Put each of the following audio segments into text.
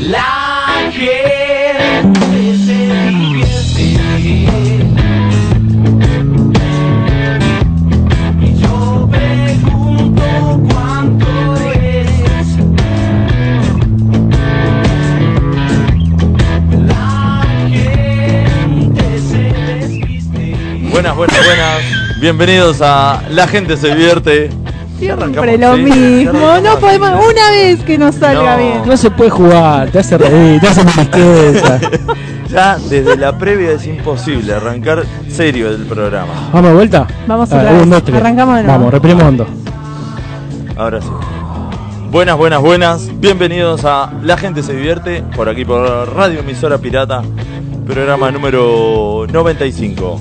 La gente se divierte. Y yo pregunto cuánto es. La gente se desviste. Buenas, buenas, buenas. Bienvenidos a La gente se divierte. Siempre lo mismo. No podemos una vez que nos salga No. bien. No se puede jugar, te hace reír, te hace tristeza. Ya desde la previa es imposible arrancar serio el programa. Vamos de vuelta. Vamos Dale, otra vez. un, dos, tres. Arrancamos de nuevo. Vamos, reprimo hondo. Ahora sí. Buenas, buenas, buenas. Bienvenidos a La gente se divierte por aquí por Radio Emisora Pirata, programa número 95.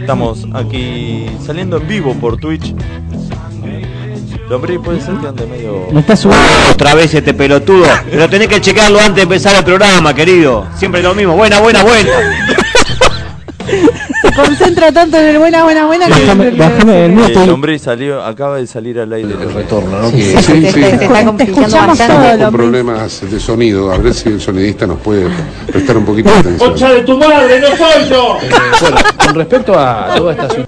Estamos aquí saliendo en vivo por Twitch. Lombriz, puede ser que ande medio. Me está subiendo. Otra vez este pelotudo. Pero tenés que checarlo antes de empezar el programa, querido. Siempre lo mismo. Buena, buena, buena. Se concentra tanto en el buena, buena, buena que Bájame- siempre se- bájame del se- mío. El Lombriz salió, acaba de salir al aire. Sí, sí, se- se- sí. se- se está complicando escuchamos bastante. todo, Con Lombriz. problemas de sonido, a ver si el sonidista nos puede prestar un poquito de ¡Concha atención. de tu madre, no soy yo! Bueno, con respecto a toda esta situación,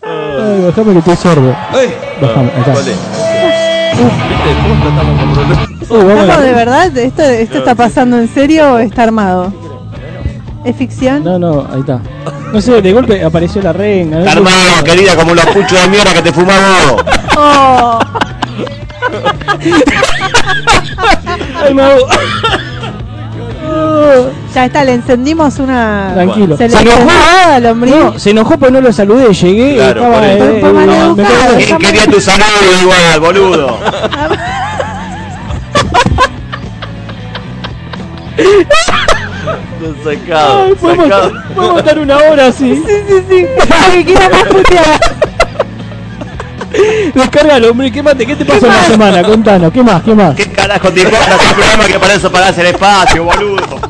Ay, bajame que estoy sordo. Bajame, acá. Vale. ¿Viste? ¿Cómo tratamos con problemas? Uh, vamos Estamos de- de verdad, esto, esto está pasando en serio o está armado. ¿Es ficción? No, no, ahí está. No sé, de golpe apareció la reina. Está armado, querida, como los puchos de mierda que te fumás vos. Oh, Ay, me hago- ya está, le encendimos una. Tranquilo. Se le Se enojó. encendió al hombre. No, se enojó porque no lo saludé. Llegué. Claro, y por estaba, eso. eh, Fue mal no, me educado. parece- Quien quería tu saludo igual, boludo. Lo sacado, Podemos sacado. podemos estar una hora así. Sí, sí, sí. Que quiera más puteada. Descargalo, hombre. ¿Qué más? te- ¿Qué te pasó en la semana? Contanos. ¿Qué más? ¿Qué más? ¿Qué carajo te importa este programa que para eso parás el espacio, boludo?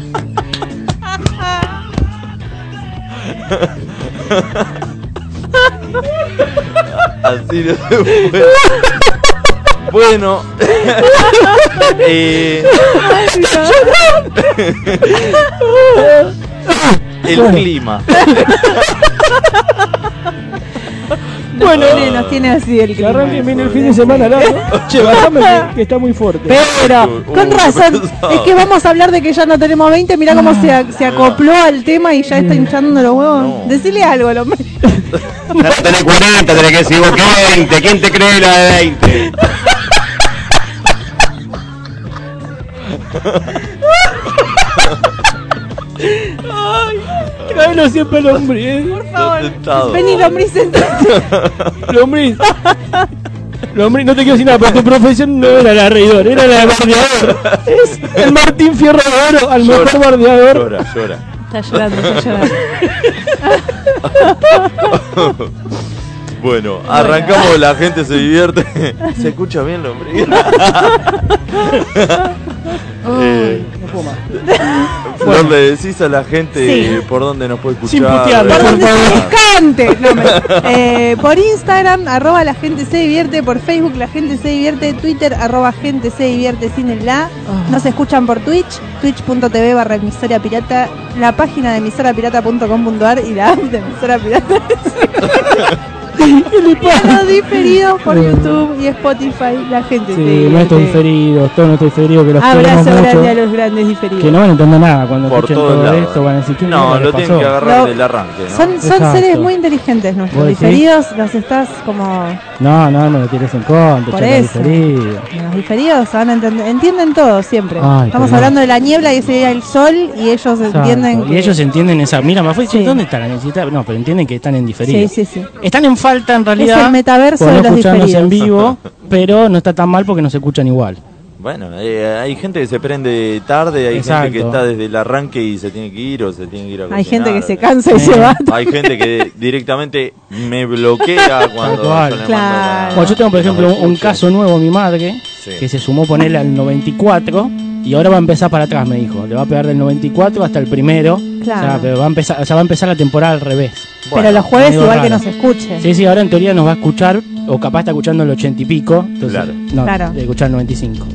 Así no se puede. Bueno. eh, el clima. Bueno, nos tiene así el Que clima. arranque bien el fin de semana, ¿no? Che, bajame que, que está muy fuerte. Pero, Uh, con qué razón, pesado. es que vamos a hablar de que ya no tenemos 20, mirá cómo se, a- se acopló al tema y ya está hinchando los huevos. No. Decile algo al hombre. No tenés 40, tenés que decir vos que 20. ¿Quién te cree la de 20? Tráelo siempre al hombre, eh. Tentado. Vení, lombriz, sentate. Lombriz. Lombriz, no te quiero decir nada, pero tu profesión no era la reidor, era la de bardeador. Es el Martín Fierro de Oro, al mejor Llora, bardeador. llora, llora. Está llorando, está llorando. Bueno, arrancamos, la gente se divierte. ¿Se escucha bien, lombriz? Eh, Flor, le decís a la gente Sí. por dónde nos puede escuchar. Sin putear, Por Por donde se favor. les cante. No, me- eh, por Instagram, arroba la gente se divierte. Por Facebook, la gente se divierte. Twitter, arroba gente se divierte sin el Ah. la. Nos escuchan por Twitch, twitch.tv barra emisora pirata. La página de emisorapirata.com.ar y la app de emisora pirata. ¿Qué Y le a pasa? los diferidos por YouTube y Spotify. La gente se Sí, divierte. nuestros diferidos, todos nuestros diferidos que los Abrazo queremos grande a mucho. los grandes diferidos. Que no van a entender nada cuando por escuchen todos todo lados. esto, van a decir, ¿qué no, mierda le lo tienen que pasó? agarrar No. del arranque. ¿no? Son, son Exacto. seres muy inteligentes nuestros ¿Vos decís? diferidos, los estás como... No, no, no lo tires en contra, Por chaval eso. diferido. Los diferidos van a entender- entienden todo siempre. Ay, Estamos pero- hablando de la niebla y ese día el sol y ellos entienden Exacto. que- Y ellos entienden esa. Mira, me fue Sí. ¿dónde está la necesidad? No, pero entienden que están en diferido. Sí, sí, sí. Están en falta en Es realidad. el metaverso por de no los escucharnos en diferidos. vivo, pero no está tan mal porque nos escuchan igual. Bueno, eh, hay gente que se prende tarde, hay gente Exacto. que está desde el arranque y se tiene que ir o se tiene que ir a Hay gente que cocinar. se cansa y se va. Hay gente que directamente me bloquea cuando yo le mando Claro. una- Bueno, yo tengo, por ejemplo, no un, me escucha. caso nuevo, mi madre, Sí. que se sumó ponerle al 94 y ahora va a empezar para atrás, me dijo. Le va a pegar del 94 hasta el primero. Claro. O sea, pero va a empezar, o sea, va a empezar la temporada al revés. Bueno, Pero los jueves medio igual que raro. nos escuchen. Sí, sí, ahora en teoría nos va a escuchar, o capaz está escuchando el 80 y pico. Entonces, Claro. No, Claro. escuchar el 95.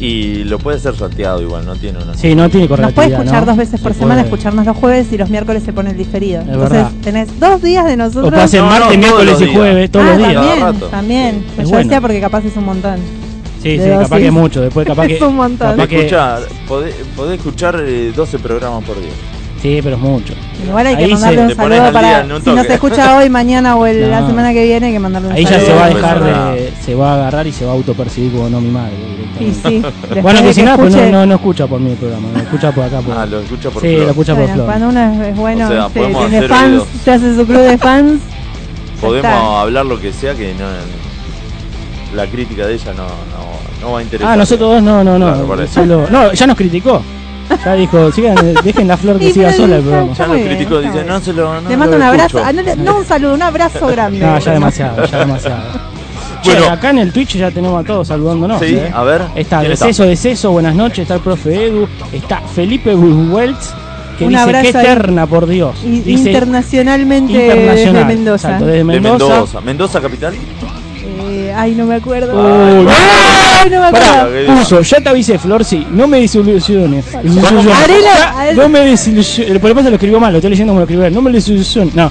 Y lo puede ser sorteado igual, no tiene una. Sí, no tiene Nos puede correlatividad. escuchar ¿no? dos veces por Se semana, puede. escucharnos los jueves y los miércoles se pone el diferido. Entonces verdad. tenés dos días de O nosotros. puede hacer No, no, martes, todos miércoles los y días. jueves, todos ah, los días. Cada También, rato. también. Pues yo bueno. decía porque capaz es un montón. Sí, de sí, capaz dosis. que mucho. Después, capaz es que. un montón. capaz que- Escuchar, podés, podés escuchar eh, 12 programas por día. Sí, pero es mucho. Igual hay que Ahí mandarle se- Te un pones saludo al día para. en un Si no toque. se escucha hoy, mañana o el- la No. semana que viene, hay que mandarle un Ahí ya saludo. se va a pues, dejar nada. de. Se va a agarrar y se va a autopercibir como no mi madre. Y directamente. sí. después Bueno, de que si nada, pues no, escuche- no, no escucha por mí el programa. Lo escucha por acá. Por... Ah, lo escucha por sí, Flor. lo Eh, escucha por Bueno, Flor. cuando uno es, es bueno, O sea, viste, podemos tiene hacer fans, oídos. se hace su club de fans. Podemos está. hablar lo que sea que no. La crítica de ella no, no, no va a interesar. Ah, nosotros dos no, no, no. Claro, por eso. Solo- no, ya nos criticó. Ya dijo, sigan, dejen la flor que Y siga pero sola el ya- programa. Ya Está nos muy bien, criticó, está dice, muy bien. no se lo. No le mando lo un abrazo, escucho". ah, no, le- no un saludo, un abrazo grande. No, ya demasiado, ya demasiado. Che, Bueno. acá en el Twitch ya tenemos a todos saludándonos. Sí, eh. a ver. Está ¿quién Deceso, Deceso, buenas noches, está el profe Edu, está Felipe Weltz, que Un dice abrazo que ahí. eterna, por Dios. Y- dice internacionalmente de Mendoza. Exacto, desde De Mendoza. Mendoza. Mendoza capital. Eh, ay, no me acuerdo. Uy, Ay, no me Pará, acuerdo. Bueno, puso, ya te avisé, Flor, sí, no me desilusiones. Ilusiones. Arela, Ya, Arela. no me desilusiones. Por lo que pasa lo escribió mal, lo estoy leyendo como lo escribió él. No me desilusiones. No,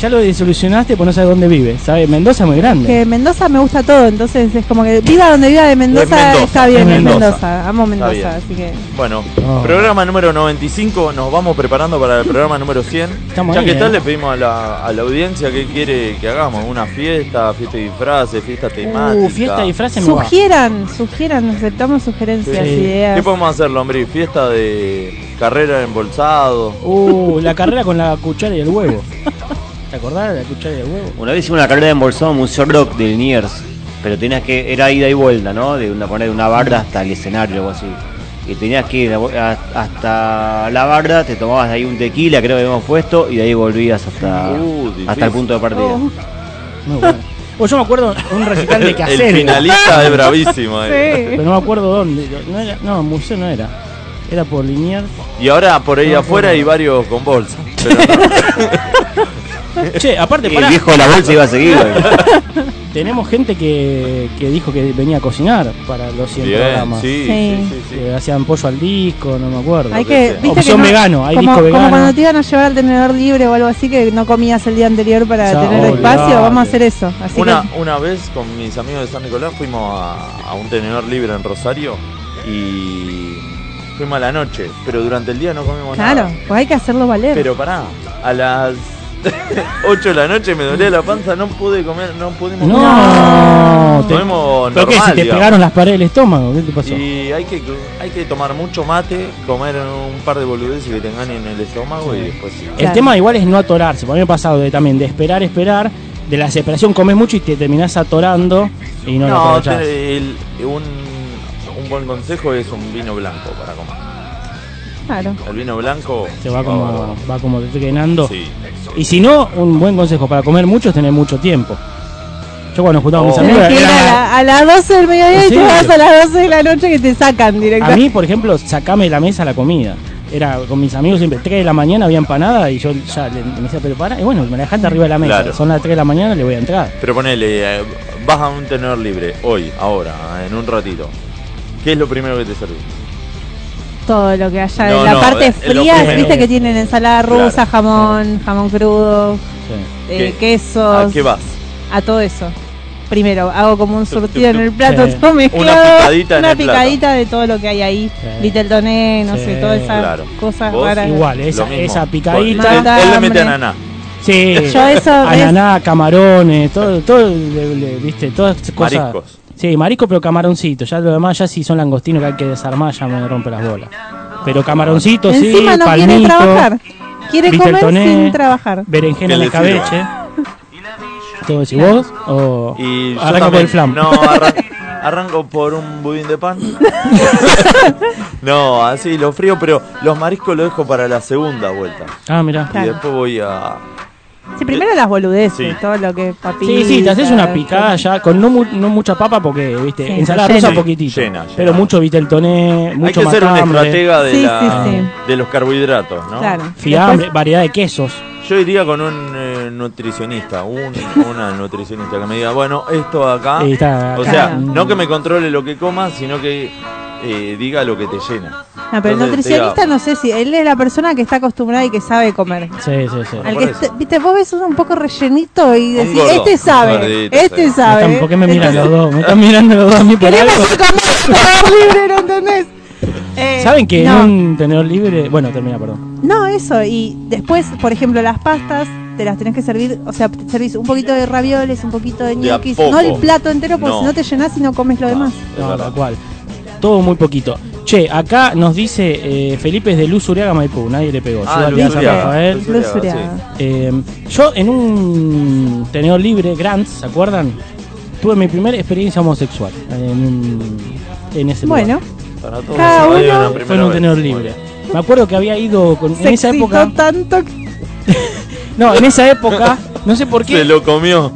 ya lo desilusionaste porque no sabes dónde vive. ¿Sabes? Mendoza es muy grande. Que Mendoza me gusta todo, entonces es como que viva donde viva de Mendoza, Es Mendoza, está bien, es es Mendoza. Mendoza. Amo Mendoza, bien. así que. Bueno, No. programa número 95, nos vamos preparando para el programa número 100. Estamos ya ahí, que eh. tal, le pedimos a la, a la audiencia qué quiere que hagamos, una fiesta, fiesta de disfraces, fiesta temática. Uh, fiesta y frase me va. Sugieran, sugieran, aceptamos sugerencias, Sí. ¿Qué ideas. podemos hacer, Lombrí? Fiesta de carrera de embolsado, Uh, la carrera con la cuchara y el huevo. ¿Te acordás de la cuchara y el huevo? Una vez hicimos una carrera de embolsado en Museo Rock del Niers, pero tenías que, era ida y vuelta, ¿no? De una, poner una barda hasta el escenario o algo así. Y tenías que ir a- a- hasta la barda, te tomabas ahí un tequila, creo que habíamos puesto, y de ahí volvías hasta, Uh, difícil. Ah, hasta el punto de partida. Oh. Muy bueno. O yo me acuerdo un recital de El Caselga. finalista es bravísimo. eh. Pero no me acuerdo dónde. No, era, no, museo no era. Era por Liniers. Y ahora por ahí No, afuera no. hay varios con bolsa. Pero no. Che, aparte, Y pará, el viejo de la bolsa iba a seguir. tenemos gente que, que dijo que venía a cocinar para los 100 Bien, programas. sí, Sí. sí, sí, sí. Que hacían pollo al disco, no me acuerdo. Hay que, Opción viste que vegano, hay como, disco como vegano. cuando te iban a llevar al tenedor libre o algo así que no comías el día anterior para Ya, tener olvidate. espacio, vamos a hacer eso. Así Una, que, una vez con mis amigos de San Nicolás fuimos a, a un tenedor libre en Rosario y fuimos a la noche, pero durante el día no comimos claro, nada. pues hay que hacerlo valer. Pero pará, a las 8 de la noche me dolía la panza, no pude comer, no pudimos No, comer. te- Comimos ¿Pero qué? normal, ¿Se te digamos. pegaron las paredes del estómago? ¿Qué te pasó? Y hay que, hay que tomar mucho mate, comer un par de boludeces que te engañen el estómago y después sí. El Claro. tema igual es no atorarse. Por mí me ha pasado de, también de esperar, esperar. De la separación comes mucho y te terminás atorando y no, lo No, aprovechás. te- el- un, un buen consejo es un vino blanco para comer. Claro. El vino blanco Se va como, bárbaro. va como frenando. Oh. Sí. Y si no, un buen consejo para comer mucho es tener mucho tiempo. Yo cuando juntaba con Oh. mis amigos, Tenés que ir a, era- la- a las 12 del mediodía y Sí. te vas a las 12 de la noche que te sacan a directamente. mí, por ejemplo, sacame de la mesa la comida. Era con mis amigos siempre 3 de la mañana había empanada y yo ya le, me decía, pero para, y bueno, me la dejaste arriba de la mesa. Claro. Son las 3 de la mañana, le voy a entrar. Pero ponele, eh, vas a un tenedor libre, hoy, ahora, en un ratito. ¿Qué es lo primero que te servís? Todo lo que haya. No, la no, parte eh, lo fría, primero. viste que tienen ensalada rusa, Claro. jamón, jamón crudo, Sí. eh, ¿Qué? quesos. ¿A Ah, qué vas? a todo eso. Primero, hago como un surtido en el plato, Sí. todo mezclado. Una picadita en una el plato. picadita de todo lo que hay ahí. Sí. Little Toné, no Sí. sé, todas esas Claro. cosas Vos raras. Igual, esa, Lo mismo. esa Bueno, picadita. él- él, le mete Matambre. ananá. Sí, Yo eso, ananá, camarones, todo, todo le- le- viste, todas esas cosas. Mariscos. Sí, marisco, pero camaroncito. Ya lo demás, ya si son langostinos que hay que desarmar, ya me rompe las bolas. Pero camaroncito, sí, Encima no palmito. quiere trabajar. Quiere Viste el comer toné. sin trabajar. berenjena Que en le el cabeche. ¿Todo decís vos? ¿O Y yo arranca por también- el flam? No, arran- arranco por un budín de pan. no, así lo frío, pero los mariscos los dejo para la segunda vuelta. Ah, mirá. Claro. Y después voy a. Sí, primero las boludeces, Sí. todo lo que Sí, papitas. sí, te haces una picada ya con no, mu- no mucha papa porque, viste, Sí, ensalada llena. rusa poquitito. Llena, llena. Pero mucho viste el toné, mucho Hay que ser un matambre, estratega de, Sí, la- sí, sí. de los carbohidratos, ¿no? Claro. Fiambre, Después- variedad de quesos. Yo iría con un eh, nutricionista, un- una nutricionista que me diga, bueno, esto acá. Y está o acá. sea, Claro. no que me controle lo que coma, sino que eh, diga lo que te llena. No, pero el Entonces, nutricionista diga, no sé si. Él es la persona que está acostumbrada y que sabe comer. Sí, sí, sí. Al por que eso. este- viste, vos ves uno un poco rellenito y decís, gordo, este sabe, un gordito, este sí. Me sabe. están- ¿Por qué me miran Entonces, los dos? Me están mirando los dos a mí por Queremos algo. ir con tenedor libre, ¿no entendés? Eh, ¿Saben que No, en un tenedor libre. Bueno, termina, perdón. no, eso. Y después, por ejemplo, las pastas te las tenés que servir. O sea, te servís un poquito de ravioles, un poquito de a ñoquis. poco. No el plato entero, porque No. si no te llenás y no comes lo demás. es No, verdad. tal cual. Todo muy poquito. Che, acá nos dice eh, Felipe es de Luz Uriaga Maipú. Nadie le pegó. Ah, Yo Luz a San Uriaga. Rafael. Luz Uriaga, Uriaga. Eh, yo en un tenedor libre, Grants, ¿se acuerdan? Tuve mi primera experiencia homosexual eh, en, un- en ese lugar. Bueno, Para todos Cada hay uno- una Fue Fue primera en un vez. tenedor libre. Me acuerdo que había ido con, en se esa excitó época. tanto que No, en esa época, no sé por Se qué, lo comió.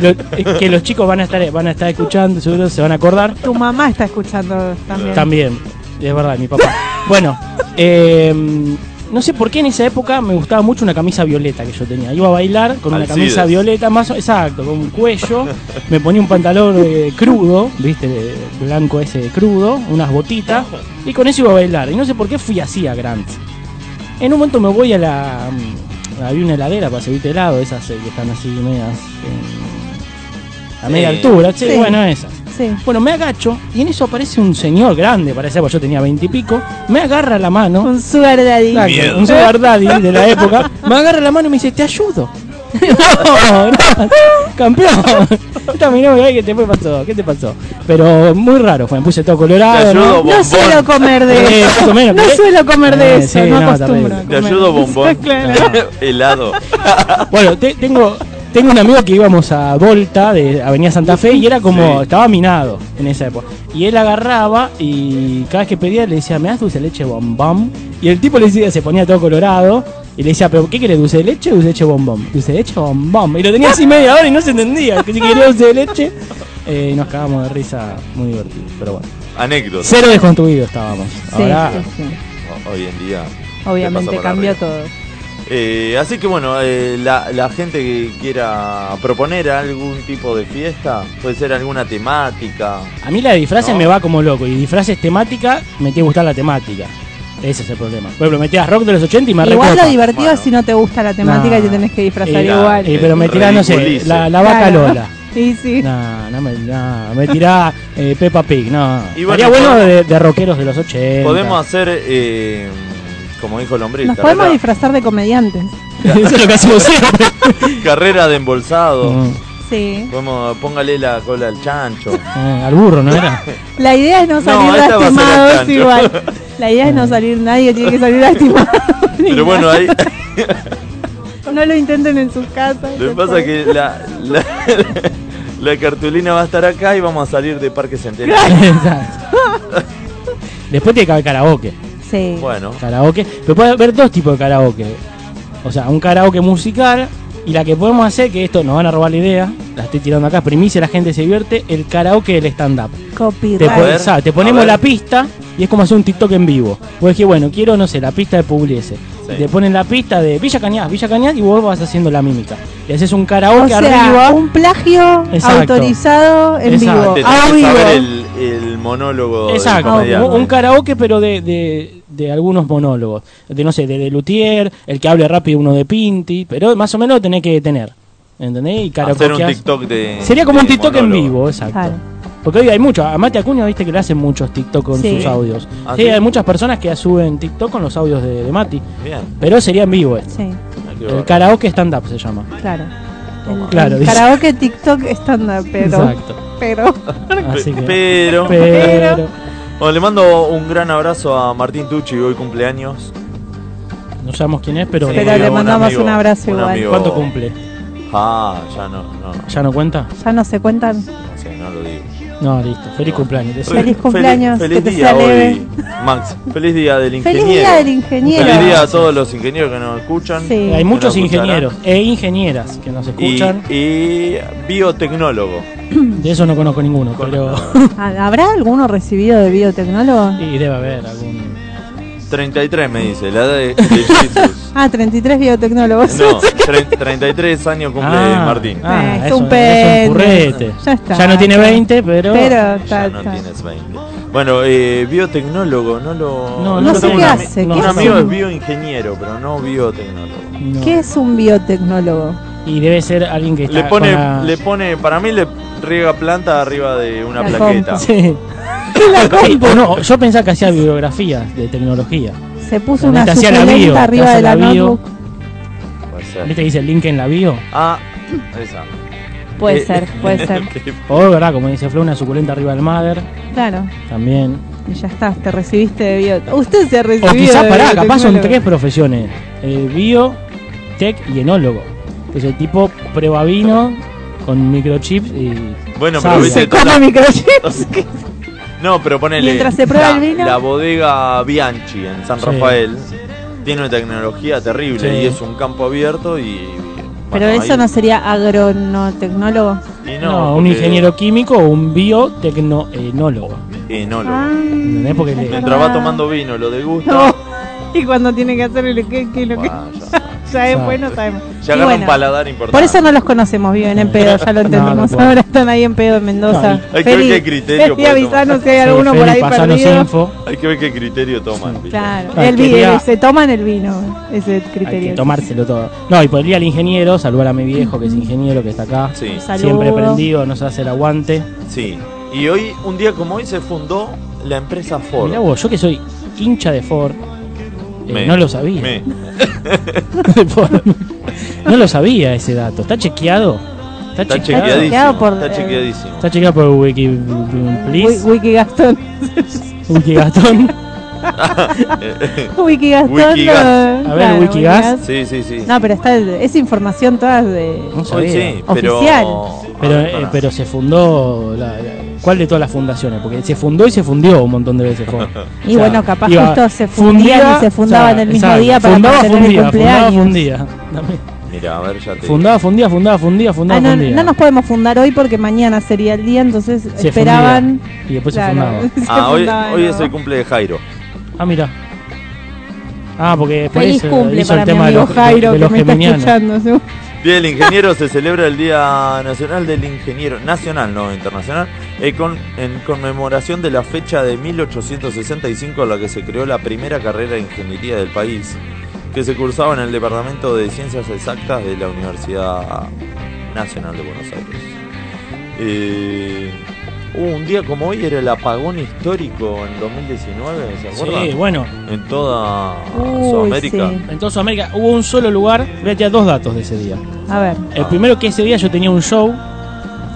lo- eh, que los chicos van a estar van a estar escuchando, seguro se van a acordar. tu mamá está escuchando también. También, es verdad, mi papá. Bueno, eh, no sé por qué en esa época me gustaba mucho una camisa violeta que yo tenía. Iba a bailar con una Alcides. camisa violeta, más o- exacto, con un cuello. Me ponía un pantalón eh, crudo, viste, eh, blanco ese crudo, unas botitas. Y con eso iba a bailar. Y no sé por qué fui así a Grant. En un momento me voy a la. mm, Había una heladera para servirte helado, esas eh, que están así medias. eh, a media Sí. altura, che, Sí. bueno, esas. Sí. Bueno, me agacho y en eso aparece un señor grande, parece porque yo tenía veintipico, me agarra la mano, Un sugar daddy. Exacto, un sugar daddy de la época, me agarra la mano y me dice, te ayudo. no, no, campeón. Esta mi novia, ay, ¿qué te fue, pasó? ¿Qué te pasó? Pero muy raro fue, me puse todo colorado. Te ayudo, ¿no? bombón. No suelo comer de Eh, eso. más o menos, No ¿querés? suelo comer de Eh, eso, sí, no, no, acostumbro. a terrible. Te comer. ayudo, bombón. Claro. Helado. Bueno, te- tengo, tengo un amigo que íbamos a Volta de Avenida Santa Fe y era como, Sí. estaba minado en esa época. Y él agarraba y cada vez que pedía le decía, ¿me das dulce de leche bombón? Y el tipo le decía, se ponía todo colorado y le decía, ¿pero qué querés, dulce de leche o dulce de leche bombón? Dulce de leche bombón. Y lo tenía así media hora y no se entendía, que si quería dulce de leche. Eh, y nos cagábamos de risa, muy divertido, pero bueno. Anécdota. Cero desconstruido estábamos. Sí, Ahora, sí, sí. Hoy en día. te pasa Obviamente por cambió arriba. todo. Eh, así que bueno, eh, la, la gente que quiera proponer algún tipo de fiesta, puede ser alguna temática. A mí la de disfraces No. me va como loco. Y disfraces temática, me tiene que gustar la temática. Ese es el problema. Por ejemplo, metías rock de los 80 y me Igual recopa. lo divertido Bueno. es si no te gusta la temática y te Nah. tenés que disfrazar Eh, igual. eh, pero me tirás, no sé, Ridiculice. la, la vaca Claro. Lola. Sí, sí. No, no me, no, me tirá eh, Peppa Pig, no. Y bueno, Estaría bueno podemos- de, de rockeros de los 80. Podemos hacer, eh, como dijo Lombriz, Nos carrera, podemos disfrazar de comediantes. Eso es lo que hacemos siempre. carrera de embolsado. Mm, Sí. Podemos- póngale la cola al chancho. eh, al burro, ¿no era? La idea es no salir No, esta va a ser al lastimados chancho. igual. La idea es no salir, nadie tiene que salir lastimado. Pero bueno, ahí No lo intenten en sus casas. lo que por pasa favor. es que la, la, la cartulina va a estar acá y vamos a salir de Parque Centenario. Exacto. Después tiene que haber karaoke. Sí. Bueno, Karaoke. Pero puede haber dos tipos de karaoke. O sea, un karaoke musical y la que podemos hacer, que esto nos van a robar la idea, la estoy tirando acá, es primicia, la gente se divierte, el karaoke del stand-up. Te, Copyright. pon- ver, sa- te a ponemos ver. la pista y es como hacer un TikTok en vivo. Vos decís, bueno, quiero, no sé, la pista de Pugliese. Sí. Y Te ponen la pista de Villa Cañas, Villa Cañas y vos vas haciendo la mímica. Y haces un karaoke O sea, arriba. un plagio Exacto. autorizado en vivo. Exacto. A te tenés que vivo. saber el, el monólogo del Exacto, comediante. un, un karaoke pero de, de- de algunos monólogos. De no sé, de, de Luthier, el que hable rápido uno de Pinti, pero más o menos lo tenés que detener. ¿Entendés? Y Hacer un karaokeás. TikTok de. Sería como de un TikTok en monólogo. vivo, exacto. Claro. Porque hoy hay mucho, a Mate Acuña viste que le hacen muchos TikTok con Sí. sus audios. Ah, sí, sí. hay muchas personas que suben TikTok con los audios de, de Mati, Bien. pero sería en vivo esto. Sí, El karaoke stand-up se llama. claro. El, Claro, el dice. karaoke TikTok estándar, pero. Exacto. Pero. Así que- Pero, pero- Bueno, le mando un gran abrazo a Martín Tucci, hoy cumpleaños. no sabemos quién es, pero Sí, Pero le un mandamos amigo, un abrazo igual. amigo. ¿cuánto cumple? Ah, ya no, no, no ¿Ya no cuenta? Ya no se cuentan. sé, no lo digo. No, listo. Feliz cumpleaños. Te Feliz cumpleaños, Feliz, que te día sea leve. hoy, Max. Feliz día del ingeniero. Feliz día del ingeniero. Feliz día a todos los ingenieros que nos escuchan. Sí. Hay que nos muchos escucharán. ingenieros e ingenieras que nos Y, escuchan. y biotecnólogo. De eso no conozco ninguno, pero. Ah, ¿Habrá alguno recibido de biotecnólogo? y debe haber algún. 33 me dice, la edad de, de Jesus. Ah, 33 biotecnólogos. No, tre- 33 años cumple Ah, Martín. ah, Eh, es, un, es un currete. Ya está. no tiene 20, pero. Pero Ya está, no está. tienes 20. Bueno, eh, biotecnólogo, no lo. No, no yo sé tengo qué un ami- hace, Un ¿qué hace? amigo es bioingeniero, pero no biotecnólogo. no. ¿Qué es un biotecnólogo? Y debe ser alguien que está. Le pone, con la- le pone, para mí le riega planta arriba de una La plaqueta. compu. Sí. la Sí, compu? no, yo pensaba que hacía biografías de tecnología. Se puso También una te hacía la bio, suculenta te arriba hace de la, la bio. notebook. Puede ¿Viste ser. que dice el link en la bio? Ah, esa. Puede Eh, ser, puede ser. O, Oh, ¿verdad? Como dice Flo, una suculenta arriba del Mother. eh, Claro. También. Y ya está, te recibiste de bio. Usted se ha recibido. O quizás, de pará, capaz son biotecnólogo. tres profesiones: eh, bio, tech y enólogo. Entonces, el tipo prueba vino con microchips y. Bueno, Sabe. pero viste Se toda come la- microchips. No, pero ponele. Mientras se prueba la, el vino. la bodega Bianchi en San Sí. Rafael tiene una tecnología terrible Sí. y es un campo abierto y. Pero bueno, eso ahí- no sería agronotecnólogo. y No, no, un porque- ingeniero químico o un biotecnólogo. y no lo- ¿Entendés? Porque le- Mientras va tomando vino, lo degusta. No. Y cuando tiene que hacer el que, que lo que. Bah, ya, Ya Ya. después no sabemos. ya Y agarra bueno, un paladar importante. Por eso no los conocemos, viven en pedo, ya lo entendemos. tal cual. Ahora están ahí en pedo en Mendoza. Hay que ver qué criterio Y puede avisarnos si hay Sí, alguno por Feli, ahí pasanos perdido. info. Hay que ver qué criterio toman. ¿viste? Claro, Hay el que vi- ir a- se toman el vino, ese Hay criterio. que tomárselo todo. No, y podría el ingeniero saludar a mi viejo, que es ingeniero, que está acá. Sí, Saludo. Siempre prendido, nos hace el aguante. sí. Y hoy, un día como hoy, se fundó la empresa Ford. Mirá vos, yo que soy hincha de Ford, eh, Me- no lo sabía. me- De Ford. no lo sabía ese dato. ¿Está chequeado? Está chequeado chequeadísimo. por- eh, Está chequeadísimo. Está chequeado por Wiki, Wi- please, Wiki Gastón. Wiki Gastón. Wiki Gastón. Wikigas. no- A ver, claro, Wikigas. Wikigas. Sí, sí, sí. No, pero está es información toda de. No Hoy sabía. sí, Oficial. pero. Pero, Ah, eh, no. pero se fundó. la- la- ¿Cuál de todas las fundaciones? Porque se fundó y se fundió un montón de veces. Ford. Y O sea, bueno, capaz iba- justo se fundían fundía, y se fundaban o sea, el mismo exacto, día para fundaba, mantener fundía, el cumpleaños. Ah, Fundaba, fundía. También. Mira, a ver, ya te. Fundaba, fundía, fundaba, fundía, fundaba, Ah, no, fundía. no nos podemos fundar hoy porque mañana sería el día, entonces Se esperaban. fundía Y después Claro, se fundaba. se Ah, hoy, fundaban, hoy ¿no? es el cumple de Jairo. Ah, mira. Ah, porque después Feliz hizo- cumple hizo para el mi tema de amigo los, Jairo de que los me está geminianos. escuchando. seguro. Día del Ingeniero se celebra el Día Nacional del Ingeniero, nacional, no internacional, eh, con- en conmemoración de la fecha de 1865 en la que se creó la primera carrera de ingeniería del país, que se cursaba en el Departamento de Ciencias Exactas de la Universidad Nacional de Buenos Aires. Eh, uh, un día como hoy era el apagón histórico en 2019, ¿se acuerdan? Sí, bueno. En toda Uy, Sudamérica. sí. En toda Sudamérica hubo un solo lugar. Voy a tirar dos datos de ese día. A ver, El primero que ese día yo tenía un show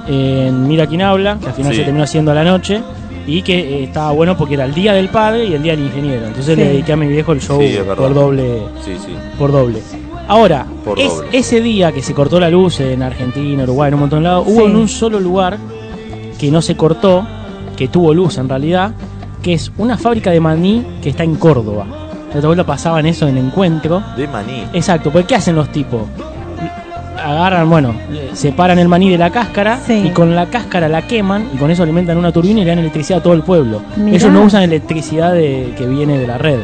eh, en Mira quién habla, que al final Sí. se terminó haciendo a la noche, y que eh, estaba bueno porque era el día del padre y el día del ingeniero. Entonces Sí. le dediqué a mi viejo el show Sí, es verdad. por doble. Sí, sí. Por doble. Ahora, Por es- doble. ese día que se cortó la luz en Argentina, Uruguay, en un montón de lados, hubo Sí. en un solo lugar que no se cortó, que tuvo luz en realidad, que es una fábrica de maní que está en Córdoba. La otra vuelta pasaban eso en encuentro. De maní. Exacto, porque ¿qué hacen los tipos? Agarran, bueno, separan el maní de la cáscara Sí. y con la cáscara la queman y con eso alimentan una turbina y le dan electricidad a todo el pueblo. Mirá. Ellos no usan electricidad de- que viene de la red.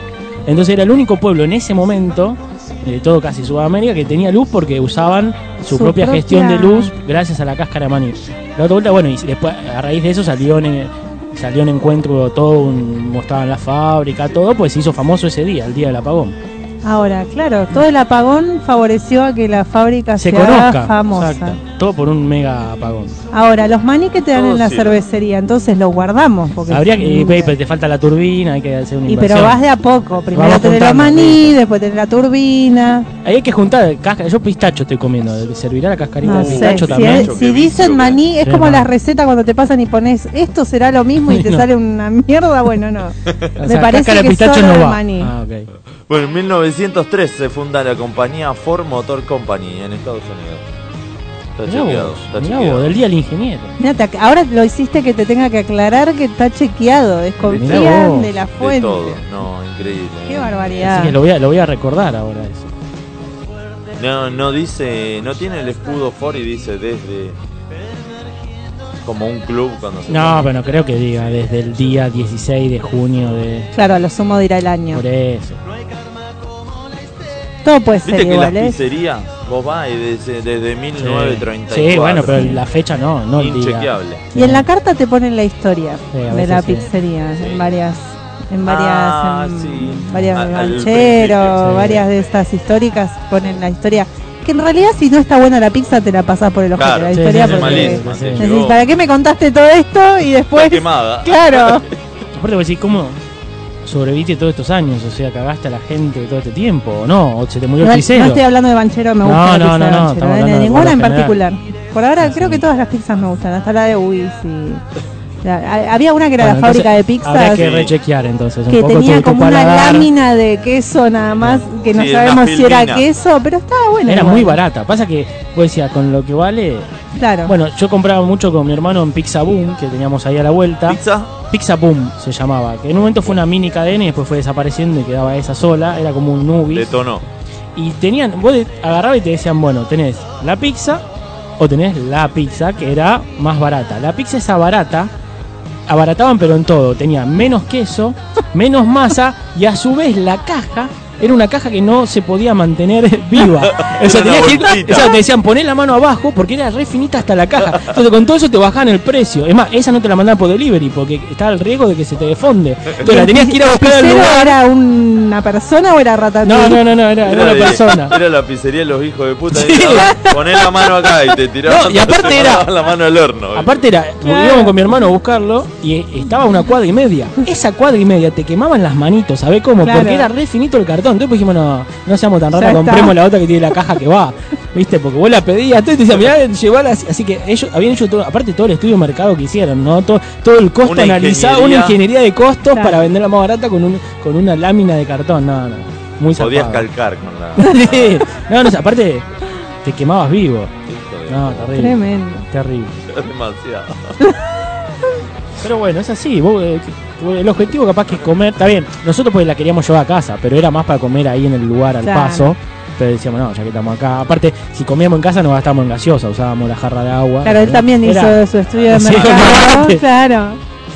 Entonces era el único pueblo en ese momento, de todo casi Sudamérica, que tenía luz porque usaban su, Su propia, propia- gestión de luz gracias a la cáscara de maní. La otra vuelta, bueno, y después a raíz de eso salió en, salió en encuentro todo, un- mostraban la fábrica, todo, pues se hizo famoso ese día, el día del apagón. ahora, claro, todo el apagón favoreció a que la fábrica se sea conozca. famosa. Exacto. Todo por un mega apagón. Ahora, los maní que te dan Todo en la sirve. cervecería, entonces los guardamos. Porque Habría que, y, pe- te falta la turbina, hay que hacer una Y pero inversión. vas de a poco. Primero Vamos tenés los juntando, maní, después tenés la turbina. Ahí hay que juntar cáscara. Yo pistacho estoy comiendo. ¿eh? ¿Servirá la cascarita No de sé. pistacho Si, también? es- Yo si que vi, yo dicen que- maní, es Sí, como no. las recetas cuando te pasan y pones esto será lo mismo y te No. sale una mierda. Bueno, no. O me parece sea, cáscara de que pistacho solo no de va. maní. Ah, ok. Bueno, en 1903 se funda la compañía Ford Motor Company en Estados Unidos. Está Mirá chequeado, vos, está mirá chequeado. vos, del día del ingeniero. Mirá, te ac- ahora lo hiciste que te tenga que aclarar que está chequeado. Mirá Desconfían vos, de la De fuente. todo, no, increíble. eh. Qué Así barbaridad. que lo voy, a, lo voy a recordar ahora eso. No, no dice, no tiene el escudo Ford y dice desde como un club cuando se No, pero no creo que diga desde el día 16 de junio de... Claro, a lo sumo dirá el año. Por eso. Todo puede ser Viste que las igual, ¿eh? pizzerías, vos vas y desde, desde Sí. 1934. Sí, bueno, pero la fecha no, no el día. Inchequeable. Y en la carta te ponen la historia Sí, a de veces la sí. pizzería, Sí. en varias, en varias, Ah, en sí. varias Al- de al Banchero, principio, sí. varias de estas históricas ponen la historia. Que en realidad si no está buena la pizza te la pasás por el ojo Claro, la sí, historia sí, es sí, porque malísima. sí, te sí. decís, llegó. ¿para qué me contaste todo esto? Y Está después, quemada. claro, Aparte, vos decís, ¿cómo sobreviviste todos estos años? O sea, cagaste a la gente todo este tiempo, ¿o no? ¿O se te murió no, no el pizzero? estoy hablando de Banchero, me No, gusta la no, pizza no, de no, Banchero, estamos eh, hablando de ninguna en forma general. particular. Por ahora creo que todas las pizzas me gustan, hasta la de Ubis y... la- a- había una que era Bueno, la fábrica de entonces, Habrá pizzas. que Sí. rechequear entonces. un que poco tenía tu- tu como una paladar. lámina de queso nada más, que no Sí, una sabemos si era filmina. queso, pero estaba buena. Era igual. muy barata. Pasa que vos decías, con lo que vale. Claro. Bueno, yo compraba mucho con mi hermano en Pizza Boom, que teníamos ahí a la vuelta. Pizza. Pizza Boom se llamaba. Que en un momento fue una mini cadena y después fue desapareciendo y quedaba esa sola. Era como un nubis. Detonó. Y tenían, vos de- agarrabas y te decían, bueno, tenés la pizza o tenés la pizza, que era más barata. La pizza esa barata, abarataban pero en todo. Tenía menos queso, menos masa y a su vez la caja era una caja que no se podía mantener viva. O sea, Era una tenías que ir- bolsita. o sea, te decían poner la mano abajo porque era re finita hasta la caja. Entonces con todo eso te bajaban el precio. Es más, esa no te la mandaban por delivery porque estaba el riesgo de que se te defonde. Entonces la tenías que ir a buscar al ¿Cero lugar. era una persona o era ratatouille? No, no, no, no, era, era una de- persona. Era la pizzería de los hijos de puta. Sí. Poner la mano acá y te tiraban. No, y aparte te era- mandaban la mano al horno. boludo. Aparte era, íbamos con mi hermano a buscarlo y eh, estaba a una cuadra y media. Esa cuadra y media te quemaban las manitos, ¿sabés cómo? Claro. Porque era re finito el cartón. Entonces pues dijimos, no, no seamos tan Ya raros, está. compremos la otra que tiene la caja que va. ¿Viste? Porque vos la pedías, todo y te decían, mirá, llevala así. Así que ellos habían hecho todo, aparte todo el estudio de mercado que hicieron, ¿no? Todo, todo el costo Una analizado, una ingeniería. ingeniería de costos Claro. para venderla más barata con, un, con una lámina de cartón. No, no, muy Podías zarpado. calcar con la. Sí. no, no, aparte te quemabas vivo. No, terrible. Tremendo. Terrible. Demasiado. Pero bueno, es así. vos, eh, que- vos, el objetivo capaz que es comer. Está bien, nosotros pues la queríamos llevar a casa, pero era más para comer ahí en el lugar al Claro. paso. Pero decíamos, no, ya que estamos acá. Aparte, si comíamos en casa no gastábamos en gaseosa, usábamos la jarra de agua. Claro, él Era- también era- hizo su estudio de Sí, mercado. aparte. Claro.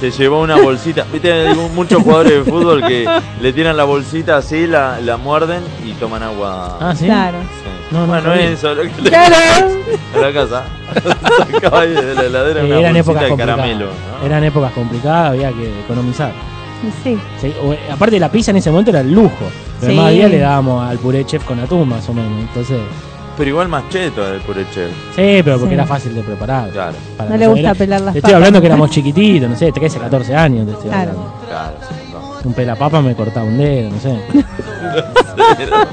Se llevó una bolsita. Viste, hay mu- muchos jugadores de fútbol que le tiran la bolsita así, la, la muerden y toman agua. Ah, sí. Claro. Sí. No, no bueno, sabía. eso, lo que le Claro. a la casa. Sacaba ahí de la heladera Eh, una eran bolsita épocas de complicadas. caramelo. ¿no? Eran épocas complicadas, había que economizar. Sí. Sí, o, eh, aparte, la pizza en ese momento era el lujo. Lo Sí. demás día le dábamos al puré chef con atún, más o menos. Entonces, Pero igual más cheto el pureche. sí, pero porque Sí. era fácil de preparar. Claro, Para No le nosotros gusta era- pelar las Te estoy papas. hablando que éramos chiquititos, no sé, 13, 14 años. te estoy Claro. hablando. claro. no. Un pelapapa me cortaba un dedo, no sé.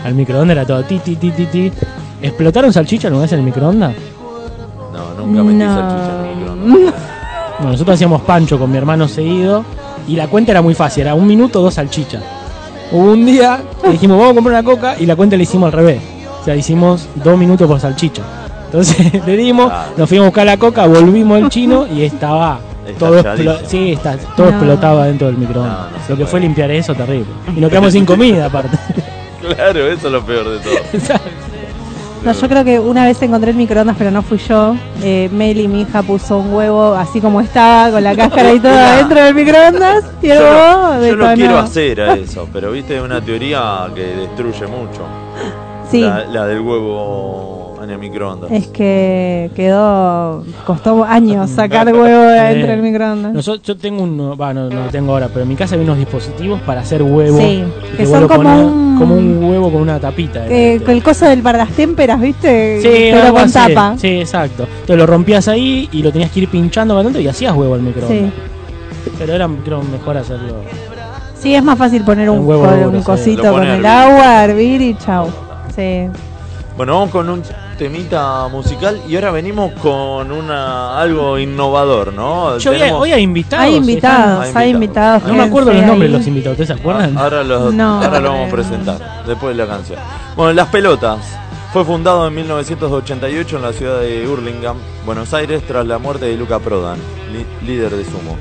Al microondas era todo ti, ti, ti, ti, ti. ¿Explotaron salchicha alguna vez en el microondas? No, nunca metí No. salchicha en el microondas. Bueno, nosotros hacíamos pancho con mi hermano seguido y la cuenta era muy fácil, era un minuto, dos salchichas. Hubo un día que dijimos, vamos a comprar una coca y la cuenta la hicimos al revés. O sea, hicimos dos minutos por salchicha. Entonces le dimos, Claro. nos fuimos a buscar la coca, volvimos al chino y estaba todo, Estalladísimo. explo- sí, está, todo No. explotaba dentro del microondas. No, no se Lo que puede. fue limpiar eso, terrible. Y nos quedamos sin comida aparte. Claro, eso es lo peor de todo. No, yo creo que una vez encontré el microondas, pero no fui yo. Eh, Meli, mi hija, puso un huevo así como estaba, con la cáscara y todo Una- adentro del microondas. Y el Yo huevo lo, yo lo detonó. quiero hacer a eso, pero viste, es una teoría que destruye mucho. Sí. La, la del huevo en el microondas. Es que quedó. costó años sacar huevo de adentro Sí. del microondas. Nosotros, yo tengo un. Va, no, no lo tengo ahora, pero en mi casa había unos dispositivos para hacer huevo. Sí, y que vos son lo como ponías- un- como un huevo con una tapita. Eh, delante. con el coso del bar las témperas, ¿viste? Sí, pero algo con así. tapa. Sí, exacto. Entonces lo rompías ahí y lo tenías que ir pinchando con tanto y hacías huevo al microondas. Sí. Pero era creo, mejor hacerlo. Sí, es más fácil poner un, Un huevo con duro, un sí. cosito Lo con pone el a hervir. agua, hervir y chau. Sí. Bueno, vamos con un temita musical y ahora venimos con una algo innovador, ¿no? Yo hoy, hay- Tenemos- hoy hay invitados. Hay hay invitados, hay invitados. invitados. están- No me acuerdo quédense los nombres de ahí. los invitados, ¿ustedes se acuerdan? Ah, Ahora los- No. ahora lo vamos a presentar, después de la canción. Bueno, Las Pelotas. Fue fundado en 1988 en la ciudad de Hurlingham, Buenos Aires, tras la muerte de Luca Prodan, li- líder de Sumo.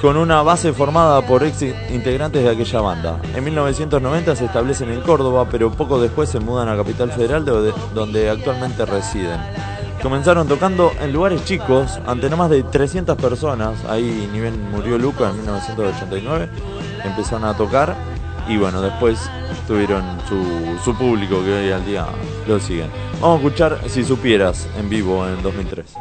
Con una base formada por ex integrantes de aquella banda. En 1990 se establecen en Córdoba, pero poco después se mudan a Capital Federal, donde- donde actualmente residen. Comenzaron tocando en lugares chicos, ante no más de 300 personas. Ahí ni bien murió Luca en 1989. Empezaron a tocar y bueno, después tuvieron su, su público que hoy al día lo siguen. Vamos a escuchar Si Supieras en vivo en 2003.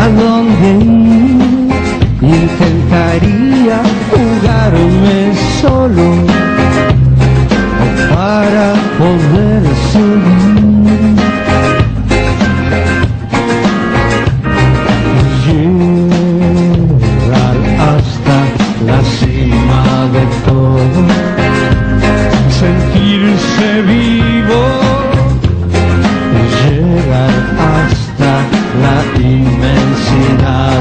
a dónde ir, intentaría jugarme solo para poder seguir. Llegar hasta la cima de todo, sentirse vivo llegar hasta la inmensidad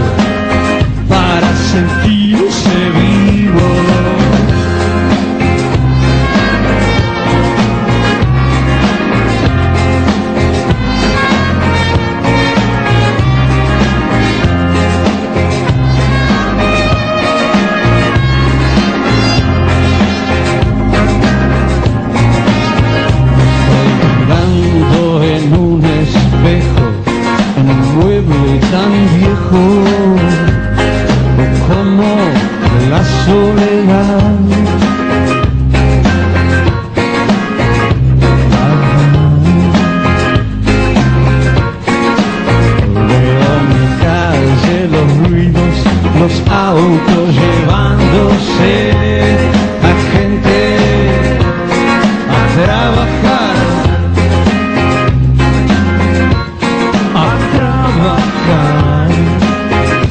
para sentirse vivo. Mirando en un espejo, en un mueble tan viejo, como la soledad. Veo mi calle, los ruidos, los autos llevándose a gente a trabajar. a trabajar.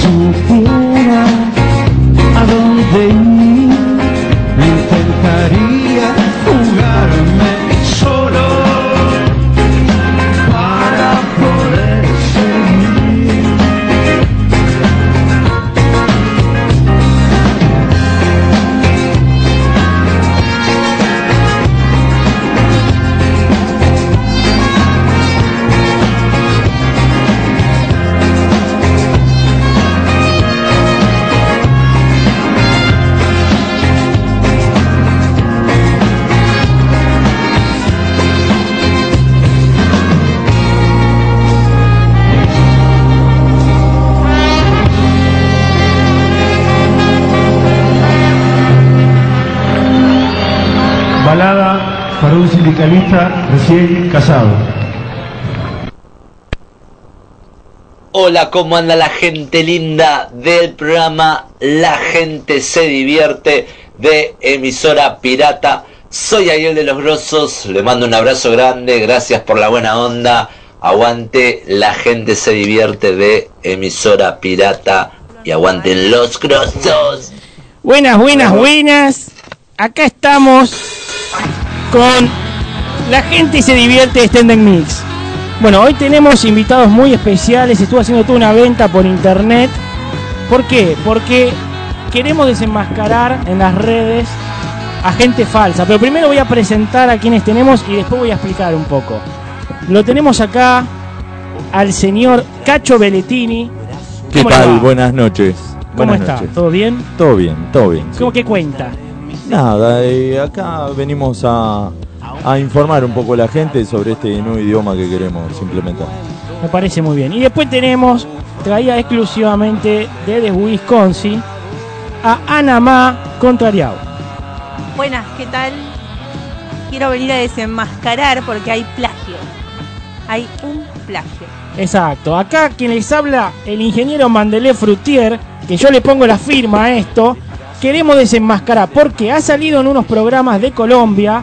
supiera a dónde ir, intentaría jugarme solo para poder seguir. Balada para un sindicalista recién casado. Hola, ¿cómo anda la gente linda del programa La gente se divierte de emisora pirata? Soy Ariel de los Grosos, le mando un abrazo grande, gracias por la buena onda. Aguante, la gente se divierte de emisora pirata y aguanten los grosos. Buenas, buenas, buenas. Acá estamos con La gente se divierte Extended Mix. Bueno, hoy tenemos invitados muy especiales. Estuve haciendo toda una venta por internet. ¿Por qué? Porque queremos desenmascarar en las redes a gente falsa. Pero primero voy a presentar a quienes tenemos y después voy a explicar un poco. Lo tenemos acá al señor Cacho Belletini. ¿Qué ¿Cómo le tal? va? Buenas noches. ¿Cómo Buenas está? noches. ¿Todo bien? Todo bien, todo bien. sí. ¿Cómo que cuenta? Nada, eh, acá venimos a, a informar un poco a la gente sobre este nuevo idioma que queremos implementar. Me parece muy bien. Y después tenemos, traída exclusivamente desde Wisconsin, a Anamá Contrariado. Buenas, ¿qué tal? Quiero venir a desenmascarar porque hay plagio. Hay un plagio. Exacto. Acá quien les habla, el ingeniero Mandelé Frutier, que yo le pongo la firma a esto, queremos desenmascarar, porque ha salido en unos programas de Colombia,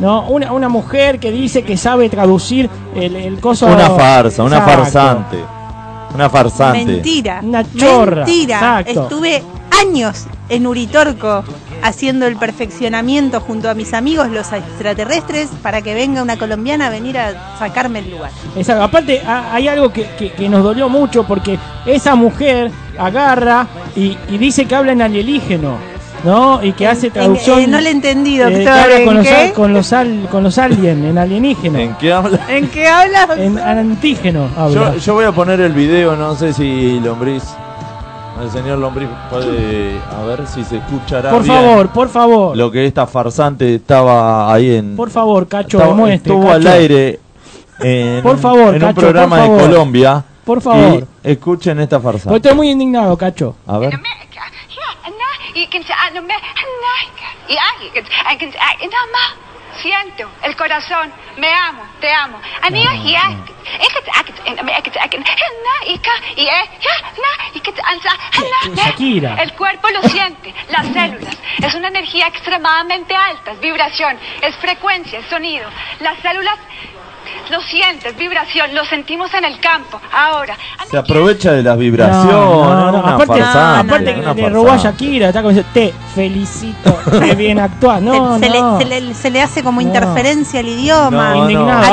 ¿no? Una, una mujer que dice que sabe traducir el, el coso... Una farsa, una Exacto. farsante. Una farsante. Mentira. Una chorra. Mentira. Exacto. Estuve años en Uritorco haciendo el perfeccionamiento junto a mis amigos los extraterrestres para que venga una colombiana a venir a sacarme el lugar. Exacto. Aparte, ha- hay algo que, que- que nos dolió mucho porque esa mujer agarra y, y dice que habla en alienígeno, ¿no? Y que hace traducción. En- eh, no le entendí, eh, que doctor. habla ¿En con los, qué? al- con los al- con los alien, en alienígeno. ¿En qué habla? ¿En qué hablas? En antígeno habla. Yo, yo voy a poner el video, no sé si Lombriz, el señor Lombriz puede, a ver si se escuchará por bien favor, por favor. lo que esta farsante estaba ahí en... Por favor, Cacho, estaba- demuestre. estuvo Cacho. al aire en, Por un- favor, en un Cacho, programa por de favor. Colombia. Por favor. Pues Y escuchen esta Porque farsante. estoy muy indignado, Cacho. A ver. Siento el corazón, me amo, te amo. Shakira. El cuerpo lo siente, las células. Es una energía extremadamente alta, es vibración, es frecuencia, es sonido. Las células lo sientes, vibración, lo sentimos en el campo, ahora. Se aprovecha de las vibraciones. No, no, no. una Aparte, farsante, aparte que una le robó a farsante. Shakira, está como dice, te felicito, qué bien actuás. No, se, se no. Le, se, le, se le hace como No. interferencia al idioma. No, indignado.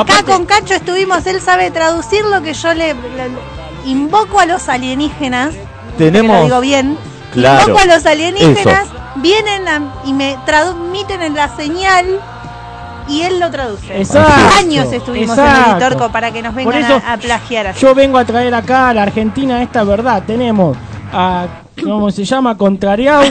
Acá Aparte- con Cacho estuvimos, él sabe traducir lo que yo le, le- le- invoco a los alienígenas. Que lo Tenemos digo bien. Claro. Invoco a los alienígenas, vienen a- y me transmiten en la señal y él lo traduce. Exacto, Años estuvimos en exacto. Uritorco para que nos Por vengan eso, a, a plagiar así. Yo vengo a traer acá a la Argentina esta verdad. Tenemos a, ¿cómo se llama? Contrariado.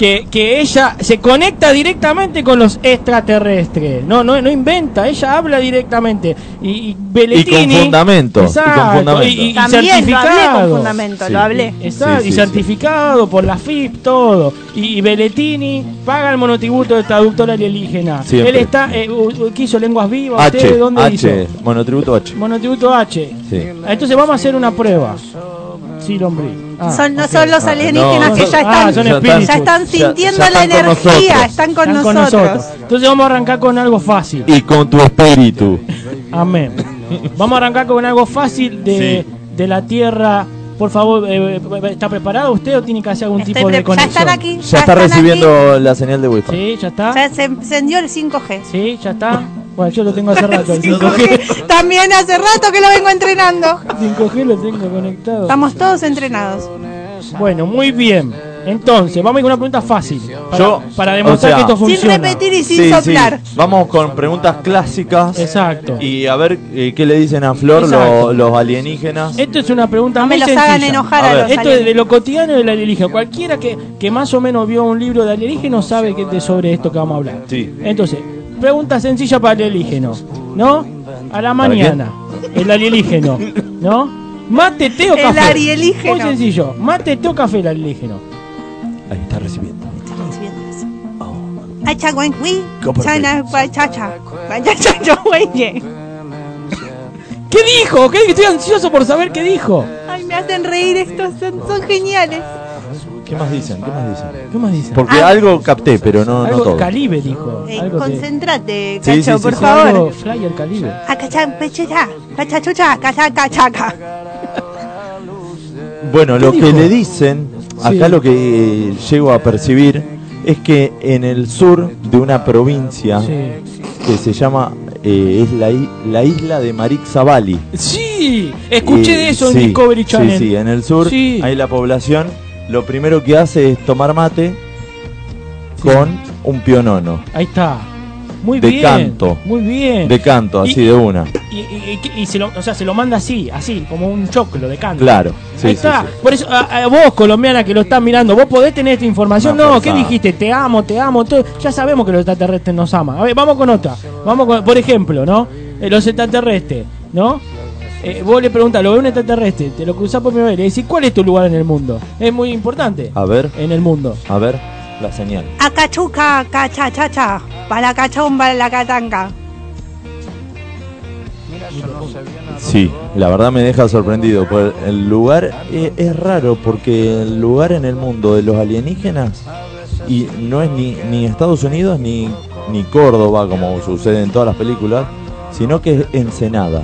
Que, que ella se conecta directamente con los extraterrestres. No, no, no inventa, ella habla directamente. Y, y Bellettini- fundamento, y con Exacto, fundamento. y- y También lo hablé con certificado. fundamento, Sí. lo hablé. Exacto, Sí, y sí, certificado por la FIP, todo. Y, y Belletini paga el monotributo de traductor alienígena. Siempre. Él está, eh, u- u- que hizo lenguas vivas, H, ¿ustedes dónde H, hizo? monotributo H. Monotributo H. Sí. Entonces vamos a hacer una prueba. Sí, lombriz. Ah, son, no ok. son los alienígenas no, que son- ya ah, están, son ya espíritus. están Ya- ya sintiendo están la con energía, nosotros. están con, Están con nosotros. nosotros. Entonces vamos a arrancar con algo fácil. Y con tu espíritu. Amén. Vamos a arrancar con algo fácil de, de la tierra. Por favor, eh, ¿está preparado usted o tiene que hacer algún Estoy tipo de pre- ya conexión? están aquí. Ya está están recibiendo la señal de Wi-Fi. Sí, ya está. aquí. Ya se encendió el 5G. Sí, ya está. Bueno, yo lo tengo hace rato. El 5G, 5G. También hace rato que lo vengo entrenando. 5G lo tengo conectado. Estamos todos entrenados. Bueno, muy bien. Entonces, vamos a ir con una pregunta fácil. Para, Yo- para o demostrar sea- que esto Sin funciona. Sin repetir y sin Sí, sí. soplar. Vamos con preguntas clásicas. Exacto. Y a ver eh, qué le dicen a Flor lo- Exacto. los alienígenas. Esto es una pregunta No me muy los sencilla. hagan enojar A a, ver. los Esto es de alienígenas. lo cotidiano del alienígena. Cualquiera que, que más o menos vio un libro de alienígeno sabe que de sobre esto que vamos a hablar. Sí. Entonces, pregunta sencilla para alienígeno, ¿no? A la mañana, el alienígeno, ¿no? Mate, té o El café. arielígeno. Muy sencillo. Mate, té o café el alienígeno. Ahí está recibiendo. Oh. Ay, cha, güey, güey. Copper Cha, na, guay, cha, cha. Guay, cha, cha, yo, güey, ye. ¿Qué dijo? ¿Qué? Estoy ansioso por saber qué dijo. Ay, me hacen reír estos, son, son geniales. ¿Qué más dicen? ¿Qué más dicen? ¿Qué más dice? Porque Ah. algo capté, pero no, no algo todo. calibre dijo. Eh, algo que, concéntrate, Sí, Cacho, sí, sí, por sí. Algo favor. Ah, flyer calibre. Acachá, pecheta, cachachucha, cachacachaca. Bueno, lo dijo? que le dicen, acá Sí. lo que eh, llego a percibir es que en el sur de una provincia Sí. que se llama, eh, es la, i- la isla de Marixabali. Sí, escuché Eh, de eso en sí, Discovery Channel. Sí, sí, en el sur Sí. hay la población, lo primero que hace es tomar mate con un pionono, Ahí está. Muy De bien. canto. Muy bien. de canto, Y- así de una. y, y- y- y se lo, o sea, se lo manda así, así, como un choclo de canto. Claro, sí, Ahí sí, está. sí. Por eso, a, a vos, colombiana, que lo estás mirando, vos podés tener esta información. No, No, por ¿qué favor. dijiste? Te amo, te amo. todo. Ya sabemos que los extraterrestres nos aman. A ver, vamos con otra. Vamos con, por ejemplo, ¿no? Eh, los extraterrestres, ¿no? Eh, vos le preguntás, lo ve un extraterrestre, te lo cruzás por primera vez, le decís, ¿cuál es tu lugar en el mundo? Es muy importante. A ver, En el mundo. a ver, la señal. Ah, Acachuca, cachachacha, para cachomba la catanca. Sí, la verdad me deja sorprendido. por El lugar es, es raro porque el lugar en el mundo de los alienígenas y no es ni, ni Estados Unidos ni, ni Córdoba como sucede en todas las películas, sino que es Ensenada.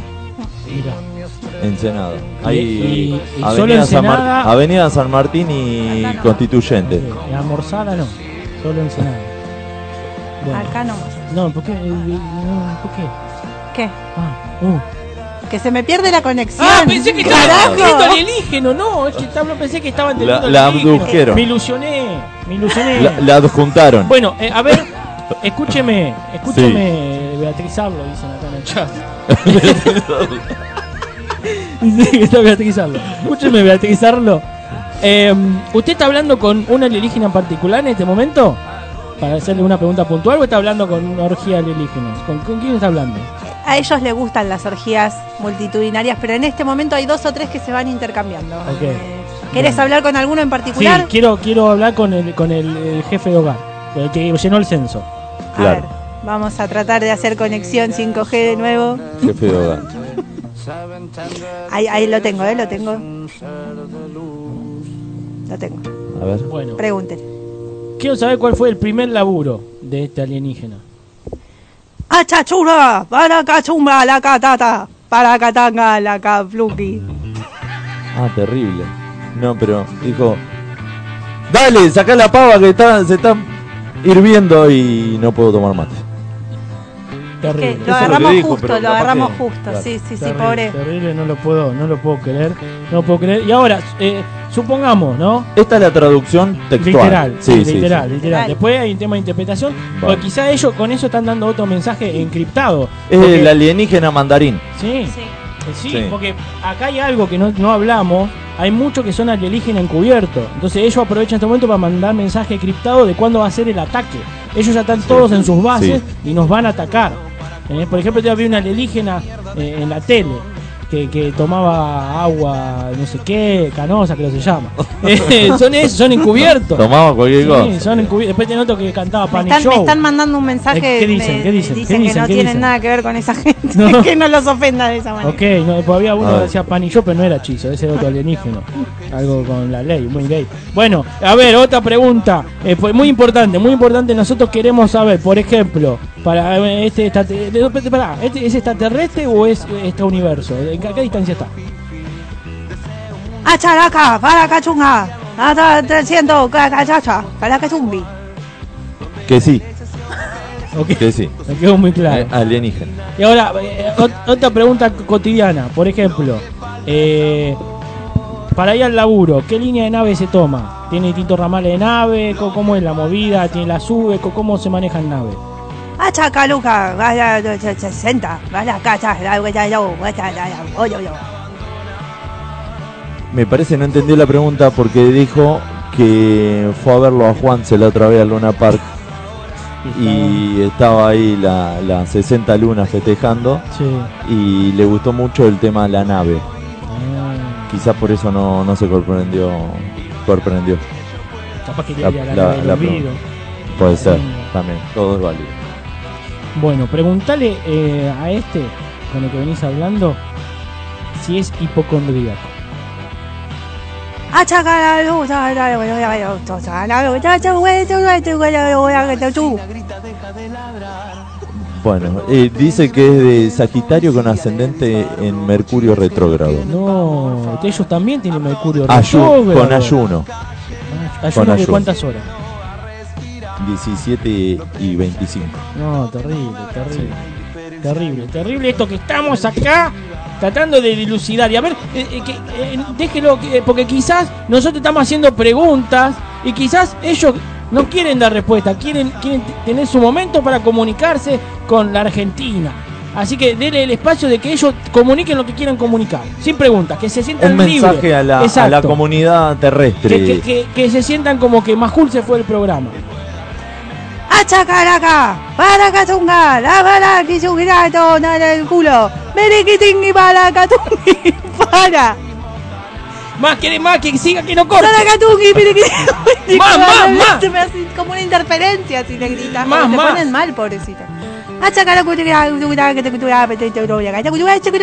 Ensenada. Ahí Y- y- y Avenida, solo San Mar- Ensenada- Avenida San Martín y Constituyente. En Almorzada no, solo en Senado. Acá nomás. No, ¿por qué? Eh, eh, no, ¿Por qué? ¿Qué? Uh. Que se me pierde la conexión. Ah, pensé que estaba Carajo. entendiendo alienígeno, no, es que estaba- pensé que estaba entendiendo la alienígeno. abdujeron. Me ilusioné, me ilusioné. La, la adjuntaron. Bueno, eh, a ver, escúcheme, escúcheme, Beatriz Arlo, dicen acá en el chat. Sí, está Beatriz Arlo. Escúcheme, Beatriz Arlo. Eh, ¿Usted está hablando con una alienígena en particular en este momento? Para hacerle una pregunta puntual, ¿o está hablando con una orgía alienígena? ¿Con, con quién está hablando? A ellos les gustan las orgías multitudinarias, pero en este momento hay dos o tres que se van intercambiando. Ok. ¿Querés Bien. hablar con alguno en Sí, particular? quiero, quiero hablar con el, con el, eh, jefe de hogar, el que llenó el censo. Claro, Vamos a tratar de hacer conexión 5G de nuevo. jefe de hogar. Ahí, ahí lo tengo, ¿eh? Lo tengo. Lo tengo. A ver. Bueno, Pregunten. quiero saber cuál fue el primer laburo de este alienígena. ¡Achachura! ¡Para cachumba la catata! ¡Para catanga la capluki! Ah, terrible. No, pero dijo, dale, saca la pava que está, se está hirviendo y no puedo tomar mate. Terrible. lo agarramos justo, lo agarramos justo. Sí, sí, sí, Terrible, pobre. Terrible, no lo puedo, no lo puedo creer. No lo puedo creer. Y ahora, eh, supongamos, ¿no? Esta es la traducción textual. Literal, sí, sí, literal, sí. literal. Después hay un tema de interpretación. Vale. O quizá ellos con eso están dando otro mensaje encriptado. Es Porque- el alienígena mandarín. Sí. eh, Sí. Sí. porque acá hay algo que no, no hablamos. Hay muchos que son alienígenas encubiertos. Entonces ellos aprovechan este momento para mandar mensaje criptado de cuándo va a ser el ataque. Ellos ya están todos en sus bases y nos van a atacar. Eh, por ejemplo, yo vi una alienígena eh, en la tele que, que tomaba agua, no sé qué, canosa, creo que se llama. Eh, son esos, son encubiertos. Tomaba cualquier Sí, cosa. son encubiertos. Después tenía otro que cantaba Me Pan están, me Show. están mandando un mensaje. Eh, ¿qué dicen? me- ¿Qué dicen? me ¿Qué dicen? que no ¿Qué tienen dicen? nada que ver con esa gente. No. Que no los ofenda de esa manera. Ok, no, pues había A uno ver. que decía panillo, pero no era chizo, ese era otro alienígeno. Algo con la ley, muy ley. Bueno, a ver, otra pregunta. Eh, fue muy importante, muy importante. Nosotros queremos saber, por ejemplo, para eh, este, extrate- eh, espérate, pará, ¿este ¿es extraterrestre o es eh, este universo? ¿En qué, a qué distancia está? Acharaca, para cachunga, hasta 300, cachacha, para cachumbi. Que sí. Ok. Que sí. Me quedó muy claro. Eh, alienígena. Y ahora, eh, ot- otra pregunta c- cotidiana, por ejemplo, eh, para ir al laburo, ¿qué línea de nave se toma? ¿Tiene distintos ramales de nave? Co- ¿Cómo es la movida? ¿Tiene la sube? Co- ¿Cómo se maneja en nave? Achacaluca, vaya 60, vaya cacha, la huella yo, vaya la oyo yo. Me parece no entendió la pregunta porque dijo que fue a verlo a Juan se la otra vez a Luna Park y estaba ahí la, la 60 lunas festejando Sí. y le gustó mucho el tema de la nave. Quizás por eso no, no se comprendió. Comprendió. Capaz que La- quería la, la- nave del la olvido. pregunta. Puede ser, también. Todo es válido. Bueno, preguntale eh, a este, con el que venís hablando, si es hipocondríaco. Achacaluca, la huella yo, la huella yo, huella yo, Bueno, eh, dice que es de Sagitario con ascendente en Mercurio retrógrado. No, ellos también tienen mercurio Ayu- retrógrado. con ayuno. Ayuno Con de ayuno. cuántas horas? 17 y 25. No, terrible, terrible. Terrible, terrible esto que estamos acá tratando de dilucidar. Y a ver, eh, eh, que, eh, déjelo, que- eh, porque quizás nosotros estamos haciendo preguntas y quizás ellos no quieren dar respuesta, quieren, quieren t- tener su momento para comunicarse con la Argentina. Así que denle el espacio de que ellos comuniquen lo que quieran comunicar. Sin preguntas, que se sientan Un libres. mensaje a la, a la Exacto. comunidad terrestre. que, que- que- que se sientan como que Majul se fue del programa. ¡Achacaraca! ¡Paracachunga! ¡La bala que subirá nada el culo! ¡Merequitingui paracatungi! ¡Para! Más quiere más, que siga, que no corte. ¡Paracatungi, merequitingui! Más, más, más. Se Este me hace como una interferencia si le gritas. Más, porque te más. ponen mal, pobrecita. Más,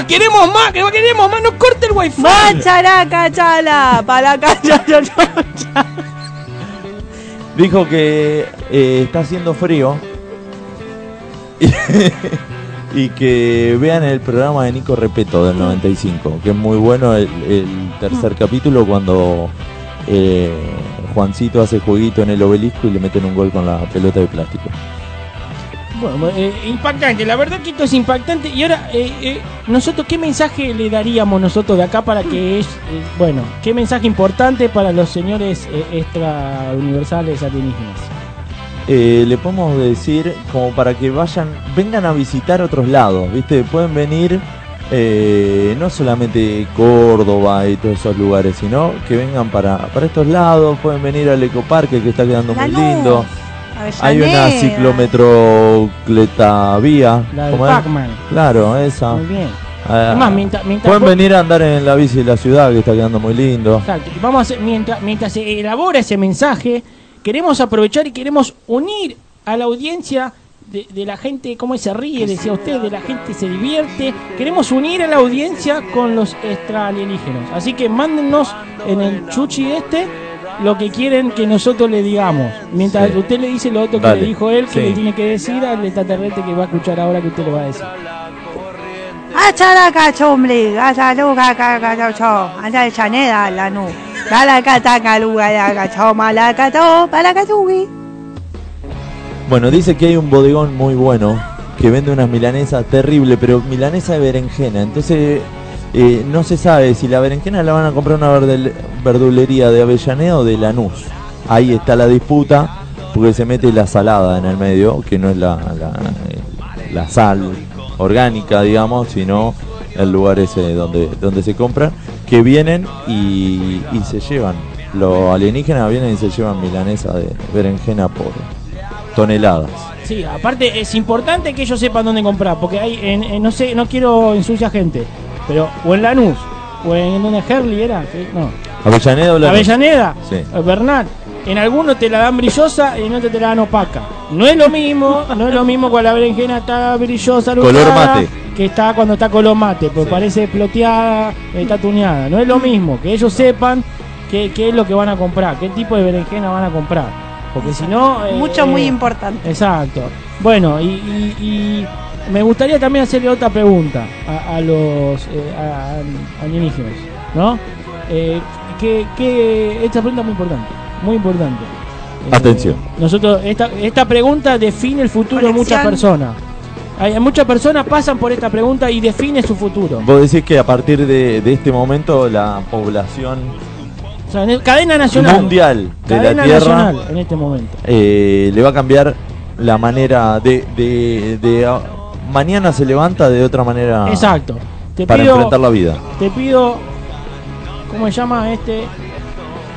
Ah, queremos más, que no queremos más, no corte el wifi. cachala! ¡Para Dijo que eh, está haciendo frío. Y, que vean el programa de Nico Repeto del 95, que es muy bueno el, el tercer capítulo cuando eh, Juancito hace jueguito en el obelisco y le meten un gol con la pelota de plástico. Bueno, eh, impactante, la verdad que esto es impactante. Y ahora, eh, eh, nosotros, ¿qué mensaje le daríamos nosotros de acá para que es, eh, bueno, qué mensaje importante para los señores eh, extra universales alienígenas? Eh, le podemos decir como para que vayan, vengan a visitar otros lados, ¿viste? Pueden venir eh, no solamente Córdoba y todos esos lugares, sino que vengan para, para estos lados, pueden venir al ecoparque que está quedando muy Lanús, lindo. Hay una Avellaneda. ciclometrocleta vía. La de ¿cómo es? Pac-Man. Claro, esa. Muy bien. Ah, Es más, mientras- mientras pueden vos- venir a andar en la bici de la ciudad que está quedando muy lindo. Exacto. Y vamos a hacer, mientras, mientras se elabora ese mensaje, queremos aprovechar y queremos unir a la audiencia de, de la gente, ¿cómo se ríe? Decía usted, de la gente se divierte. Queremos unir a la audiencia con los extra alienígenos. Así que mándennos en el chuchi este lo que quieren que nosotros le digamos. Mientras Sí. usted le dice lo otro que Dale. le dijo él, que Sí. le tiene que decir al extraterrestre que va a escuchar ahora que usted le va a decir. Acharaca chombre, gasaluga cagacho, anda el chaneda la nu, la catacaluga la gacho, malacato, palacatugi. Bueno, dice que hay un bodegón muy bueno que vende unas milanesas terrible, pero milanesa de berenjena. Entonces, eh, no se sabe si la berenjena la van a comprar en una verdel- verdulería de Avellaneda o de Lanús. Ahí está la disputa, porque se mete la salada en el medio, que no es la, la- eh, la sal orgánica, digamos, sino el lugar ese donde, donde se compran, que vienen y, y se llevan. Los alienígenas vienen y se llevan milanesa de berenjena por toneladas. Sí, aparte es importante que ellos sepan dónde comprar, porque hay, en, en- no sé, no quiero ensuciar gente, pero o en Lanús, o en donde Herli era, que- no, Avellaneda o Lanús? Avellaneda, Sí. eh, Bernal, en algunos te la dan brillosa y en otros te la dan opaca. No es lo mismo, no es lo mismo cuando la berenjena está brillosa, Color lustrada, mate. que está cuando está color mate, pues parece ploteada, eh, está tuneada. No es lo mismo, que ellos sepan qué, qué es lo que van a comprar, qué tipo de berenjena van a comprar. Porque si no... eh, Mucho muy eh, importante. Exacto. Bueno, y, y- y me gustaría también hacerle otra pregunta a, a los eh, a- a- alienígenas, ¿no? Eh, que, que- esta pregunta es muy importante, muy importante. Eh, Atención. Nosotros esta, esta pregunta define el futuro de muchas Conexión. personas. Hay, muchas personas pasan por esta pregunta y define su futuro. Vos decís que a partir de, de este momento la población O sea, en- cadena nacional. mundial de cadena la Tierra nacional en este momento. eh, le va a cambiar la manera de, de- de- a- mañana se levanta de otra manera Exacto. Te Ah. para pido- enfrentar la vida. Te pido, ¿cómo se llama este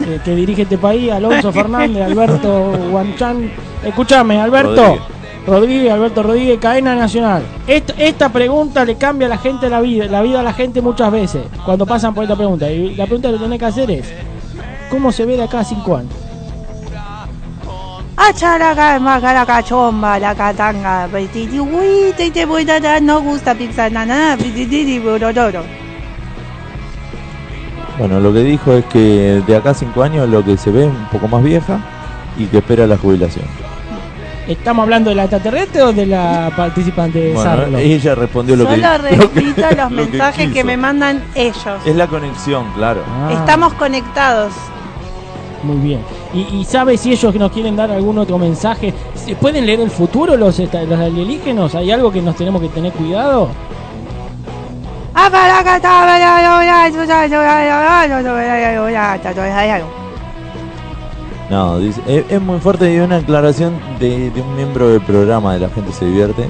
eh, que dirige este país? Alonso Fernández, Alberto Guanchán. Escúchame, Alberto. Rodríguez. Rodríguez. Alberto Rodríguez, cadena nacional. Est- esta pregunta le cambia a la gente la vida, la vida a la gente muchas veces cuando pasan por esta pregunta. Y la pregunta que tenés que hacer es: ¿Cómo se ve de acá a cinco años? Acharaca, macaraca chomba, la catanga, petiti, uy, te te voy a dar, no gusta pizza, nana, petiti, borororo. Bueno, lo que dijo es que de acá a cinco años lo que se ve un poco más vieja y que espera la jubilación. ¿Estamos hablando de la extraterrestre o de la participante de Bueno, Sarlo? ella respondió lo que Solo lo que- repito los lo mensajes que, quiso. me mandan ellos. Es la conexión, claro. Ah. Estamos conectados. Muy bien. ¿Y, y sabe si ellos nos quieren dar algún otro mensaje? ¿Se ¿Pueden leer el futuro los, esta- los alienígenos? ¿Hay algo que nos tenemos que tener cuidado? No, dice, es, es muy fuerte y una aclaración de, de un miembro del programa de La Gente Se Divierte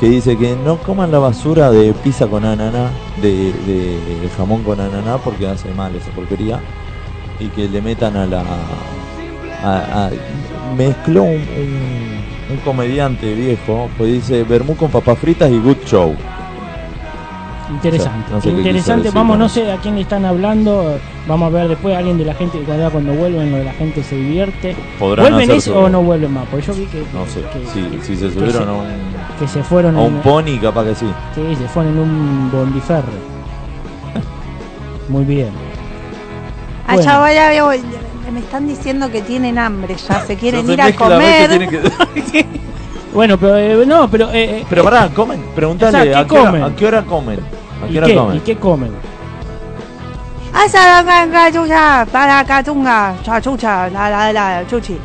que dice que no coman la basura de pizza con ananá, de, de jamón con ananá porque hace mal esa porquería y que le metan a la... a- a- mezcló un, un- un comediante viejo, pues dice vermú con papas fritas y good show. Interesante. O sea, no sé qué quiso Interesante. decir, Vamos, ¿no? no sé a quién le están hablando. Vamos a ver después alguien de la gente que cuando, cuando vuelven, lo de la gente se divierte. Podrán ¿Vuelven hacer ellos su- o no vuelven más? Porque yo vi que, No sé, que- si, si se que subieron se- a un, que se fueron a un en- pony, capaz que sí. sí, se fueron en un bondiferro. Muy bien. Ah, Bueno. ya voy a- voy- me están diciendo que tienen hambre ya, se quieren se ir a mezcla, ¿ves que comer. tienen que- Bueno, pero eh, no, pero. eh, eh, Pero pará, comen, O sea, preguntale ¿qué ¿a, qué hora- comen? a qué hora comen. ¿A ¿y qué hora qué? ¿Y comen? qué comen? Hasta la gangachucha, para catunga, chachucha, la la la chuchi.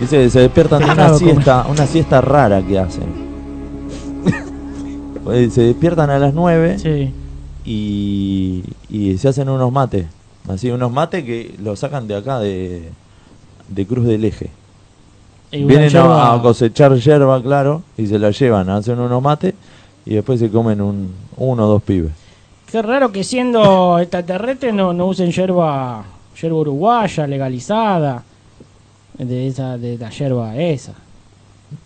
Dice que se despiertan de una Claro, siesta, una siesta rara que hacen. Eh, se despiertan a las 9 y, y se hacen unos mates. Así, unos mates que los sacan de acá, de, de Cruz del Eje. Y una Vienen a, yerba- a cosechar yerba, claro, y se la llevan, hacen unos mates y después se comen un, uno o dos pibes. Qué raro que siendo extraterrestres no, no usen yerba, yerba uruguaya, legalizada, de esa, de la yerba esa,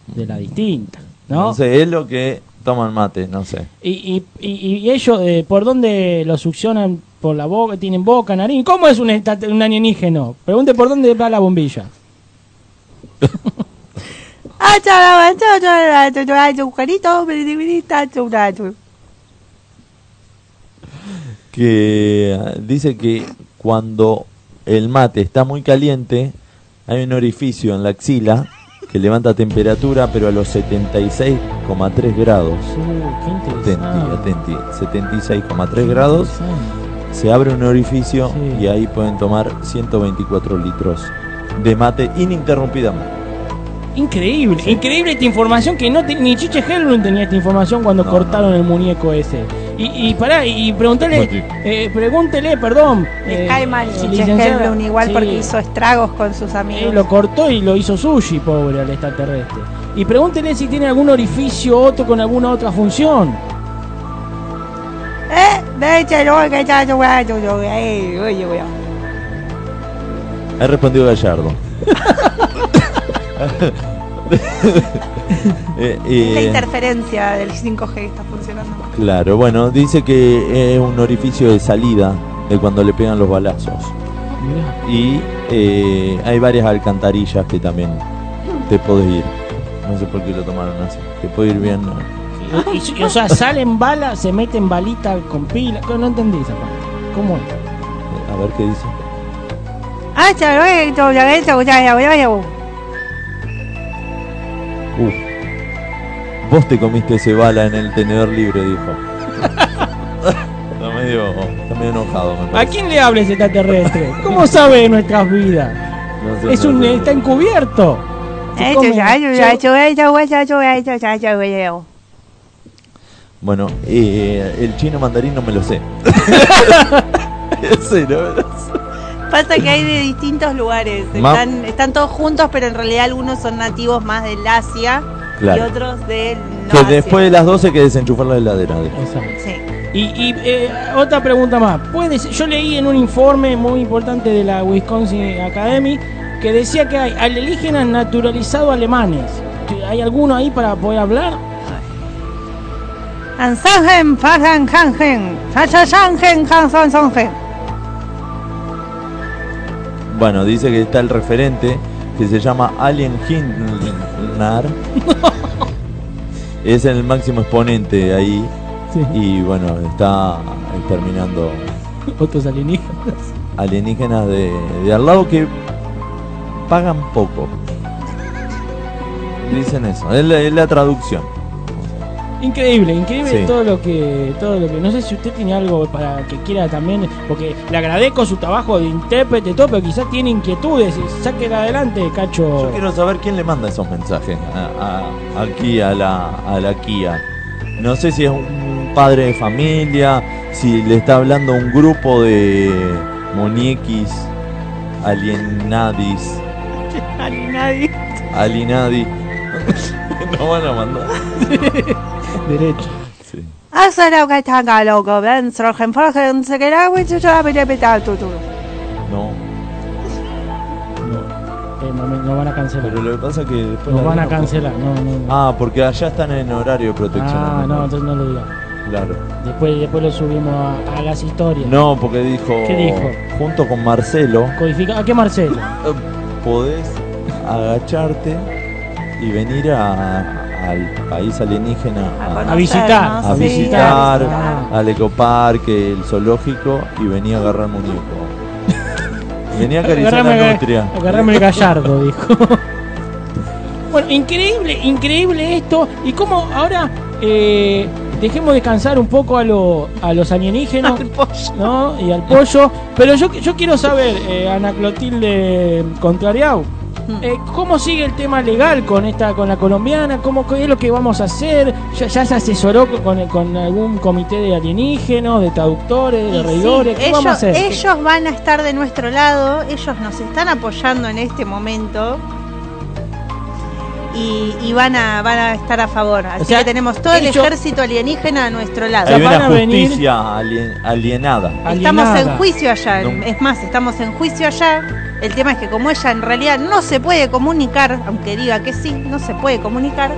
de la distinta, ¿no? No sé, es lo que toman mate, no sé. Y, y, y- y ellos, eh, ¿por dónde lo succionan? ¿Por la boca? ¿Tienen boca, nariz? ¿Cómo es un, extra- un alienígeno? Pregunte por dónde va la bombilla. Hasta la gangachucha, la chucha, chucarito, brindivinita, chuchachu. que ah, dice que cuando el mate está muy caliente, hay un orificio en la axila que levanta temperatura, pero a los 76,3 grados. Atenti, atenti. 76,3 grados. Se abre un orificio y ahí pueden tomar 124 litros de mate ininterrumpidamente. Increíble, increíble esta información que no te- ni Chiche Hellbrun tenía esta información cuando cortaron el muñeco ese. Y, y pará, y preguntale, Mati. eh, pregúntele, perdón. eh, Me cae mal Chiche licenciada, Hellblum igual sí. porque hizo estragos con sus Eh, amigos. lo cortó y lo hizo sushi, pobre, al extraterrestre. Y pregúntele si tiene algún orificio otro con alguna otra función. Eh, vete, no, que ya, chucha, chucha, eh, oye, oye. Ha respondido Gallardo. Eh, La eh, interferencia del 5G que está funcionando. Claro, bueno, dice que es un orificio de salida de cuando le pegan los balazos. Y eh, hay varias alcantarillas que también te podés ir. No sé por qué lo tomaron así. Te puede ir bien. ¿no? Y- y- o sea, salen balas, se meten balitas con pila. No no entendí esa parte. ¿Cómo es? A ver qué dice. Hasta luego, chucha, eh, chucha, ya, ya, ya. Uf. Vos te comiste ese bala en el tenedor libre, dijo. está, medio, está medio enojado. me ¿A parece. quién le habla ese extraterrestre? ¿Cómo sabe de nuestras vidas? No sé, Ah, Es no un, sé. está encubierto. Se Eh, come- chucha, chucha, chucha, chucha, chucha, chucha, chucha, ya. Bueno, eh, el chino mandarín no me lo sé. Ese, ¿no? Pasa que hay de distintos lugares. Ma- Están, están todos juntos, pero en realidad algunos son nativos más del Asia Claro. y otros del no Que Asia. después de las 12 hay que desenchufar la heladera. dijo. Sí. Y, y, eh, otra pregunta más. Puede ser- yo leí en un informe muy importante de la Wisconsin Academy que decía que hay alienígenas naturalizados alemanes. ¿Hay alguno ahí para poder hablar? Ansangen, Fajan, Hangen, Sachachangen, Hanson, Songen. Bueno, dice que está el referente que se llama Alien Hindnar. es el máximo exponente ahí. Y bueno, está exterminando Otros alienígenas. alienígenas de, de al lado que pagan poco. Dicen eso, es la, es la traducción. Increíble, increíble Sí. todo lo que todo lo que no sé si usted tiene algo para que quiera también porque le agradezco su trabajo de intérprete y todo, pero quizás tiene inquietudes, y sáquela adelante, cacho. Yo quiero saber quién le manda esos mensajes a- a- aquí a la, a la Kia. No sé si es un padre de familia, si le está hablando un grupo de muñequis alienadis Ni nadie. Alinadi. Nos van a mandar. Derecho. Hasta la que tanga loco, ven, strogen, forgen, se queda, güey, yo ya me petar tu turno. No. Eh, no, me- no van a cancelar. Pero lo que pasa es que después. Nos la van a vemos- cancelar, no, no. no. Ah, porque allá están en horario proteccional. Ah, no, entonces no lo digas. Claro. Después, después lo subimos a, a las historias. No, porque dijo. ¿Qué dijo? Junto con Marcelo, Codifica. ¿A qué Marcelo? podés agacharte y venir a- al país alienígena A visitar, a sí, visitar a visitar. al ecoparque, el zoológico y venía a agarrar muñeco. venía a acariciar Agarrame- la nutria. agarrame el gallardo, dijo. Bueno, increíble, increíble esto. Y cómo ahora eh, dejemos descansar un poco a, lo- a los alienígenos ¿no? y al pollo. Pero yo, yo quiero saber, eh, Ana Clotilde Contrariau, eh, ¿cómo sigue el tema legal con esta con la colombiana? ¿Cómo, ¿Qué es lo que vamos a hacer? ¿Ya, ya se asesoró con, con algún comité de alienígenos, de traductores, de reidores? ¿Qué ellos- vamos a hacer? Ellos van a estar de nuestro lado, ellos nos están apoyando en este momento y, y van, a, van a estar a favor. Así O sea, que tenemos todo el ellos- ejército alienígena a nuestro lado. Hay una a venir- justicia alien- alienada. Estamos en alienada. juicio allá, No. es más, estamos en juicio allá. El tema es que como ella en realidad no se puede comunicar, aunque diga que sí, no se puede comunicar.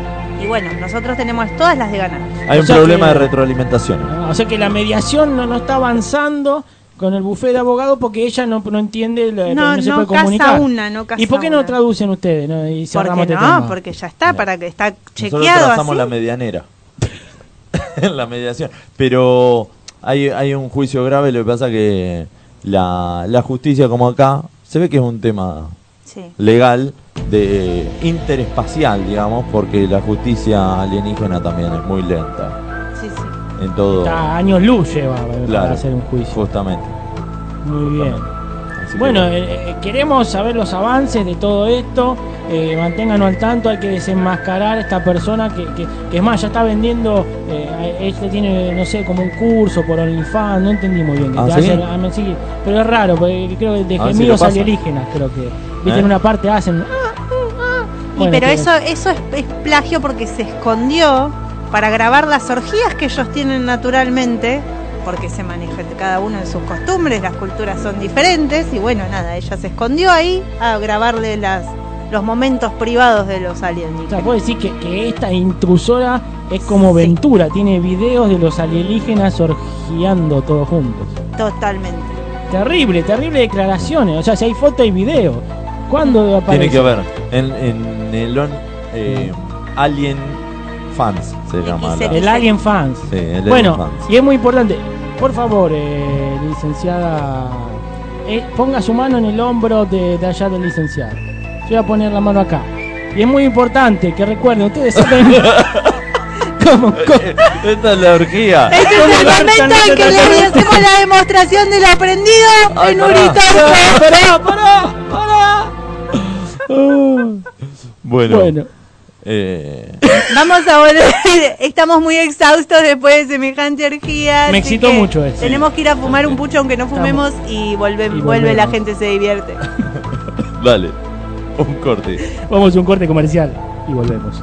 Y bueno, nosotros tenemos todas las de ganar. Hay O un sea problema que- de retroalimentación. Ah, O sea que la mediación no, no está avanzando con el bufé de abogados porque ella no, no entiende, la- No, no se no puede casa comunicar. una, no casa ¿Y por qué no una. traducen ustedes? no? Y ¿Por cerramos qué este no? tema. Porque ya está, para que está Nosotros chequeado trazamos así. la medianera. En la mediación. Pero hay, hay un juicio grave, lo que pasa que la, la justicia como acá, se ve que es un tema Sí. legal de interespacial, digamos, porque la justicia alienígena también es muy lenta Sí, sí. en todo. Está años luz lleva Ah, para Claro, hacer un juicio. justamente. Muy bien. Así que Bueno, eh, eh, queremos saber los avances de todo esto. eh, manténganos al tanto, hay que desenmascarar a esta persona que, que- que es más, ya está vendiendo, eh, este tiene, no sé, como un curso por OnlyFans, no entendí muy bien. Que ¿Ah, te sí? hacen- ah, me- sí, pero es raro, porque creo que de A ver si gemidos lo pasa. alienígenas, creo que. Viste, ¿Eh? en una parte hacen... "Ah". Y Bueno, pero que- eso, eso es, es plagio porque se escondió para grabar las orgías que ellos tienen naturalmente, porque se maneja cada uno en sus costumbres, las culturas son diferentes, y bueno, nada, ella se escondió ahí a grabarle las, los momentos privados de los O alienígenas. sea, puedo decir que, que esta intrusora es como Ventura, tiene videos de los alienígenas orgiando todos juntos. Totalmente. Terrible, terrible declaraciones. O sea, si hay foto y video. ¿Cuándo aparece? Tiene que haber. En, en el on- eh, Alien Fans se llama. la- El Alien Fans. Sí, el Alien bueno, Fans. y es muy importante. Por favor, eh, licenciada, eh, ponga su mano en el hombro de, de allá del licenciado. Yo voy a poner la mano acá. Y es muy importante que recuerden, ustedes saben cómo, cómo- Esta es la orgía. Este es el momento en que le hacemos la demostración del aprendido Ay, en pará. Urito. pará, pará, pará. Ah, Bueno. Bueno, eh, Vamos a volver. Estamos muy exhaustos después de semejante orgía. así Me excitó que mucho eso. Tenemos que ir a fumar un pucho aunque no fumemos y, volve- volvemos. vuelve la gente se divierte. dale. Un corte. vamos a un corte comercial y volvemos.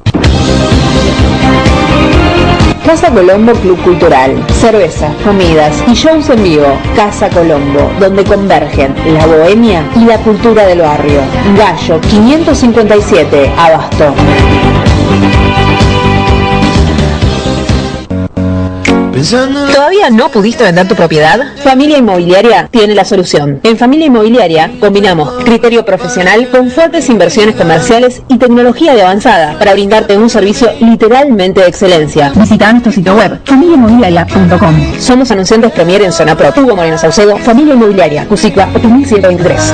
Casa Colombo Club Cultural. Cerveza, comidas y shows en vivo. Casa Colombo, donde convergen la bohemia y la cultura del barrio. Gallo 557, Abasto. pensando? ¿Todavía no pudiste vender tu propiedad? Familia Inmobiliaria tiene la solución. En Familia Inmobiliaria combinamos criterio profesional con fuertes inversiones comerciales y tecnología de avanzada para brindarte un servicio literalmente de excelencia. Visita nuestro sitio web familiainmobiliaria.com. Somos anunciantes Premier en Zona Pro. Hugo Moreno Saucedo, Familia Inmobiliaria, Cusicua 8123.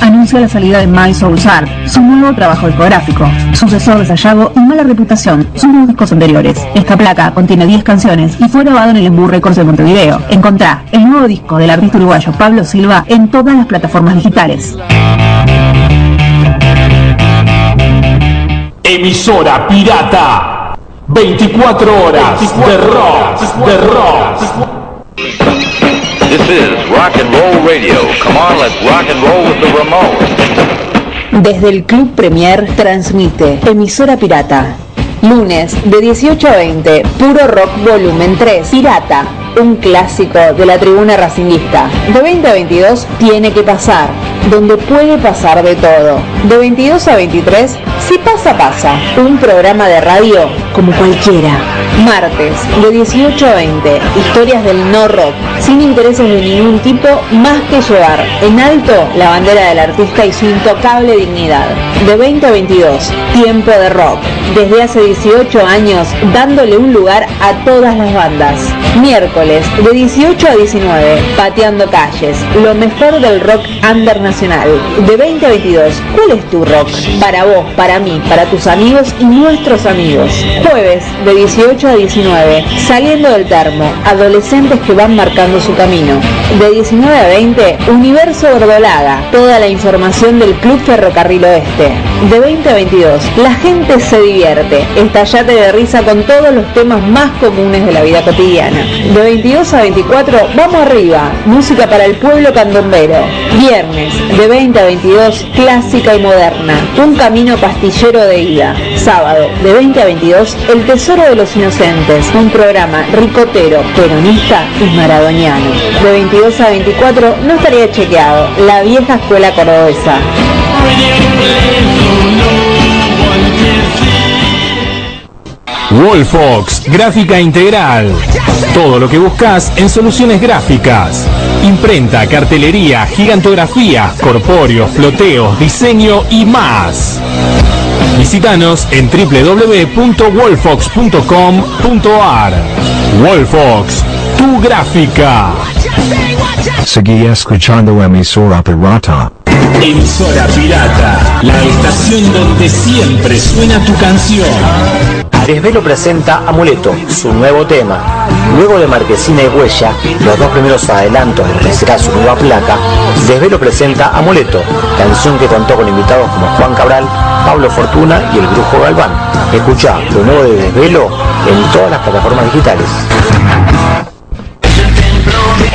anuncia la salida de My Soul Art, su nuevo trabajo discográfico, sucesor de Sayago y Mala Reputación, sus dos discos anteriores. Esta placa contiene 10 canciones y fue grabado en el Embu Records de Montevideo. Encontrá el nuevo disco del artista uruguayo Pablo Silva en todas las plataformas digitales. Emisora pirata. 24 horas de rock, de rock. This is rock and roll radio. Come on, let's rock and roll with the Ramones. Desde el Club Premier transmite Emisora Pirata. Lunes de 18 a 20, Puro Rock Volumen 3, Pirata, un clásico de la tribuna racinguista. De 20 a 22, Tiene que pasar, donde puede pasar de todo. De 22 a 23, Si pasa, pasa, un programa de radio como cualquiera. Martes, de 18 a 20, historias del no rock, sin intereses de ningún tipo más que llevar en alto la bandera del artista y su intocable dignidad. De 20 a 22, tiempo de rock. Desde hace 18 años, dándole un lugar a todas las bandas. Miércoles, de 18 a 19, pateando calles, lo mejor del rock under nacional. De 20 a 22, ¿cuál es tu rock? Para vos, para mí, para tus amigos y nuestros amigos. Jueves, de 18 a 19, saliendo del termo, adolescentes que van marcando su camino. De 19 a 20, Universo Verdolaga, toda la información del Club Ferrocarril Oeste. De 20 a 22, la gente se divierte, estallate de risa con todos los temas más comunes de la vida cotidiana. De 22 a 24, vamos arriba, música para el pueblo candombero. Viernes, de 20 a 22, clásica y moderna, un camino pastillero de ida. Sábado, de 20 a 22, El Tesoro de los Inocentes, un programa ricotero, peronista y maradoniano. De 22 a 24, No estaría chequeado, la vieja escuela cordobesa. Wallfox, gráfica integral. Todo lo que buscas en soluciones gráficas. Imprenta, cartelería, gigantografía, corpóreos, floteos, diseño y más. Visítanos en www.wolfox.com.ar. Wolfox, tu gráfica. Seguía escuchando emisora pirata. Emisora pirata. La estación donde siempre suena tu canción. Desvelo presenta Amuleto, su nuevo tema. Luego de Marquesina y Huella, los dos primeros adelantos de lo que será su nueva placa, Desvelo presenta Amuleto, canción que contó con invitados como Juan Cabral, Pablo Fortuna y el Brujo Galván. Escucha lo nuevo de Desvelo en todas las plataformas digitales.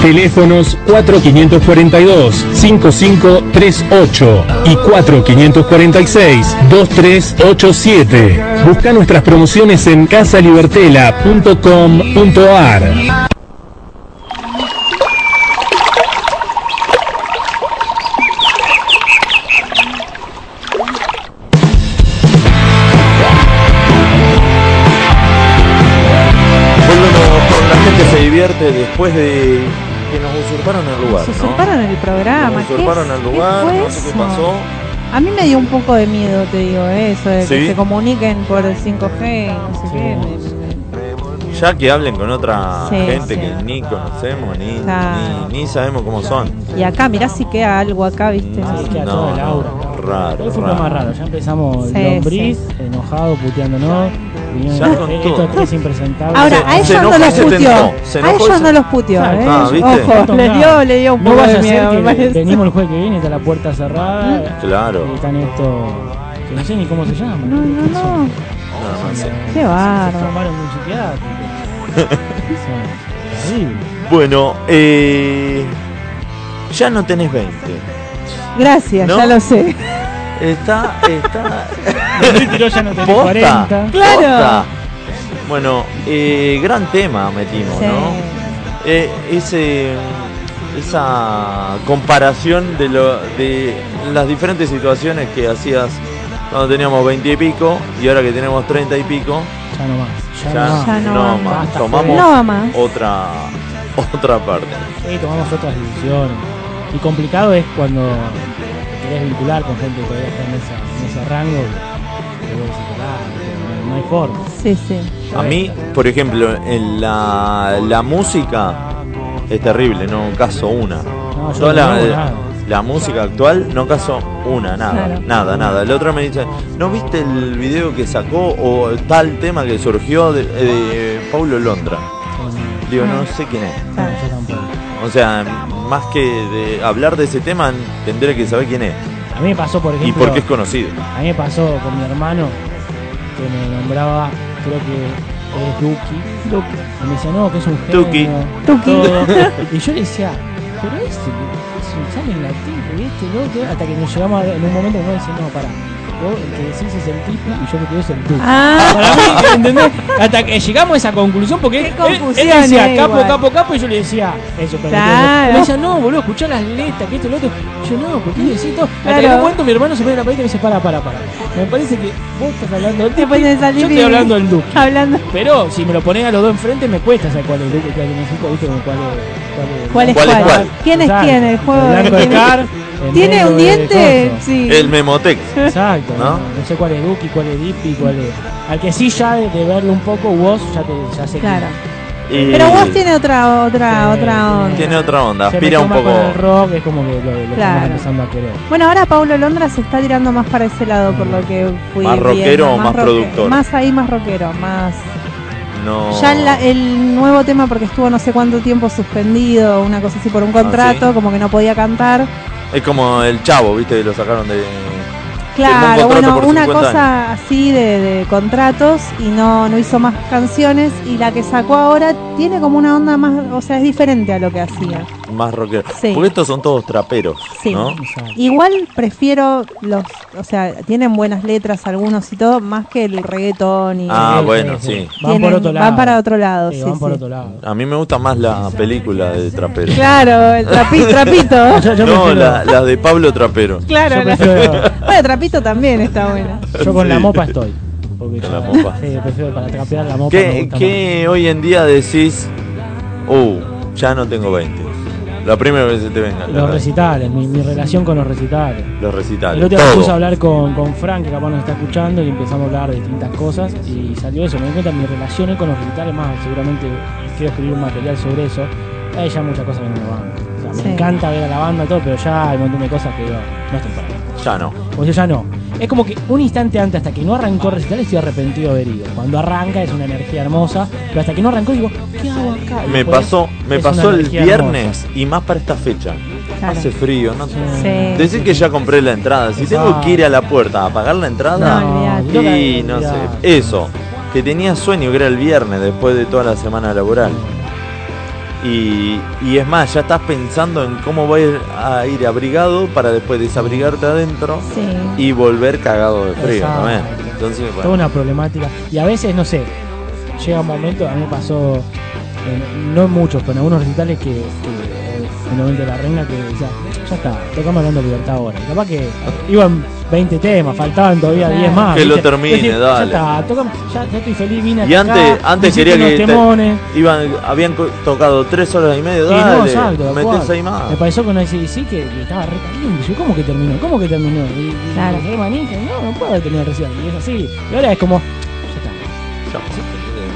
Teléfonos 4542-5538 y 4546-2387. Busca nuestras promociones en casalibertela.com.ar. Volvemos con la gente se divierte después de que nos usurparon el lugar. Se ¿no? usurparon el programa. Nos usurparon ¿qué es- el lugar, qué fue no sé qué eso? pasó. A mí me dio un poco de miedo, te digo, eh, eso de ¿Sí? que se comuniquen por el 5G, no sé qué. me- Ya que hablen con otra Sí, gente sí. que ni conocemos, ni, Claro. ni, ni sabemos cómo son. Y acá, mirá si queda algo acá, viste. Ah, no sé. No, no, raro. Hoy fue un programa raro, ya empezamos Sí, lombriz, enojado, puteándonos. opiniones. Ya con Eh, todo. Estos tres impresentables. Ahora, a ellos no los puteó. A ellos no los puteó. Claro, ¿eh? Ah, ¿viste? Ojo, le dio, le dio un No poco vaya de a ser miedo, que me parece. venimos el jueves que viene, está la puerta cerrada. Claro. Y están estos. que no sé ni cómo se llaman. No, no, no. Nada más. Qué Se bárbaro. formaron de un psiquiatra. Son terribles. Bueno, eh, ya no tenés 20. Gracias, ya lo sé. Está, está. tiró ya no tenés Posta, 40. Claro. posta. Bueno, eh, gran tema metimos, Sí. ¿no? Eh, ese, esa comparación de, lo, de las diferentes situaciones que hacías cuando teníamos 20 y pico y ahora que tenemos 30 y pico. Ya no más. Ya, Ya, no más. no, más. Tomamos No va más. otra otra parte. Sí, tomamos otras decisiones. Y complicado es cuando te querés vincular con gente que todavía está en, esa, en ese rango. y te vuelves a separar, no- No hay forma. Sí, sí. A mí, por ejemplo, en la, la música es terrible, no caso una. yo Toda no la, hago nada. la música actual no caso una, nada, Claro. nada, nada. El otro me dice, ¿no viste el video que sacó o tal tema que surgió de, de Paulo Londra? Digo, no sé quién es. Yo tampoco. O sea, más que de hablar de ese tema, tendré que saber quién es A mí me pasó, por y ejemplo. por qué es conocido. A mí me pasó con mi hermano que me nombraba, creo que es Duki. Y me decía, no, que es un genio. Duki. Duki. todo. Y yo le decía, pero este, es un sale en latín, y este, el otro. Hasta que nos llegamos a- en un momento que nos decía, no, pará. Vos el que decís es el tipo y yo lo que digo es el Duki. Ah. Para mí, ¿entendés? Hasta que llegamos a esa conclusión porque él, él- él confusión, decía eh, capo, igual. capo, capo y yo le decía eso. Pero Claro. Me decía, no, boludo, escuchá las letras, que esto y lo otro. Yo no, ¿por qué necesito? Hasta que en Claro. un momento mi hermano se pone la paleta y me dice, para, para, para. Me parece que vos estás hablando del Te Duki, pones a yo estoy vivir. hablando del Duki. Hablando. Pero si me lo pones a los dos enfrente me cuesta saber cuál es el Duque, cuál es el México, viste como cuál es cuál es. ¿Cuál es cuál? ¿Quién es Exacto. quién? El juego de blanco de quién es- Car, el ¿Tiene negro un de diente? coso. Sí. El Memotec. Exacto, ¿No? ¿no? no sé cuál es Duki, cuál es Dippy, cuál es. Al que sí ya de, de verlo un poco, vos ya te ya sé Claro. Y Pero vos tiene otra, otra, otra onda. tiene otra onda, Se aspira un mezcla más poco. con el rock, es como que lo, lo Claro. estamos empezando a querer. Bueno, ahora Paulo Londra se está tirando más para ese lado, por lo que fui. ¿Más viendo. rockero o más roque- productor? Oh. Más ahí, más rockero, más. No. Ya la- el nuevo tema, porque estuvo no sé cuánto tiempo suspendido, una cosa así por un contrato, Ah, sí. como que no podía cantar. Es como el chavo, viste, lo sacaron de. Claro, firmó un contrato bueno, por una 50 años. cosa así de, de contratos y no, no hizo más canciones y la que sacó ahora tiene como una onda más, o sea, es diferente a lo que hacía. Más rockero. Sí. Porque estos son todos traperos, Sí. ¿no? Igual prefiero los, o sea, tienen buenas letras algunos y todo, más que el reggaetón y... Ah, bueno, sí. Van Tienen- por otro lado. Van para otro lado, sí, van por sí. otro lado. A mí me gusta más la película de trapero. Claro, el trapi- trapito. yo no, prefiero- la, la de Pablo Trapero. claro, Yo la- prefiero- bueno, trapito también está bueno. Yo con la Sí. mopa estoy. Porque Con yo- la mopa. Sí, prefiero para trapear la mopa. me ¿Qué, gusta qué hoy en día decís? Uh, ya no tengo 20. La primera vez que se te venga. más. la Los verdad. recitales, mi, mi relación con los recitales. Los recitales. El otro día me puse a Todo. hablar con, con Frank, que capaz nos está escuchando, y empezamos a hablar de distintas cosas. Y salió eso. Me di cuenta mis relaciones con los recitales más. Seguramente quiero escribir un material sobre eso. Hay ya muchas cosas que no me van. O sea, me Sí. encanta ver a la banda y todo, pero ya hay un montón de cosas que digo, no estoy para mí. Ya no. O sea, ya no. Es como que un instante antes, hasta que no arrancó el recital, estoy arrepentido de haber ido. Cuando arranca es una energía hermosa, pero hasta que no arrancó digo, ¿qué hago acá? Y Me después pasó, me es una pasó el energía viernes y más para esta fecha. Claro. Hace frío, ¿no? Sí. Decir que ya compré la entrada. Si tengo que ir a la puerta a pagar la entrada, No, olvidate. y no sé. Eso, que tenía sueño que era el viernes después de toda la semana laboral. Y, y es más, ya estás pensando en cómo voy a ir- a ir abrigado para después desabrigarte adentro Sí. y volver cagado de frío Exacto. también. Entonces, bueno. Toda una problemática. Y a veces, no sé, llega un momento, a mí me pasó, en- no en muchos, pero en algunos recitales que, que en el momento de la reina, que decía, ya está, tocamos hablando de libertad ahora. Y capaz que iban 20 temas, faltaban todavía 10 más. Que lo ¿viste? termine, Decir, dale. Ya está, tocamos, ya, ya estoy feliz, vine Y hasta antes, acá, antes hiciste quería que unos te- temones. iban, habían co- tocado tres horas y media, Sí, no, dale, exacto, de metés acuerdo. ahí más. Me pasó con ACDC que, que estaba re caliente. Yo, ¿cómo que terminó? ¿Cómo que terminó? Y, y Claro. re manija, no, no puedo terminar recién. Y es así. Y ahora es como, ya está. Ya, sí,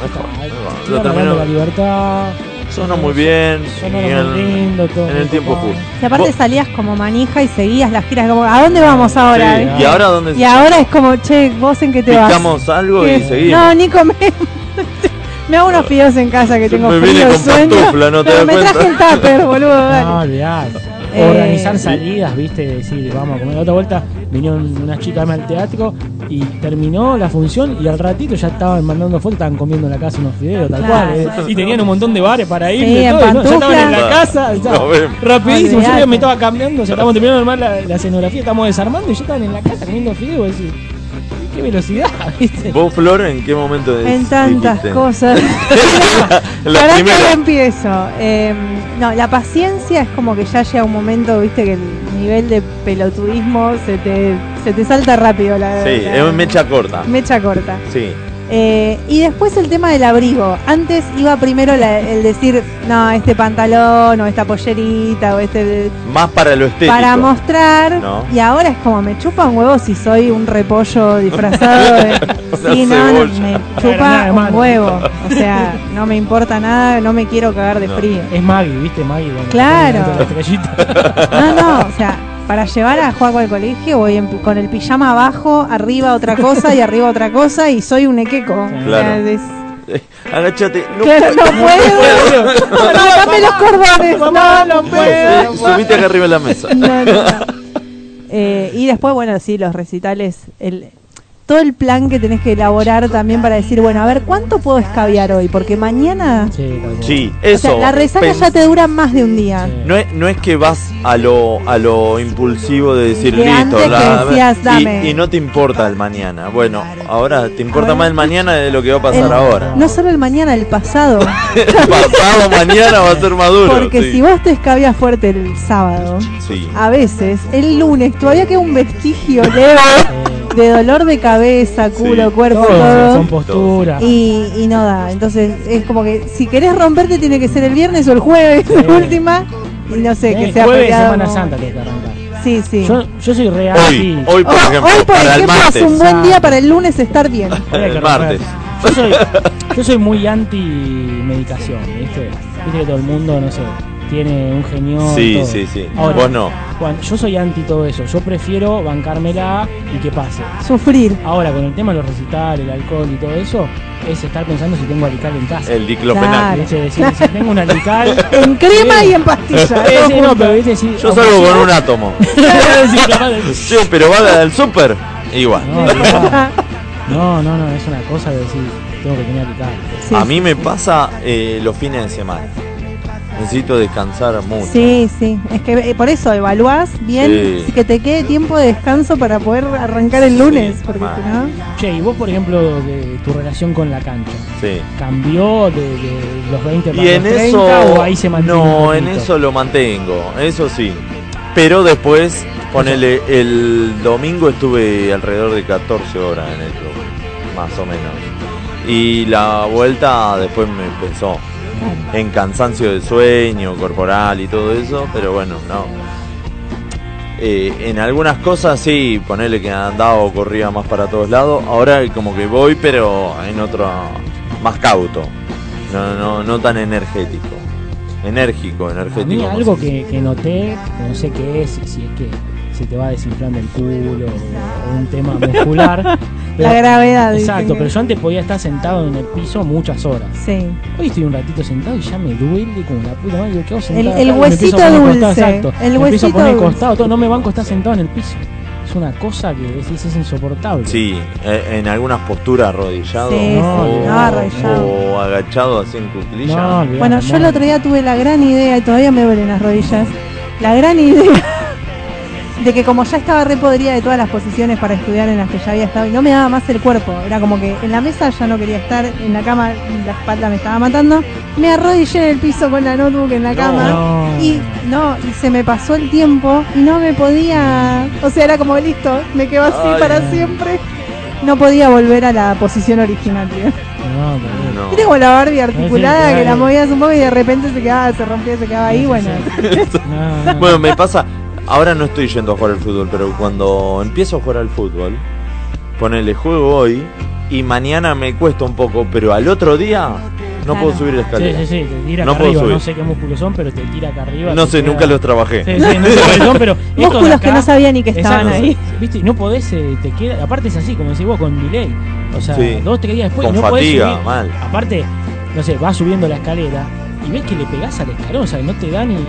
mejor, mejor. Estoy Lo terminó- la libertad. Sonó muy bien. Sonó y muy en, lindo todo. en el tiempo justo. Y aparte salías como manija y seguías las giras como, ¿a dónde vamos ahora? Sí, ¿viste? ¿y ahora dónde- Y ahora es como, che, vos en qué te vas. Picamos algo y ¿Qué? seguimos. Ah. No, Nico, me, me hago unos fideos en casa que tengo me vine frío, con sueño. pantufla, no te das me traje el cuenta. tupper, boludo. dale. No, olvidate. Eh, Organizar salidas, viste, decir, vamos a comer. La otra vuelta vinieron unas chicas al teatro y terminó la función y al ratito ya estaban mandando fotos, estaban comiendo en la casa unos fideos, tal Claro. cual. eh. Y tenían un montón de bares para ir. Sí, de en todo, y no, ya estaban en la pantuflas. casa, ya, Nos vemos. rapidísimo. Yo Olvidate. ya me estaba cambiando, ya estábamos terminando de armar la, la escenografía, estábamos desarmando y ya estaban en la casa comiendo fideos. Decir, qué velocidad, viste. ¿Vos, Flor, en qué momento En tantas dijiste? cosas. La Pará que primera. ahora empiezo. Eh, no, la paciencia es como que ya llega un momento, viste, que el nivel de pelotudismo se te, se te salta rápido la, Sí, la- es una mecha corta. mecha corta. Sí. Eh, y después el tema del abrigo. Antes iba primero la- el decir, no, este pantalón o esta pollerita o este... Más para lo estético. Para mostrar, No. y ahora es como me chupan huevos si soy un repollo disfrazado de. Una Sí, no, no, cebolla. me Claro, nada chupa de un malo. huevo. O sea, no me importa nada, no me quiero cagar de No. frío. Es Maggie, viste, Maggie. cuando Claro. pone la estrellita. No, no, o sea, para llevar a Juaco al colegio voy en- con el pijama abajo, arriba otra cosa y arriba otra cosa y soy un equeco. O sea, Claro. es- Agachate. No Claro, puedo. no puedo. Atame los cordones. No, no puedo. Sí, Subite acá arriba de la mesa. No, no, no. Eh, y después, bueno, sí, los recitales, el, todo el plan que tenés que elaborar también para decir, bueno, a ver, ¿cuánto puedo escabiar hoy? Porque mañana... Sí, o sea, eso. la resaca Pens- ya te dura más de un día. No es, no es que vas a lo, a lo impulsivo de decir De listo, antes la- que decías, y- dame. Y, no te importa el mañana. Bueno, ahora te importa más el mañana de lo que va a pasar El- ahora. No solo el mañana, el pasado. Pasado mañana va a ser maduro. Porque sí. si vos te escabias fuerte el sábado, Sí. a veces, el lunes, todavía queda un vestigio leve de dolor de cabeza, culo, cuerpo, Todo, todo. Son posturas. Y, y no da. Entonces es como que si querés romperte tiene que ser el viernes o el jueves, de última. Y no sé, Este, que Eh, sea jueves de feriado, Semana no. Santa tenés que arrancar. Sí, sí. Yo, yo soy real. Hoy, sí. hoy, por Oh, ejemplo, hoy, por para el ejemplo, es martes. un buen día para el lunes estar bien. Habría que El martes. romper. Yo soy, yo soy muy anti medicación, ¿viste? Viste que todo el mundo, no sé, tiene un genio. Sí, sí, sí. Ahora, Vos no. Juan, yo soy anti todo eso. Yo prefiero bancármela y que pase. Sufrir. Ahora, con el tema de los recitales, el alcohol y todo eso, es estar pensando si tengo alical en casa. El diclofenac. ¿Viste? Decir, si tengo un alical. En crema y en pastilla. Eh, todo sí, no, junto. pero viste, decir, Yo salgo con un átomo. Sí, pero va al súper. Igual. No, no, no, es una cosa de decir, tengo que tener alical. A mí me pasa eh, los fines de semana. Necesito descansar mucho. Sí, sí. Es que eh, por eso evaluás bien Sí. que te quede tiempo de descanso para poder arrancar el lunes. Porque si no. Che, y vos, por ejemplo, de tu relación con la cancha, Sí. ¿cambió de, de los 20 para Y en los 30 eso. o ahí se mantiene? un no, en poquito? eso lo mantengo. Eso sí. Pero después, ponele, el domingo estuve alrededor de 14 horas en el club. Más o menos. Y la vuelta después me empezó. En cansancio de sueño, corporal y todo eso. Pero bueno, no. Eh, en algunas cosas sí, ponele que andaba o corría más para todos lados. Ahora como que voy, pero en otro más cauto. No, no, no tan energético. Enérgico, A mí energético. algo que, que noté, que no sé qué es, si es que se te va desinflando el culo o un tema muscular. La gravedad, dicen Exacto, que- pero yo antes podía estar sentado en el piso muchas horas. Sí. Hoy estoy un ratito sentado y ya me duele como la puta madre. digo, ¿qué hago sentado El- acá? el Y me empiezo huesito a poner dulce, costado, exacto. el Me empiezo a huesito poner dulce. costado, todo, no me banco estar sentado en el piso. Es una cosa que es, es insoportable. Sí, eh, en algunas posturas arrodillado Sí, o, sí, no, arrodillado. o agachado así en cuclillas. No, olvidate, Bueno, yo el otro día tuve la gran idea, y todavía me duelen las rodillas, la gran idea de que como ya estaba re podrida de todas las posiciones para estudiar en las que ya había estado y no me daba más el cuerpo, era como que en la mesa ya no quería estar, en la cama la espalda me estaba matando, me arrodillé en el piso con la notebook en la cama No. y no, y se me pasó el tiempo y no me podía, o sea, era como listo, me quedo así Ay. para siempre. No podía volver a la posición original, tío. No, no, no. Viste como la Barbie articulada Sí, sí, que la claro. movías un poco y de repente se quedaba, se rompía, se quedaba ahí, bueno. Bueno, me pasa. Ahora no estoy yendo a jugar al fútbol, pero cuando empiezo a jugar al fútbol, ponele juego hoy y mañana me cuesta un poco, pero al otro día No puedo subir la escalera. Sí, sí, sí, te tira No acá puedo arriba. subir. No sé qué músculos son, pero te tira acá arriba. No te sé, queda- nunca los trabajé. Sí, sí, no sé cuáles son, pero estos de Músculos que acá- no sabía ni que estaban Exacto. ahí. Viste, y no podés, eh, te queda. Aparte es así, como decís vos, con delay. O sea, Sí. dos, tres días después. Con no podés fatiga, subir. mal. Aparte, no sé, vas subiendo la escalera y ves que le pegás al escalón, o sea, que no te da ni el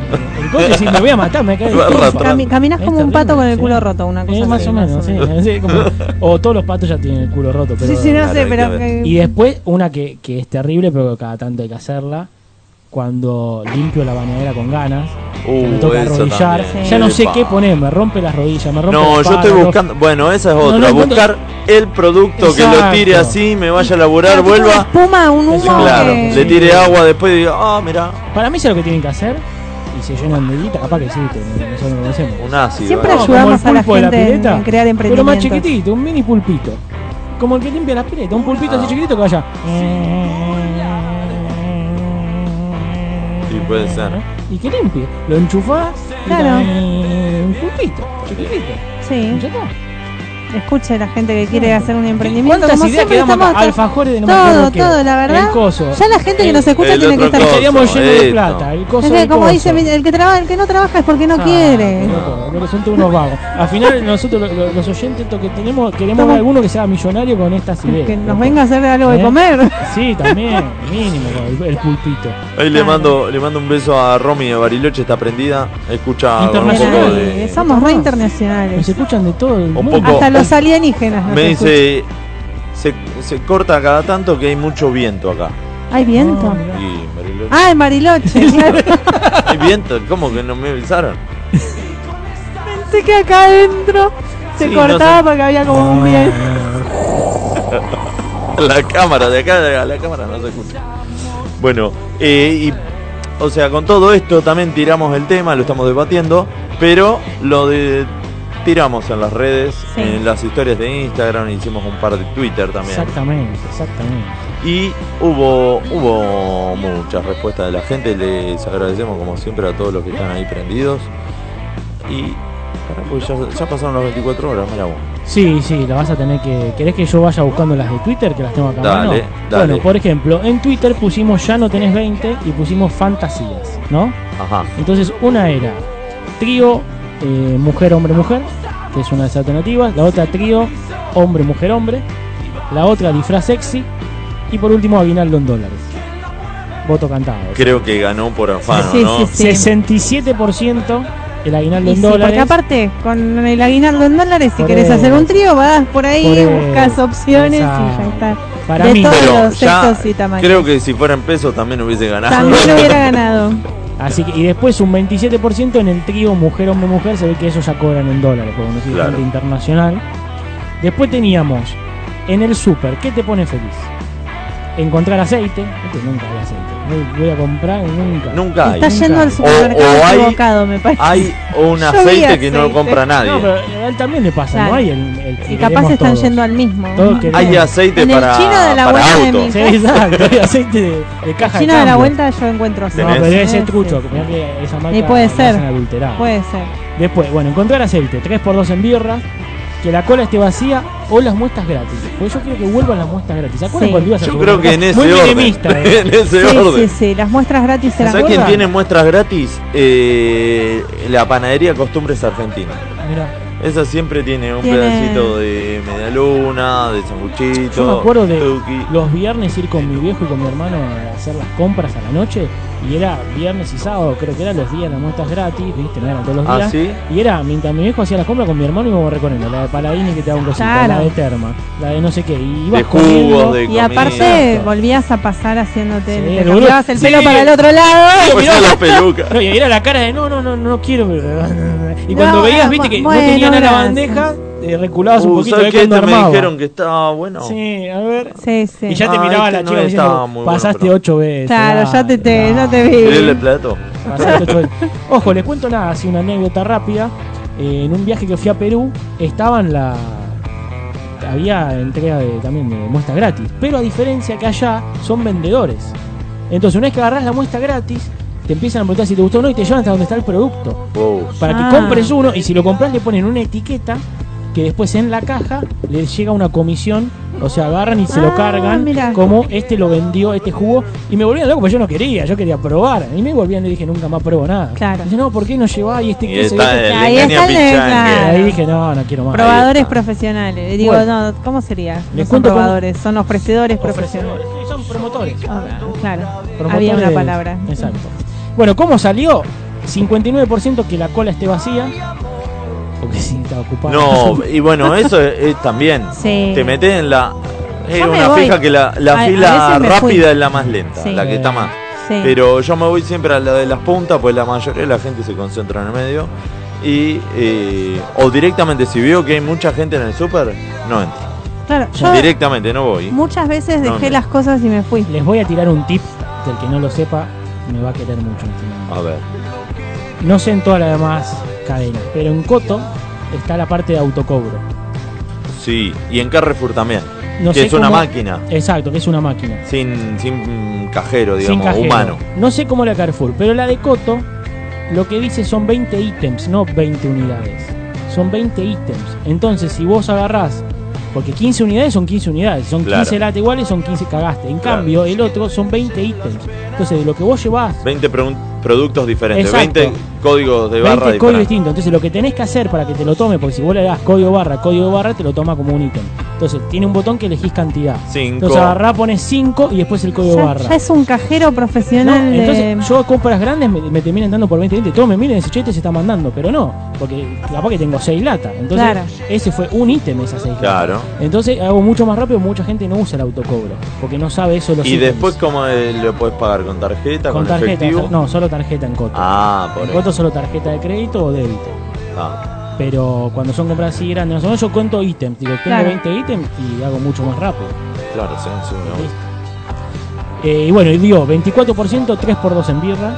golpe y decís, me voy a matar, me cae de Va trompa. arrastrando. Caminas como un pato con el culo roto, una cosa Eh, más así, o menos, sí, sí, como- o todos los patos ya tienen el culo roto. Pero, Sí, sí, no Claro, sé, hay que pero- ver. Y después, una que, que es terrible, pero cada tanto hay que hacerla. Cuando limpio la bañadera con ganas, que me Uh, toca eso arrodillar. también. Ya no Epa. sé qué poner, me rompe las rodillas, me rompe No, la yo estoy espalda, buscando. Bueno, esa es No, otra. no encuentro- buscar el producto que lo tire Exacto. así, me vaya a laburar, Pero vuelva. Espuma, un humo. Claro, que- le tire agua después y diga, ah, mira, Para mí, eso es lo que tienen que hacer. Y se llenan de guita, capaz que sí, que nosotros no conocemos. un ácido. Siempre ¿no? ayudamos como a el la pulpo de la gente en- pileta, en crear Pero más emprendimientos. chiquitito, un mini pulpito. Como el que limpia las piletas, un pulpito Ah. así chiquitito que vaya. Sí, puede ser. Y que limpie. Lo enchufás. y Claro. da, eh, Un pulpito, chiquitito. Sí. Escuche la gente que quiere hacer un emprendimiento. ¿Cuántas Como ideas siempre que damos estamos acá? Alfajores de no me acuerdo Todo, qué. todo, la verdad. El coso. Ya la gente que nos escucha el tiene que otro estar. coso, Estaríamos llenos de esto. plata, el coso Es que del como coso. dice, mi- el que, trabaja, el que no trabaja es porque no Ah, quiere. loco, loco, son todos unos vagos. Al final, nosotros, lo- lo- los oyentes estos que tenemos, queremos Estamos- alguno que sea millonario con estas ideas. Que nos loco. venga a hacer algo de ¿Eh? comer. Sí, también, mínimo, el, el pulpito. Ahí le mando, le mando un beso a Romy de Bariloche, está prendida. Escucha con un poco Internacionales. de. Somos re internacionales. Se escuchan de todo el Un mundo. poco- Hasta los alienígenas. nos Me dice, se, se corta cada tanto que hay mucho viento acá. escuchan. Hay Oh, viento. Y Bariloche- Ah, en Mariloche. claro. ¿Hay viento? ¿Cómo que no me avisaron? Pensé que acá adentro se Sí, no cortaba sé. porque había como un viento. La cámara, de acá la, la cámara no se escucha. Bueno, eh, y, o sea, con todo esto también tiramos el tema, lo estamos debatiendo, pero lo de, tiramos en las redes, Sí. en las historias de Instagram, hicimos un par de Twitter también. Exactamente, exactamente. Y hubo, hubo muchas respuestas de la gente, les agradecemos como siempre a todos los que están ahí prendidos. Y pará, porque ya, ya pasaron las 24 horas, mira vos. Sí, sí, la vas a tener que. ¿Querés que yo vaya buscando las de Twitter? Que las tengo acá. a Dale, mano? dale. Bueno, por ejemplo, en Twitter pusimos ya no tenés 20 y pusimos fantasías, ¿no? Ajá. Entonces, una era trío eh, mujer, hombre, mujer, que es una de las alternativas. La otra, trío hombre, mujer, hombre. La otra, disfraz sexy. Y por último, aguinaldo en dólares. Voto cantado. Creo que ganó por afano, Sí, sí, ¿no? sí. 67% el aguinaldo Y en sí, porque dólares. aparte, con el aguinaldo en dólares, si Por querés eso. hacer un trío, vas por ahí, Por eso. buscas opciones y ya Exacto. está. Para de mí. todos Pero los ya sexos y tamaños. Creo que si fuera en pesos también hubiese ganado. También hubiera ganado. Así que, y después un 27% en el trío mujer, hombre, mujer, se ve que eso ya cobran en dólares, porque no Claro. gente internacional. Después teníamos en el súper, ¿qué te pone feliz? Encontrar aceite, Este nunca hay aceite, No voy a comprar y nunca. Nunca hay. Está yendo al supermercado o hay- equivocado, me parece. Hay un Yo vi aceite que no lo aceite. compra nadie. No, pero a él también le pasa, Claro. ¿no? Hay el, el y que capaz queremos están todos. yendo al mismo. Todos queremos. Hay aceite En el para, chino de la para abuela de auto. mi- Sí, exacto, hay aceite de, de caja China de, de la cambio. vuelta yo encuentro No, ¿Tenés? pero debe Sí, ser trucho, sí. que mirá que esa marca Y puede la ser. hacen adulterada. Puede ser. Después, bueno, encontrar aceite, 3x2 en birra, que la cola esté vacía o las muestras gratis. Porque yo creo que vuelvan las muestras gratis. ¿Se acuerdan Sí. cuando ibas a Yo supermercado? creo que en ese Muy orden. minimista, eh. en ese sí, orden. sí, sí. Las muestras gratis se las ¿Sabes quién guardan. tiene muestras gratis? Eh, la panadería Costumbres Argentina. Mirá, Esa siempre tiene un Tiene- pedacito de media luna, de sanguchito. yo me acuerdo de tuki. los viernes ir con mi viejo y con mi hermano a hacer las compras a la noche. Y era viernes y sábado, creo que eran los días las muestras gratis, ¿viste? No eran todos los Ah, días. ¿sí? Y era, mientras mi viejo hacía las compras con mi hermano íbamos recorriendo. La de Paladini que te da un cosito, Claro. la de Terma, la de no sé qué. Y ibas De corriendo. jugos, de Y comida. aparte volvías a pasar haciéndote, Sí, te Eh, boludo. cambiabas el Sí. pelo para el otro lado. Pues mirá. la peluca. No, y era la cara de no, no, no, no quiero. Y cuando No, veías, viste que bueno, no tenían a la gracias. bandeja, eh, reculabas un Uh, poquito ¿sabes de qué? cuando Este me armaba. dijeron que estaba bueno. Sí, a ver. Sí, sí. Y ya te Ah, miraba este la no chica estaba diciendo, muy bueno, pasaste pero- ocho veces. Claro, ya te, te, ya te vi. Mirá el plato. Pasaste ocho veces. Ojo, les cuento nada, así una anécdota rápida. Eh, en un viaje que fui a Perú, estaban la. Había entrega de, también de muestras gratis. Pero a diferencia que allá son vendedores. Entonces, una vez que agarras la muestra gratis, te empiezan a preguntar si te gustó o no y te llevan hasta donde está el producto Wow. para Ah. que compres uno y si lo compras le ponen una etiqueta que después en la caja les llega una comisión O sea, agarran y se lo Ah, cargan mirá. como este lo vendió, este jugo. Y me volvían loco porque yo no quería, yo quería probar. Y me volvían y dije, nunca más pruebo nada. Claro. Dice, no, ¿por qué no llevá y este Y queso está este? el Ahí Ahí está está Engaña el- Pichangue. Ahí dije, no, no quiero más. Probadores profesionales. Digo, Bueno. no, ¿cómo sería? Les no son cuento cómo- probadores, son ofrecedores profesionales. Ah, Son promotores. Claro, Promotores- había una palabra. Exacto. Bueno, ¿cómo salió? 59% que la cola esté vacía. Porque sí, estaba ocupada. No, y bueno, eso es, es también. Sí. Te metes en la. Es Yo me una voy. fija que la, la A- a fila veces me rápida fui. es la más lenta, Sí. la que está más. Sí. Pero yo me voy siempre a la de las puntas, pues la mayoría de la gente se concentra en el medio. Y, eh, o directamente, si veo que hay mucha gente en el súper, no entro. Claro, yo Directamente, no voy. muchas veces No, dejé no. las cosas y me fui. Les voy a tirar un tip del que no lo sepa, me va a querer mucho. en este momento. A ver. No sé en todas las demás cadenas, pero en Coto está la parte de autocobro. Sí, y en Carrefour también. No que sé es una cómo- máquina. Exacto, que es una máquina. Sin, sin cajero, digamos, sin cajero. humano. No sé cómo la Carrefour, pero la de Coto lo que dice son 20 ítems, no 20 unidades. Son 20 ítems. Entonces, si vos agarrás, porque 15 unidades son 15 unidades, son Claro. 15 latas iguales, son 15 cagaste. En Claro. cambio, el otro son 20 ítems. Entonces, de lo que vos llevás 20 pro- productos diferentes, Exacto. 20 códigos de barra 20 códigos diferentes. distintos. Entonces, lo que tenés que hacer para que te lo tome, porque si vos le das código barra, código barra, te lo toma como un ítem. Entonces, tiene un botón que elegís cantidad. Cinco. Entonces, agarrá, pones 5 y después el código Ya, barra. ya es un cajero profesional. No, de- Entonces, yo a compras grandes me, me terminan dando por 20, 20. Todos me miran y dicen, che, este se está mandando. Pero no, porque capaz que tengo 6 latas. Entonces, Claro. ese fue un ítem esas 6 latas. Claro. Entonces, hago mucho más rápido. Mucha gente no usa el autocobro porque no sabe eso. de Los Y ítems. después, ¿cómo eh, lo puedes pagar? ¿Con tarjeta? ¿Con, con tarjeta. efectivo? No, solo tarjeta en Coto. Ah, por en eso. Coto solo tarjeta de crédito o débito. Ah. Pero cuando son compras así grandes, no sé, yo cuento ítems. Digo, tengo Claro. 20 ítems y hago mucho más rápido. Claro, sí, sí, no. Eh, y bueno, y dio 24%, 3 por 2 en birra.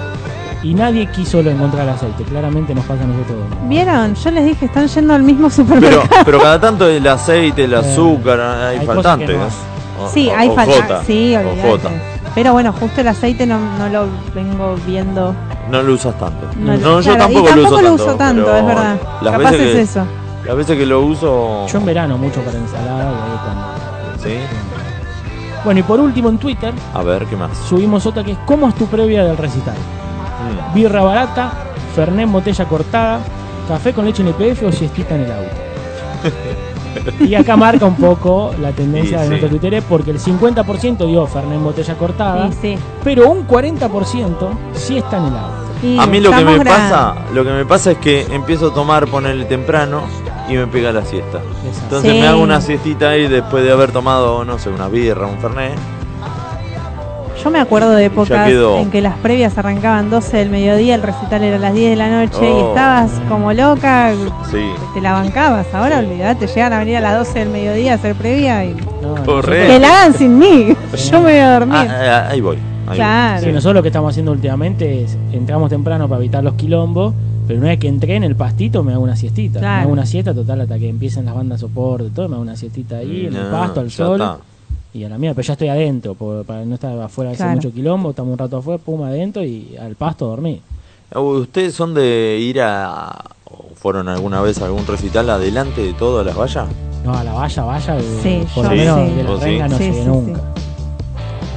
Y nadie quiso lo encontrar aceite. Claramente nos pasa a nosotros. ¿no? ¿Vieron? Yo les dije, están yendo al mismo Pero, supermercado. pero cada tanto el aceite, el azúcar, ah, hay, Eh, hay cosas que faltantes. no. O- sí, o- hay o falta. jota, Sí, o olvidate. jota. Pero bueno, justo el aceite no, no lo vengo viendo. No lo usas tanto. No No, lo- yo claro, tampoco, y tampoco lo lo uso uso tanto, pero es verdad. Las Capaz veces es que, eso. Las veces que lo uso. Yo en verano mucho para ensalada. y ahí cuando- ¿Sí? Bueno, y por último en Twitter A ver, ¿qué más? subimos otra que es ¿Cómo es tu previa del recital? Mm. Birra barata, Fernet en botella cortada, café con leche en IPF o siestita en el auto. Y acá marca un poco la Sí, tendencia de sí. nuestro Twitter porque el 50% dio Fernet en botella cortada, Sí, sí. pero un 40% sí está en el auto. Y A mí lo que me estamos gran- pasa, ah, lo que me pasa es que empiezo a tomar, ponerle temprano y me pega la siesta. Entonces Sí. me hago una siestita ahí después de haber tomado, no sé, una birra, un fernet. Yo me acuerdo de épocas quedó. en que las previas arrancaban 12 del mediodía, el recital era a las 10 de la noche y Oh. estabas como loca, Sí. te la bancabas. Ahora olvidate, llegan a venir a las 12 del mediodía a hacer previa y Correcto. que la hagan sin mí. Yo me voy a dormir. Ah, ah, ahí voy. ahí Claro. Sí, nosotros lo que estamos haciendo últimamente es entramos temprano para evitar los quilombos, pero una vez que entré en el pastito me hago una siestita. Me Claro. hago una siesta total hasta que empiecen las bandas soporte, todo, me hago una siestita ahí, en el No, pasto, al ya sol. está. Y a la mía, pero ya estoy adentro, por- para no estar afuera hace Claro. mucho quilombo, estamos un rato afuera, pum, adentro y al pasto dormí. voy. Ah, ¿Ustedes son de ir a. o fueron alguna vez a algún recital adelante de todas las vallas? No, a la valla, valla, de- Sí, por lo yo menos sí. de la ¿Vos sí? renga no Sí, llegué sí, nunca.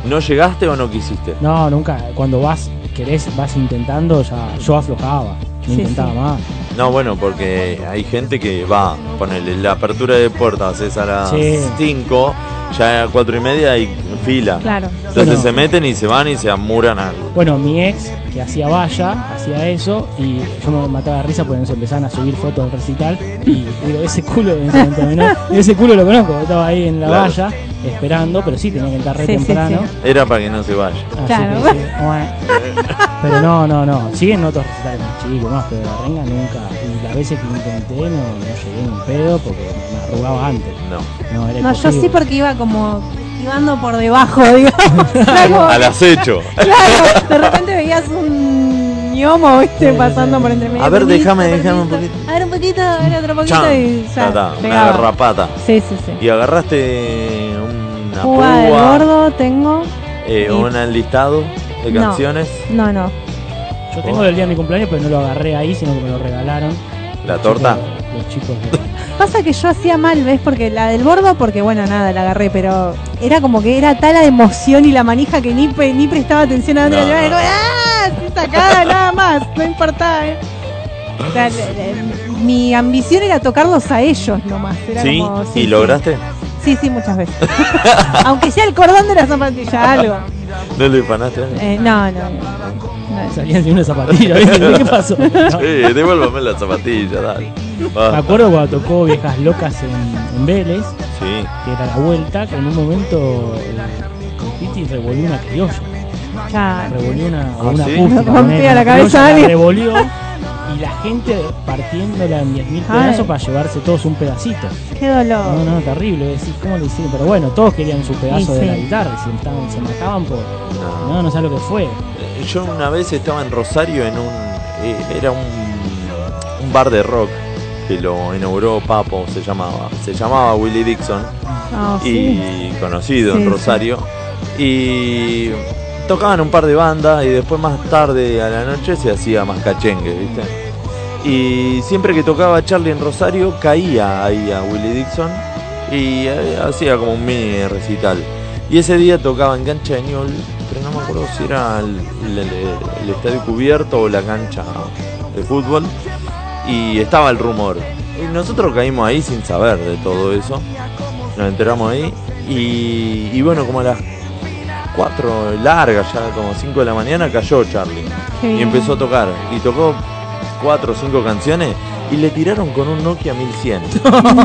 ¿No llegaste o no quisiste? No, nunca. Cuando vas, querés, vas intentando, ya yo aflojaba, no Sí, intentaba sí. más. No, bueno, porque hay gente que va, ponele, la apertura de puertas es a las Sí. 5, ya a 4 y media hay fila. Claro. Entonces Bueno. se meten y se van y se amuran al... Bueno, mi ex, que hacía valla, hacía eso, y yo me mataba de risa porque nos empezaban a subir fotos del recital, y digo, ese culo, en ese momento, ¿no? ese culo lo conozco, estaba ahí en la Claro. valla, esperando, pero sí, tenía que entrar re Sí, sí, temprano. Era para que no se vaya. así Claro. que sí, bueno. pero no, no, no, sí en otros recitales más chicos, más, pero la renga nunca, y las veces que intenté no, no llegué ni un pedo porque me arrugaba antes. No. No, era No, yo imposible. sí porque iba como iba ando por debajo, digamos. Era como- Al acecho. claro, de repente veías un ñomo, viste, pasando por entre medio. A ver, Un poquito, déjame, déjame un poquito. A ver, un poquito, a ver, otro poquito Chan. y ya. Ya está, una pegaba. garrapata. Sí, sí, sí. Y agarraste una Cuba de púa, gordo tengo. eh, y- un enlistado de No. canciones. No, no. Yo tengo del día de mi cumpleaños, pero no lo agarré ahí, sino que me lo regalaron. La torta. Lo los chicos. Pasa que yo hacía mal, ¿ves? Porque la del bordo, porque bueno, nada, la agarré, pero era como que era tal la emoción y la manija que ni, pre- ni prestaba atención a dónde No. la llevaba. Era como, ¡ah! Estoy sacada, nada más, no importaba. ¿eh? O sea, le- le- mi ambición era tocarlos a ellos nomás. Era ¿Sí? como, ¿Y lograste? Sí, sí, muchas veces. Aunque sea el cordón de la zapatilla, algo. ¿No le empanaste? Eh, no, no, no. Salían sin una zapatilla, ¿viste? ¿Qué pasó? Sí, devuélvame la zapatilla, dale. Me Va. acuerdo cuando tocó Viejas Locas en, en Vélez, Sí. que era la vuelta, que en un momento eh, Titi revolvió una criolla. Claro. Revolvió una, Ah, una ¿sí? pufi, Le rompía ponele, la criolla, cabeza a la alguien. revolvió y la gente partiéndola en 10.000 Ay. pedazos para llevarse todos un pedacito. Qué dolor. No, no, terrible, decís, ¿cómo le hicieron? Pero bueno, todos querían su pedazo Y de la sí. guitarra, y se, estaban- se mataban por... No, no sé lo que fue. Eh, Yo una vez estaba en Rosario en un. eh, era un, un bar de rock que lo inauguró Papo, se llamaba. Se llamaba Willie Dixon. Ah, y conocido Sí, en sí. Rosario. Y tocaban un par de bandas y después más tarde a la noche se hacía más cachengue, ¿viste? Y siempre que tocaba Charlie en Rosario caía ahí a Willie Dixon y eh, hacía como un mini recital. Y ese día tocaba en cancha de Ñol, pero no me acuerdo si era el, el- el estadio cubierto o la cancha de fútbol. Y estaba el rumor. Y nosotros caímos ahí sin saber de todo eso. Nos enteramos ahí. Y, y bueno, como a las 4 largas, ya como 5 de la mañana, cayó Charlie. Qué Y bien. empezó a tocar. Y tocó 4 o 5 canciones. Y le tiraron con un Nokia 1100.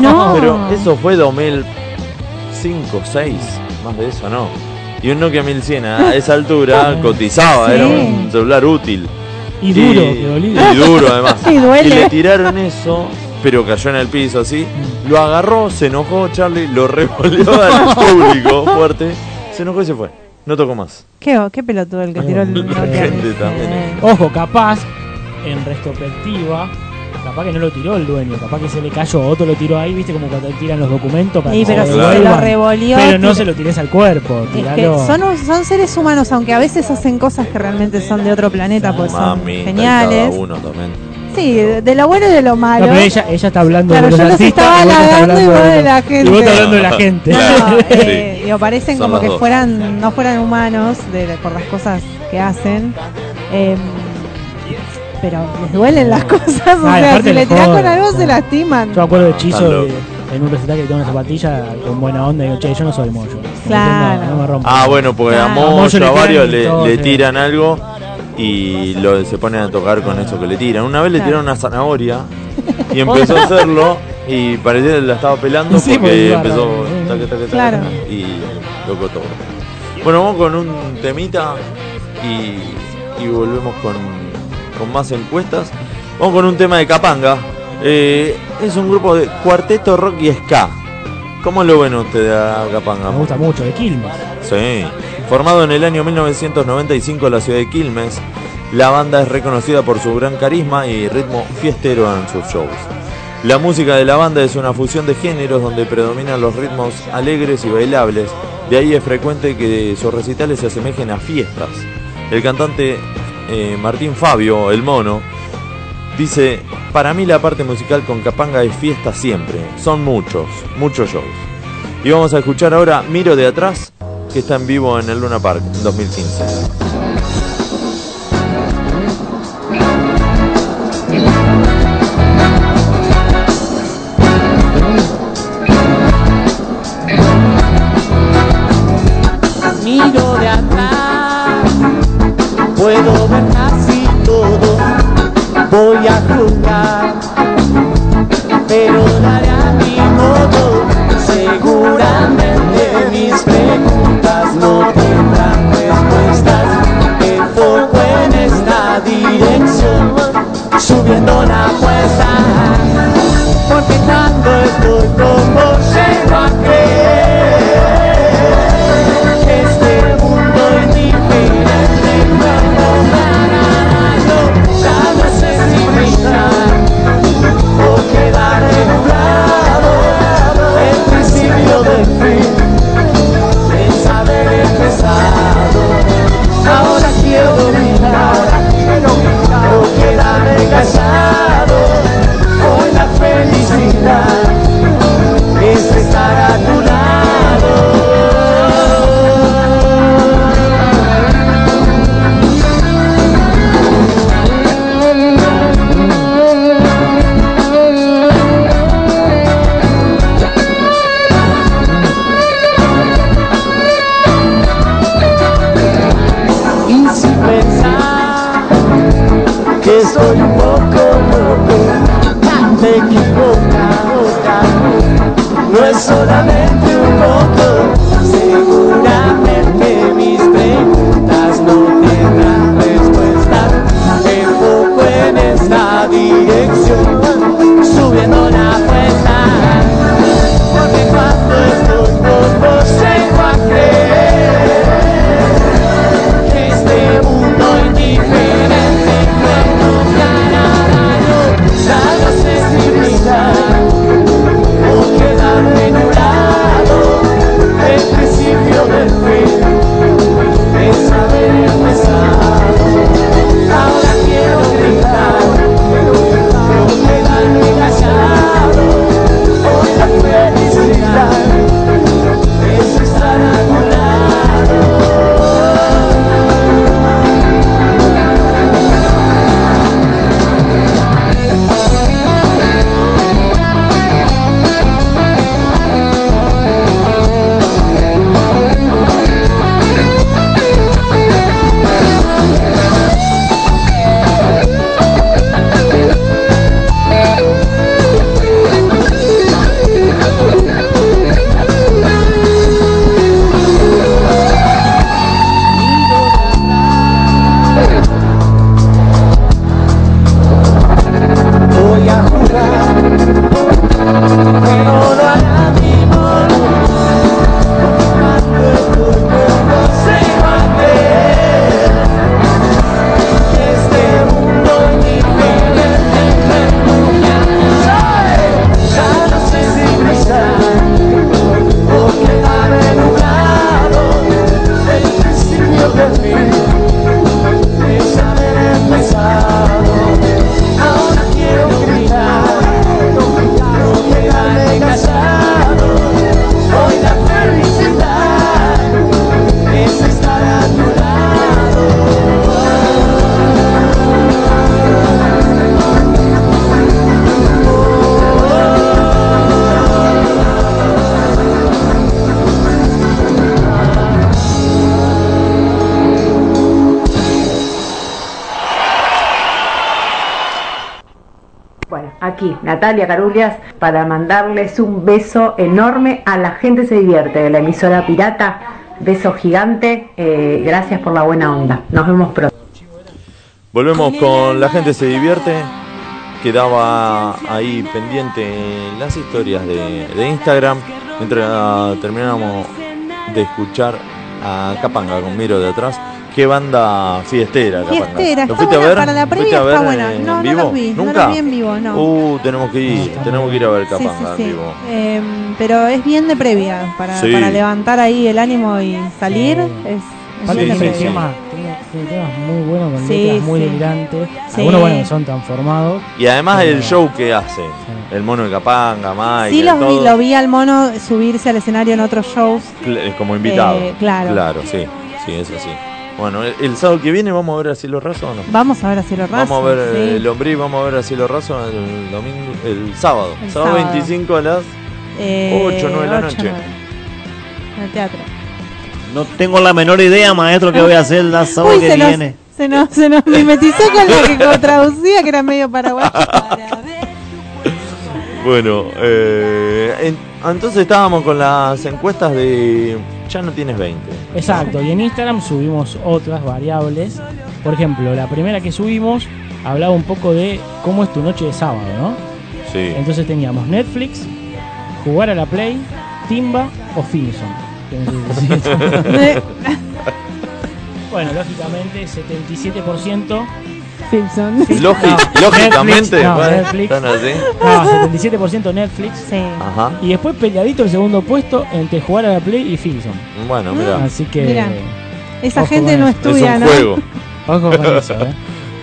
No. Pero eso fue 2005, 6. Más de eso no. Y un Nokia 1100 a esa altura cotizaba. Era Sí. un celular útil. Y duro, que dolía. Y duro además. Y duele. le tiraron eso, pero cayó en el piso así. Lo agarró, se enojó Charlie, lo revolvió al público fuerte. Se enojó y se fue. No tocó más. Qué, qué pelotudo el que tiró el La gente también. eh. Ojo, capaz, en retrospectiva, capaz que no lo tiró el dueño, capaz que se le cayó, otro lo tiró ahí, viste como cuando tiran los documentos para Y que pero se si se devuelvan. lo revolvió, Pero no tira- se lo tires al cuerpo, Es tiralo. que son, un- son seres humanos, aunque a veces hacen cosas que realmente son de otro planeta, pues son Mami, geniales. cada uno también. Sí, de de lo bueno y de lo No, malo. pero ella, ella está hablando Claro, de los yo los artistas estaba y vos estás halagando y hablando vos de los- la Y vos gente. estás hablando de la gente. No, eh, digo, parecen Son como los que dos. fueran, no fueran humanos de, por las cosas que hacen. Em, pero les duelen las cosas, o Ah, y sea, aparte si le les tiran con joden, algo sí. se lastiman. Yo me acuerdo de Chizo están de- en un recital que le tiró una zapatilla con buena onda y digo, che, yo no soy moyo. Claro. No, no me rompo. Ah, bueno, porque a Ah, Moyo, Moyo a le varios caen le, todos, le sí. tiran algo y lo, se ponen a tocar con eso que le tiran. Una vez le tiraron una zanahoria y empezó a hacerlo y parecía que la estaba pelando Sí, por porque el barro, empezó sí. taca, taca, taca, Claro. taca, y loco todo. Bueno, vamos con un temita y, y volvemos con, con más encuestas. Vamos con un tema de Capanga. Eh, es un grupo de cuarteto rock y ska. ¿Cómo lo ven ustedes a Capanga? Me gusta mucho, de Quilmes. Sí. Formado en el año 1995 en la ciudad de Quilmes, la banda es reconocida por su gran carisma y ritmo fiestero en sus shows. La música de la banda es una fusión de géneros donde predominan los ritmos alegres y bailables, de ahí es frecuente que sus recitales se asemejen a fiestas. El cantante eh, Martín Fabio, el mono, dice, para mí la parte musical con Capanga es fiesta siempre, son muchos, muchos shows. Y vamos a escuchar ahora Miro de atrás, que está en vivo en el Luna Park 2015. Miro de atrás, puedo ver casi todo. Voy a jugar, pero daré a mi modo. Seguramente mis preguntas no tendrán respuestas. El foco en esta dirección, subiendo la cuesta. Porque tanto estoy como se va a creer. Este mundo indiferente no tomará, no la necesidad o quedar en un mi boca boca No es solamente un poco Seguramente mis preguntas no tendrán respuestas Enfoco en esta dirección Subiendo la cuesta Porque cuando estoy con vos llego a creer Que este mundo indiferente ya no sé si brindar o quedarme en un lado el principio del fin es haber empezado ahora quiero gritar o quedarme callado otra felicidad es estar a tu voy a jugar pero no hará mi amor cuando estoy con vos sigo a creer que este mundo indiferente me engaña ya no sé si brillar o quedarme nublado el principio del fin es haber empezado Ahora quiero gritar, no quedaré callado. Hoy la felicidad es estar a tu Bueno, aquí Natalia Carulias para mandarles un beso enorme a la gente se divierte de la emisora pirata. Beso gigante, eh, gracias por la buena onda. Nos vemos pronto. Volvemos con La gente se divierte. Quedaba ahí pendiente las historias de, de Instagram. Mientras terminábamos de escuchar a Capanga con Miro de atrás. Qué banda fiestera, Capanga. Fiestera, ¿Lo está fuiste a buena ver? para la previa, ¿Fuiste a ver está buena. en No, no vivo? los vi, no ¿Nunca? los vi en vivo, no. Uh, tenemos que ir, tenemos que ir a ver Sí, sí, Capanga sí. en vivo. Eh, pero es bien de previa, para, Sí. para levantar ahí el ánimo y salir. Es, es Aparte bien de tiene previa. temas, tiene- tiene temas muy buenos, con Sí, letras muy sí. delirantes. Sí. Algunos bueno que son transformados. Y además el show que hace, el mono de Capanga, Mike, Sí, los vi, todo, lo vi al mono subirse al escenario en otros shows. cl- como invitado. Eh, claro. Claro, sí, sí, es así. Bueno, el, el sábado que viene vamos a ver a Cielo Raso o no? Vamos a ver a Cielo Raso. Vamos a ver eh, sí. el Lombriz, vamos a ver a Cielo Raso el domingo, el sábado. El sábado, sábado. 25 a las Eh, 8 9 de la ocho, noche. nueve. En el teatro. No tengo la menor idea, maestro, que voy a hacer la sábado Uy, que se nos, viene. se, nos, se nos mimetizó con la que co- traducía, que era medio paraguayo. Bueno, eh, en- entonces estábamos con las encuestas de ya no tienes 20. Exacto, y en Instagram subimos otras variables. Por ejemplo, la primera que subimos hablaba un poco de cómo es tu noche de sábado, ¿no? Sí. Entonces teníamos Netflix, jugar a la Play, Timba o Finson. bueno, lógicamente 77%. Finson. Lógic- lógicamente, no, bueno, Netflix. están así. No, 77% Netflix. Ajá. Y después peleadito el segundo puesto entre jugar a la Play y Finson. Bueno, mira. Así que. Mirá. Esa Ojo gente con no eso. Es estudia, es un ¿no? juego. Ojo con eso, eh.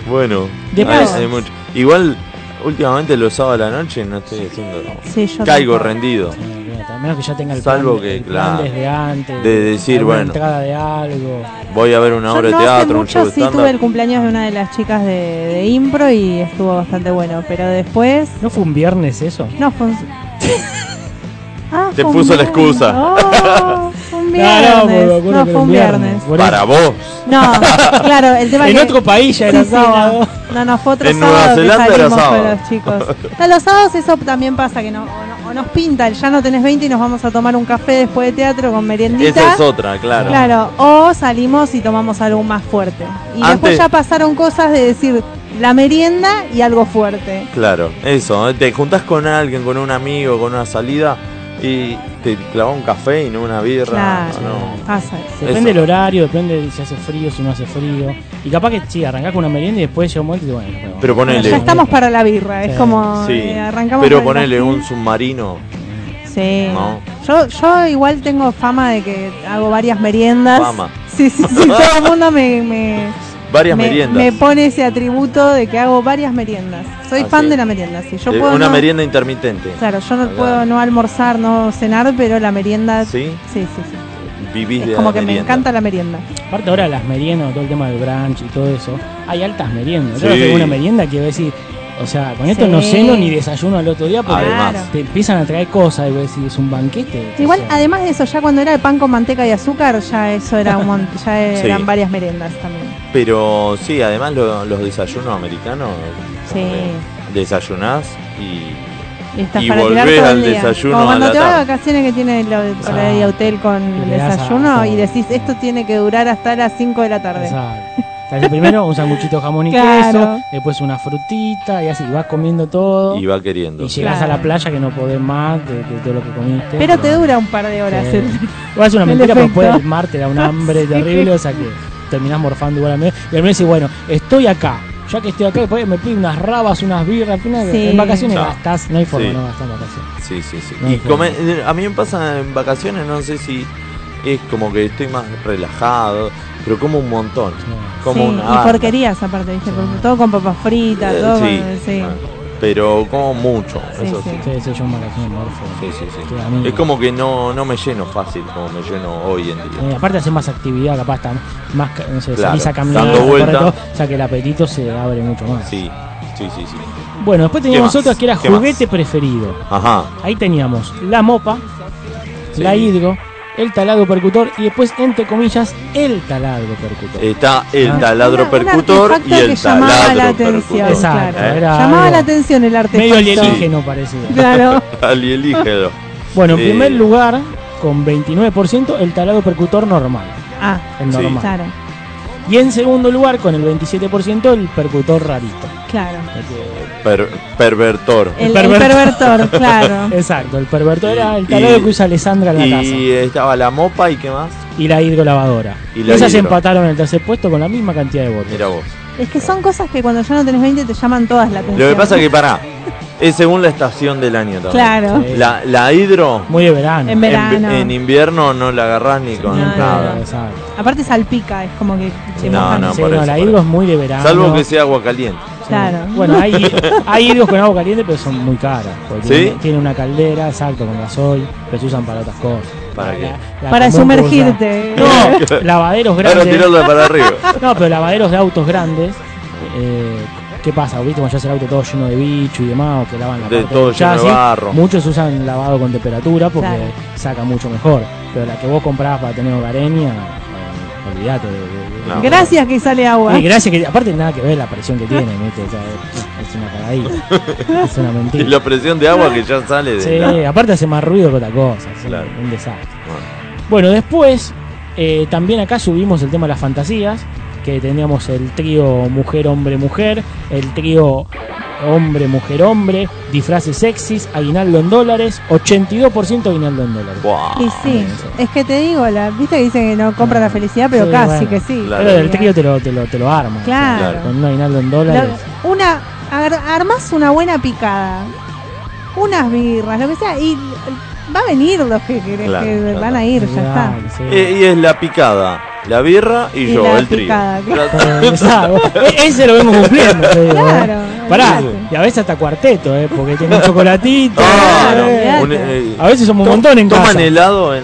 Bueno, Después- hay- hay mucho. Igual, últimamente los sábados a la noche no estoy haciendo. Sí, yo caigo tampoco. rendido. A menos que ya tenga el Salvo plan, que, el plan claro, desde antes. de decir, alguna bueno. entrada de algo. Voy a ver una Yo obra no de hace teatro, un show mucho de sí tuve el stand-up. cumpleaños de una de las chicas de, de impro y estuvo bastante bueno, pero después ¿No fue un viernes eso? no fue un- Ah, Te fue un puso la viernes. excusa. Oh, fue un viernes. No, no, me acuerdo No, que fue un era viernes. por eso. Para vos. No, claro, el tema En que- otro país ya era Sí, sí, sábado. no. no, no, fue otro En sábado. Nueva que Zelanda era salimos con sábado. los chicos. No, los sábados eso también pasa, que no, o no- o nos pinta el ya no tenés 20 y nos vamos a tomar un café después de teatro con meriendita. Esa es otra, claro. Claro, o salimos y tomamos algo más fuerte. Y después Antes- ya pasaron cosas de decir la merienda y algo fuerte. Claro, eso. ¿eh? Te juntás con alguien, con un amigo, con una salida y te clavas un café y no una birra. Claro. no. Pasa. Depende Eso. del horario, depende de si hace frío, si no hace frío. Y capaz que sí, arrancás con una merienda y después llega un momento y bueno. bueno. Pero ponele. Ya estamos para la birra, es Sí. como Sí, eh, arrancamos. pero con el ponele un submarino. Sí. No. Yo, yo igual tengo fama de que hago varias meriendas. Fama. Sí, sí, sí. todo el mundo me, me, Varias me- meriendas. me pone ese atributo de que hago varias meriendas. Soy Ah, fan sí. de la merienda, sí. Yo Eh, puedo una no- merienda intermitente. Claro, yo no Claro. puedo no almorzar, no cenar, pero la merienda. ¿Sí? Sí, sí, sí. Vivís de Es como la que me merienda. encanta la merienda. Aparte ahora las meriendas, todo el tema del brunch y todo eso, hay altas meriendas. Yo Sí. tengo una merienda que voy a decir, o sea, con esto Sí. no ceno ni desayuno al otro día porque Además. te empiezan a traer cosas y voy a decir, es un banquete. Igual, además de eso, ya cuando era el pan con manteca y azúcar, ya eso era un mon- ya Sí. eran varias meriendas también. Pero sí, además lo- los desayunos americanos. Sí. Desayunás y, Y estás y para tirar volvés todo al el día. desayuno Como a cuando la te vas de tarde. vacaciones que tiene lo de- por ahí Exacto. hotel con el le das a- desayuno sí. y decís, esto tiene que durar hasta las 5 de la tarde. Exacto. Te hace primero un sanguchito de jamón y Claro. queso, después una frutita y así, y vas comiendo todo. Y va queriendo. Y llegas Claro. a la playa que no podés más de, de todo lo que comiste. Pero te dura un par de horas. Sí. el- Igual es una el mentira, pero efecto. después el mar te da un hambre Sí. terrible, o sea que terminás morfando igual a mí. Y al menos decís, bueno, estoy acá. Ya que estoy acá, después me pido unas rabas, unas birras, al final, Sí. en vacaciones No. gastás, no hay forma, Sí. no gastás en vacaciones. Sí, sí, sí. No y hay forma. come- a mí me pasa en vacaciones, no sé si es como que estoy más relajado, pero como un montón. Como Sí, una. y banda. porquerías aparte, ¿viste? porque todo con papas fritas, Eh, todo sí. con- sí. Pero como mucho, eso sí. Sí, sí, yo en vacaciones morfo. Sí, sí, sí. Sí, a mí Es como que no, no me lleno fácil como me lleno hoy en día. Eh, aparte hace más actividad, capaz tan, más ca- no sé, Claro, salís a caminar, dando a correr, vuelta. todo, o sea que el apetito se abre mucho más. Sí, sí, sí, sí. Bueno, después ¿Qué teníamos más? otra que era ¿Qué más? juguete preferido. Ajá. Ahí teníamos la mopa, la hidro, el taladro percutor y después, entre comillas, el taladro percutor. Está el Ah. taladro Una- un percutor artefacto y el que llamaba taladro la atención. percutor. Exacto, ¿eh? era Llamaba algo la atención el arte. medio alienígeno parecía. Claro. Alienígeno. Bueno, en Eh, primer lugar, con 29%, el taladro percutor normal. Ah, El normal. claro, Y en segundo lugar, con el 27%, el percutor rarito. claro. per- pervertor. El, el pervertor, claro. Exacto, el pervertor era el Y- taladro que usa Alessandra en la y casa. estaba la mopa y qué más. Y la hidrolavadora. Y la Esas hidro. empataron el tercer puesto con la misma cantidad de votos. Mira vos. Es que son cosas que cuando ya no tenés 20 te llaman todas la atención. Lo que pasa es que pará. Es según la estación del año también. Claro. Sí. La, la hidro Muy de verano. En verano. en, eh. en invierno no la agarrás ni con No, no, nada. no. Aparte salpica, es como que se No, mojan. no, Sí, por no, eso, la por hidro eso. es muy de verano. Salvo que sea agua caliente. Claro. Bueno, hay, hay hidros con agua caliente, pero son muy caras. porque ¿Sí? tienen- Tienen una caldera, exacto, con gasoil, pero se usan para otras cosas. ¿Para qué? La Para común que sumergirte. usa- No, lavaderos Para grandes. tirarla para arriba. No, pero lavaderos de autos grandes. eh, ¿Qué pasa? ¿Viste cuando ya hace el auto todo lleno de bicho y demás? O que lavan la De parte todo del lleno de chasis? barro. Muchos usan lavado con temperatura porque Claro. saca mucho mejor. Pero la que vos comprabas para tener hogareña, eh, olvídate. de- de- de- Gracias que sale agua. Sí, gracias, que aparte nada que ver la presión que tiene, ¿viste? O sea, es es una cagadita. Es una Y mentira. la presión de agua que ya sale de Sí, la- aparte hace más ruido que otra cosa, es un- un desastre. Bueno, después eh, también acá subimos el tema de las fantasías, que teníamos el trío mujer-hombre-mujer, el trío hombre-mujer-hombre, disfraces sexys, aguinaldo en dólares, 82% aguinaldo en dólares. Y sí, es que te digo, la, viste que dicen que no compra la felicidad, pero Sí, casi bueno. que sí. Pero el trío te lo, te lo, te lo arma. Claro. o sea, Con un aguinaldo en dólares. La- una ar- armás una buena picada, unas birras, lo que sea, y va a venir los que querés Claro, que claro. van a ir, ya está. Eh, y es la picada, la birra y, Y yo, la el trío. picada, Exacto. E- Ese lo vengo cumpliendo. te digo, ¿eh? Claro, Pará, olvidate. y a veces hasta cuarteto, ¿eh? porque tiene un chocolatito. Claro, ¿eh? Ah, un- eh, a veces somos un to- montón en ¿Toman casa. helado en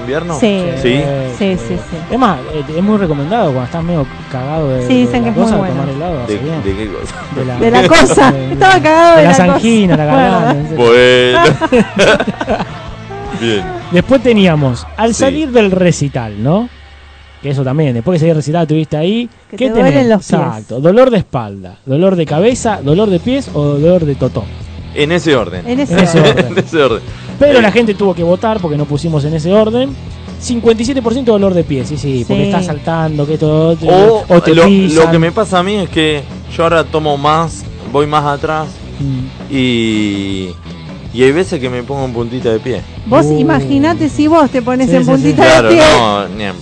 invierno? Sí. ¿Sí? Sí, sí, sí. Es más, eh, es muy recomendado cuando estás medio cagado de, Sí, dicen que de la es muy cosa, bueno. tomar helado. ¿De, hace bien. de qué cosa? De la cosa, de- estaba cagado de, de la las cosa. anginas, la Bueno. galana. Bueno. Bien. Después teníamos, al Sí. salir del recital, ¿no? Que eso también, después que salí del recital estuviste ahí. Que ¿Qué te duelen tenés? los pies. Exacto. Dolor de espalda, dolor de cabeza, dolor de pies o dolor de totó. En ese orden. En ese orden. En ese orden. Pero la gente tuvo que votar porque no pusimos en ese orden. 57% dolor de pies, sí, sí, porque Sí. estás saltando, que todo. O, te lo, pisan. lo que me pasa a mí es que yo ahora tomo más, voy más atrás Mm. y, y hay veces que me pongo en puntita de pie. Vos imaginate si vos te pones Uh. Sí, en sí, puntita Claro, de pie. no, ni, a-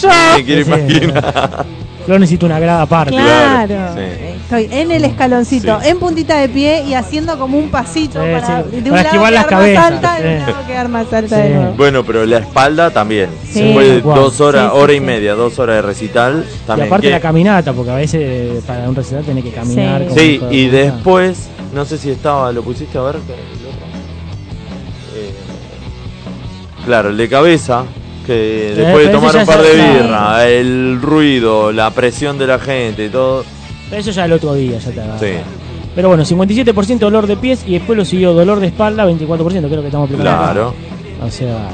Yo. ni me quiero Sí, imaginar. Yo necesito una grada aparte. Claro. Sí. Estoy en el escaloncito, en puntita de pie y haciendo como un pasito Eh, Sí, para, sí, de un para lado esquivar las quedar más cabezas, alta, de un sí. lado quedar más alta de nuevo. Bueno, pero la espalda también. Sí. Después de Guau. dos horas, Sí, sí, hora y sí. media, dos horas de recital. También y aparte que- la caminata, porque a veces eh, para un recital tenés que caminar. como Sí, todo. y después, no sé si estaba, lo pusiste a ver. el otro? Eh, claro, el de cabeza, que Eh, después pero de ese tomar ya un par es de otra- birra, el ruido, la presión de la gente y todo. Pero eso ya el otro día, ya te agarra. Sí, Pero bueno, 57% dolor de pies y después lo siguió dolor de espalda, 24%, creo que estamos claro. O sea,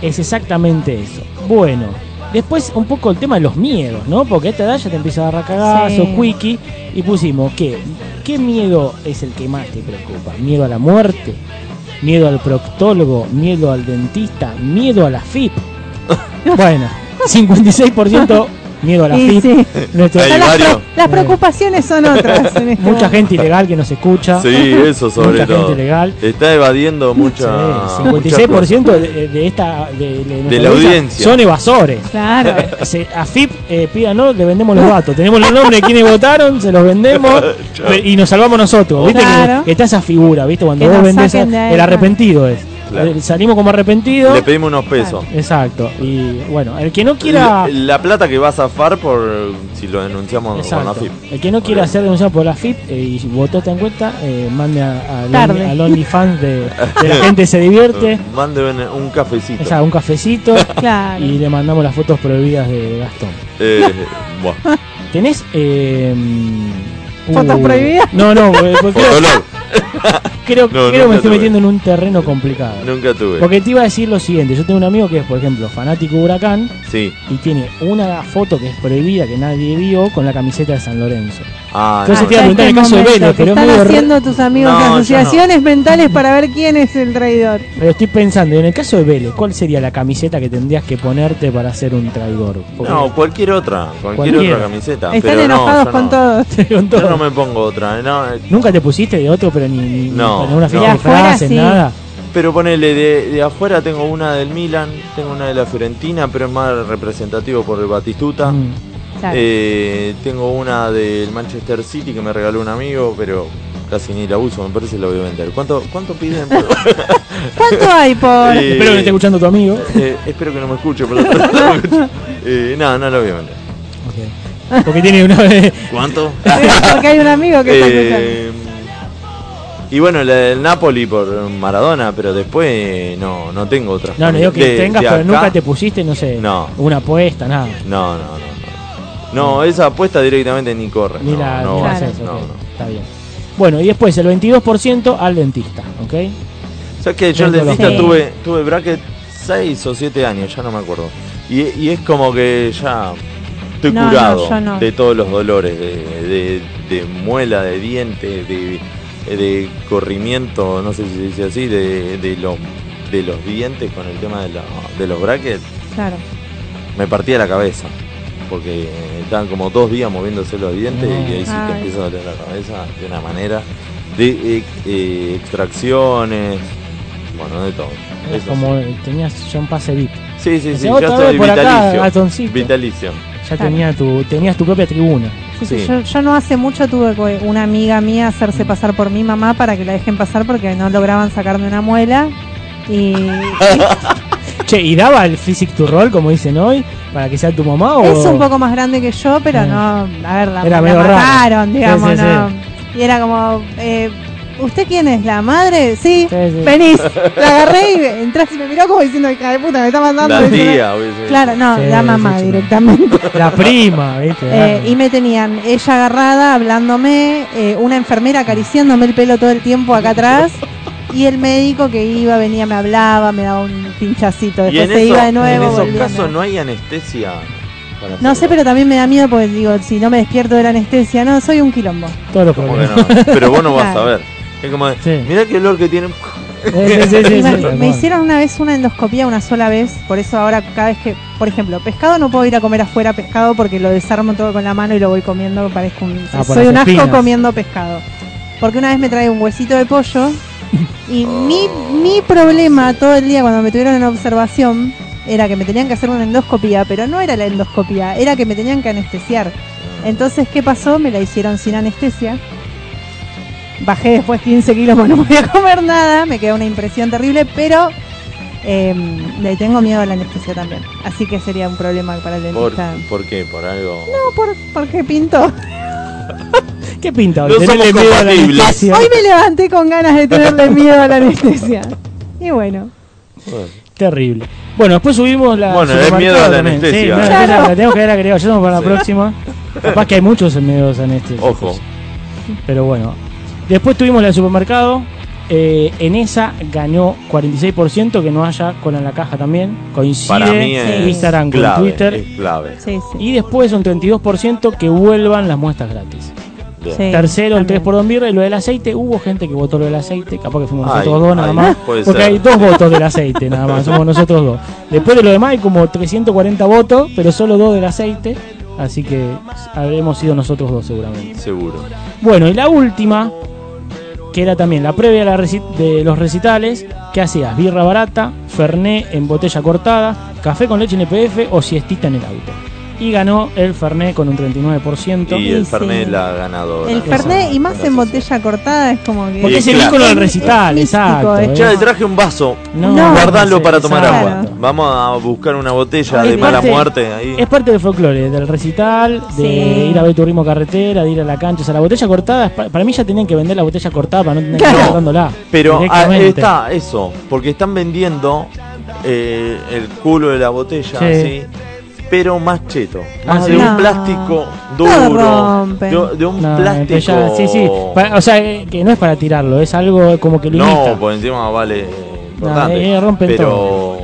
es exactamente eso. Bueno, después un poco el tema de los miedos, ¿no? Porque a esta edad ya te empieza a agarrar cagazo, Sí. quickie, y pusimos que, ¿qué miedo es el que más te preocupa? ¿Miedo a la muerte? ¿Miedo al proctólogo? ¿Miedo al dentista? ¿Miedo a la FIP? bueno, 56% miedo a la Y FIP. sí. Nuestro- Hay Las, varios. pre- las preocupaciones son otras. en este Mucha momento. gente ilegal que nos escucha. Sí, eso sobre Mucha todo. gente legal. Está evadiendo mucha. Sí, mucha cosa. 56% de, de esta de, nuestra la audiencia. son evasores. Claro. Eh, se- a FIP, eh, pídanos, le vendemos los datos. Tenemos los nombres de quienes votaron, se los vendemos Chao. pe- y nos salvamos nosotros. ¿Viste? Que- Claro. Que, está esa figura, ¿viste? Cuando Que vos nos vendés, saquen de ahí, el claro. arrepentido es. Claro. Eh, Salimos como arrepentidos. Le pedimos unos pesos. Exacto. Y bueno, el que no quiera. La, la plata que va a zafar por si lo denunciamos con la Exacto. FIP. El que no quiera ser denunciado por la FIP eh, y votó esta encuesta, eh, mande a- al Tarde. al OnlyFans de, de la gente se divierte. Mande un, un cafecito. Esa, un cafecito Claro. y le mandamos las fotos prohibidas de Gastón. Eh, buah. ¿Tenés eh, ¿Fotos prohibidas? No, no, eh, porque creo, Fotolog. creo, No, creo que nunca me estoy tuve. metiendo en un terreno complicado. Nunca tuve. Porque te iba a decir lo siguiente, yo tengo un amigo que es, por ejemplo, fanático de Huracán Sí. y tiene una foto que es prohibida que nadie vio con la camiseta de San Lorenzo. Ah, Entonces no, te iba a preguntar el caso de este momento Vélez, que pero es están medio re- haciendo tus amigos No, yo no. asociaciones mentales para ver quién es el traidor. Pero estoy pensando, en el caso de Vélez, ¿cuál sería la camiseta que tendrías que ponerte para ser un traidor? Porque- No, cualquier otra, cualquier Cualquiera. otra camiseta. Están pero enojados no, yo con no, todos. con Yo todo. no me pongo otra. No, eh, Nunca te pusiste de otro, pero ni, ni- No, ni no. una fiesta de De afuera, frases, sí. nada. pero ponele, de, de afuera tengo una del Milan, tengo una de la Fiorentina, pero es más representativo por el Batistuta. Mm. Claro. Eh, tengo una del Manchester City que me regaló un amigo, pero casi ni la uso, me parece que la voy a vender. ¿Cuánto, cuánto piden? por- ¿Cuánto hay por.? Eh, Espero que esté escuchando tu amigo. eh, espero que no me escuche, por lo tanto, no, me escuche. Eh, no, no la voy a vender. Porque tiene una vez. ¿Cuánto? Porque hay un amigo que está escuchando. Eh, y bueno, la del Napoli por Maradona, pero después eh, no, no tengo otra. No, no digo que De- tengas, de pero acá, nunca te pusiste, no sé, No. una apuesta, nada. No, no, no. No, No, esa apuesta directamente ni corre. Ni no, la- no, ni la no, haces, no, ok. no. Está bien. Bueno, y después el 22% al dentista, ¿ok? ¿Sabes que yo el Dentro de los dentista juegos. tuve, tuve bracket 6 o 7 años, ya no me acuerdo. Y, y es como que ya estoy No, no, curado yo no. de todos los dolores, de, de- de muela, de diente, de, de corrimiento, no sé si se dice así, de, de, los, de los dientes con el tema de, la- de los brackets. Claro. Me partía la cabeza, porque estaban como dos días moviéndose los dientes y ahí sí te Ay. empieza a doler la cabeza de una manera. De eh, eh, extracciones, bueno, de todo. Es Eso como tenías ya un pase VIP. Sí, sí, sí, Decía, ya otra vez estoy por acá, vitalicio. Gastoncito. vitalicio. Ya tenía tu, tenías tu propia tribuna. Sí, sí, Yo, yo no hace mucho tuve co- una amiga mía hacerse pasar por mi mamá para que la dejen pasar porque no lograban sacarme una muela. Y Che, ¿y daba el physic to roll, como dicen hoy, para que sea tu mamá o...? es un poco más grande que yo, pero Ah. no, a ver, la, Era la medio raro. mataron, Sí, digamos, sí, sí. ¿no? Y era como, eh, ¿usted quién es? ¿La madre? Sí, sí. venís. La agarré y entraste y me miró como diciendo, hija de puta, me está mandando. La diciendo- tía, hubiese- Claro, no, Sí, la mamá directamente. La prima, ¿viste? Ah, Eh, y me tenían ella agarrada, hablándome, eh, una enfermera acariciándome el pelo todo el tiempo acá atrás. Y el médico que iba, venía, me hablaba, me daba un pinchacito. Y Después en, se eso- iba de nuevo. en esos volvía. casos no hay anestesia. para No hacer- sé, pero también me da miedo porque digo, si no me despierto de la anestesia, no, soy un quilombo. Todos los ¿Cómo problemas. que no? Pero vos no vas a Claro. ver. Es como, de, mirá qué olor que tienen. Y me, me hicieron una vez una endoscopía una sola vez, por eso ahora cada vez que, por ejemplo, pescado no puedo ir a comer afuera pescado porque lo desarmo todo con la mano y lo voy comiendo, parezco un, Ah, por soy las un asco espinas. comiendo pescado. Porque una vez me trae un huesito de pollo y mi, mi problema todo el día cuando me tuvieron en observación era que me tenían que hacer una endoscopía, pero no era la endoscopía, era que me tenían que anestesiar. Entonces, ¿qué pasó? Me la hicieron sin anestesia. Bajé después 15 kilos porque no podía comer nada, me quedó una impresión terrible, pero eh, le tengo miedo a la anestesia también. Así que sería un problema para el ¿Por, dentista. ¿Por qué? ¿Por algo? No, por, porque pinto. ¿Qué pinta? No Tenerle somos miedo a la compatibles. anestesia. Hoy me levanté con ganas de tenerle miedo a la anestesia. Y bueno. Terrible. Bueno, después subimos la. Bueno, es supermercado miedo a la también. anestesia. Sí, no, Claro. esa La tengo que haber agregado. Ya vamos para Sí. la próxima. Capaz que hay muchos miedos a la anestesia. Ojo. Pero bueno. Después tuvimos la del supermercado. Eh, en esa ganó 46%, que no haya con en la caja también. Coincide Para mí es Instagram con clave, Twitter. es clave. Y después un 32% que vuelvan las muestras gratis. Bien. Sí, Tercero, el también. 3 por Don Birra y lo del aceite. Hubo gente que votó lo del aceite. Capaz que fuimos Ay, nosotros dos nada ay, más. puede Porque ser. hay dos votos del aceite nada más. Somos nosotros dos. Después de lo demás hay como 340 votos, pero solo dos del aceite. Así que habremos sido nosotros dos seguramente. Seguro. Bueno, y la última, que era también la previa a la reci- de los recitales, que hacías birra barata, ferné en botella cortada, café con leche en EPF o siestita en el auto. Y ganó el ferné con un 39%. Y el Fernet la ganadora. El Fernet y más en botella cortada es como que. Porque es el Claro. ícono del recital, es exacto. místico, ¿eh? Ya le traje un vaso. No, Guardalo sí, para tomar exacto. agua. Vamos a buscar una botella Es de mala parte- muerte ahí. Es parte del folclore, del recital, de Sí. ir a ver tu ritmo carretera, de ir a la cancha. O sea, la botella cortada, es pa- para mí ya tenían que vender la botella cortada para no tener que ir guardándola. Pero ah, directamente. está eso, porque están vendiendo eh, el culo de la botella, Sí. así, pero más cheto. Ah, Más sí. de No. un plástico Todo duro. rompen. De, de un No, plástico. pues ya- sí, sí. Pa- o sea, eh, que no es para tirarlo, es algo como que lo imita. No, por encima vale eh, importante. eh, rompen pero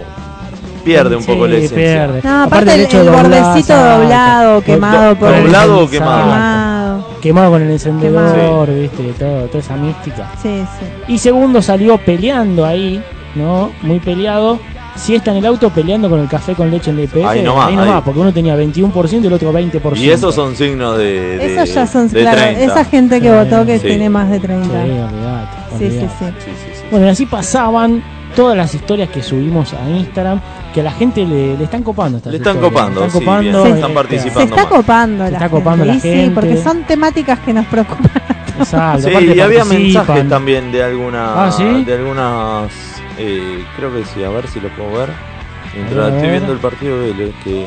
pierde un Sí, poco la esencia. pierde. No, aparte el el, hecho el de doblar, bordecito exacto. doblado, quemado por el- ¿Doblado o quemado? Quemado. Quemado con el encendedor, viste, todo, toda esa mística. Sí, sí. Y segundo salió peleando ahí, ¿no? Muy peleado. Si está en el auto peleando con el café con leche en DPF, Ahí nomás, ahí. porque uno tenía 21% y el otro 20%. Y esos son signos de. de- Esos ya son, de claro, 30. esa gente que Sí, votó que sí. tiene más de 30. Sí, olvidate, Sí, sí, olvidate. sí. Bueno, y así pasaban todas las historias que subimos a Instagram, que a la gente le, le están copando. estas Le están historias. copando, Le sí, bien, eh, están Se participando. está copando Se la está copando gente. la Y Sí, gente. porque son temáticas que nos preocupan. Exacto, Sí, aparte y había participan. mensajes también de alguna, Ah, ¿sí? de algunas, eh, creo que sí, a ver si lo puedo ver. A Mientras ver. estoy viendo el partido de Vélez, que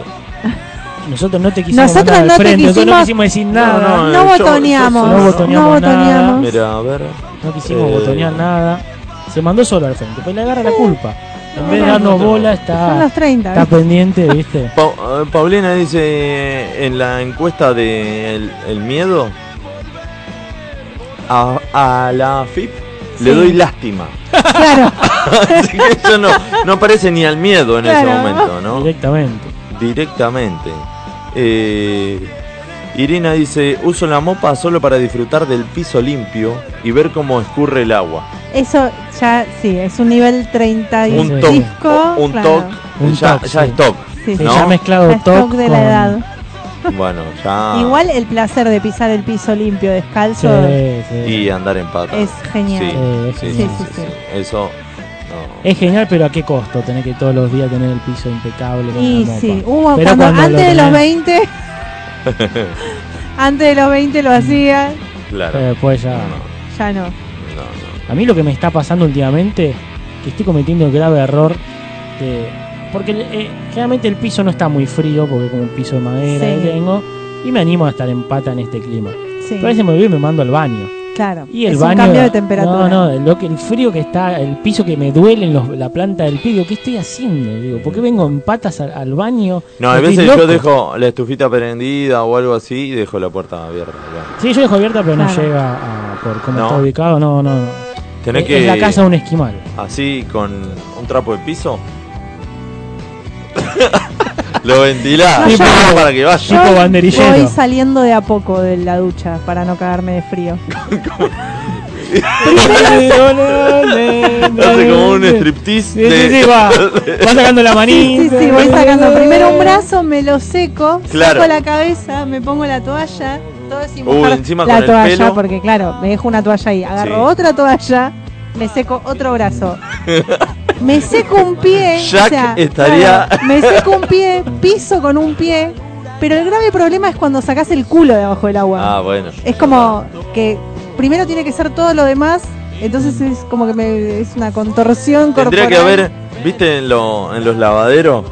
Nosotros no te quisimos Nosotros mandar al no te frente, nosotros no quisimos- quisimos decir nada. No, no, No yo- yo botoneamos, No no botoneamos nada. botoneamos. Mira, a ver. No quisimos Eh, botonear nada. Se mandó solo al frente, pues le agarra la culpa. En No, vez de no, darnos no. bola, Son está, los 30, está ¿viste? pendiente, ¿viste? Pa- eh, Paulina dice eh, en la encuesta de El, el miedo a, a la FIP le Sí. doy lástima. Claro. Así que eso no, no aparece ni al miedo en ese Claro. momento, ¿no? Directamente. Directamente. Eh, Irina dice, uso la mopa solo para disfrutar del piso limpio y ver cómo escurre el agua. Eso ya, sí, es un nivel 30 y Un toc, disco, un claro. toc, Un ya, toc, ya sí. es toc. Sí, sí. ¿no? Ya mezclado Ya es toc toc de con- la edad. Bueno, ya... Igual el placer de pisar el piso limpio descalzo Y andar en pata. es genial. Sí, Sí, sí, sí, sí, sí. Eso. Es genial, pero ¿a qué costo? Tener que todos los días tener el piso impecable. con Y la mopa. sí, hubo Pero cuando, cuando lo antes de los tenés- 20, antes de los 20 lo hacía, Claro. Pero después eh, pues ya. ya no. A mí lo que me está pasando últimamente, que estoy cometiendo el grave error de... Porque eh, generalmente el piso no está muy frío, porque es como un piso de madera Sí. que tengo, y me animo a estar en pata en este clima. Sí. Pero a veces me voy y me mando al baño. Claro. Y el es baño... un cambio de temperatura. No, no, lo que, el frío que está, el piso que me duele en los- la planta del pie, digo, ¿qué estoy haciendo? Digo, ¿por qué vengo en patas al, al baño? No, a Estoy veces loco. yo dejo la estufita prendida o algo así y dejo la puerta abierta. claro. Sí, yo dejo abierta, pero no Claro. llega a- por cómo No. está ubicado. No, no, no. Tenés Es- que. es la casa de un esquimal. Así, con un trapo de piso. Lo ventilás No, yo- para que vaya. Yo Voy saliendo de a poco de la ducha para no cagarme de frío. Hace como un striptease. Sí, sí, sí, de- va. Va sacando la Sí, manita. sí, voy sacando primero un brazo, me lo seco, Claro. saco la cabeza, me pongo la toalla, todo sin Uy, mojar encima la con el toalla, pelo. porque claro, me dejo una toalla ahí, agarro Sí. otra toalla, me seco otro brazo, me seco un pie, Jack o sea, estaría- claro, me seco un pie, piso con un pie, pero el grave problema es cuando sacás el culo de abajo del agua. Ah, bueno. Es como que primero tiene que ser todo lo demás, entonces es como que me, es una contorsión Tendría corporal. que haber, viste, en, lo- en los lavaderos.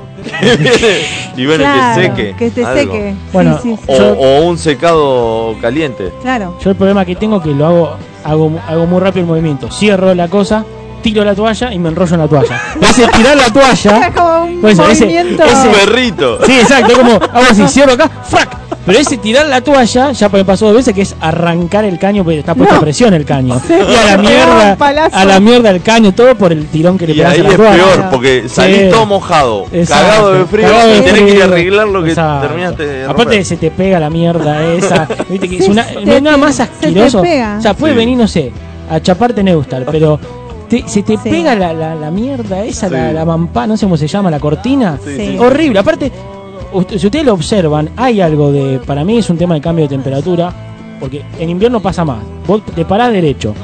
y bueno, Claro, que seque. que te algo. seque. Sí, Bueno, sí, sí. O, o un secado caliente. Claro. Yo el problema que tengo es que lo hago, hago, hago muy rápido el movimiento. Cierro la cosa, tiro la toalla y me enrollo en la toalla. Ese tirar la toalla. Es como un Pues ese- movimiento. ese- Perrito. Sí, exacto, como hago así, cierro acá, ¡frac! Pero ese tirar la toalla, ya me pasó dos veces, que es arrancar el caño, porque está puesto a presión el caño. Se Y a la pegó un mierda, palazo. a la mierda el caño, todo por el tirón que le Y pegas ahí a la es toalla. peor, porque salís Sí. todo mojado, Exacto, cagado de frío, cagado de y tenés que ir frío. a arreglar lo que Exacto. terminaste de romper. Aparte se te pega la mierda esa. Viste que es Sí, una, se no hay nada te- más se te asqueroso. pega. O sea, puede Sí. venir, no sé, a chaparte Neustar, pero te- se te pega la, la- la mierda esa, la, Sí. la mampa, no sé cómo se llama, la cortina. Sí, sí, sí. Horrible. Aparte, ust- si ustedes lo observan, hay algo de. Para mí es un tema de cambio de temperatura, porque en invierno pasa más. Vos te parás derecho.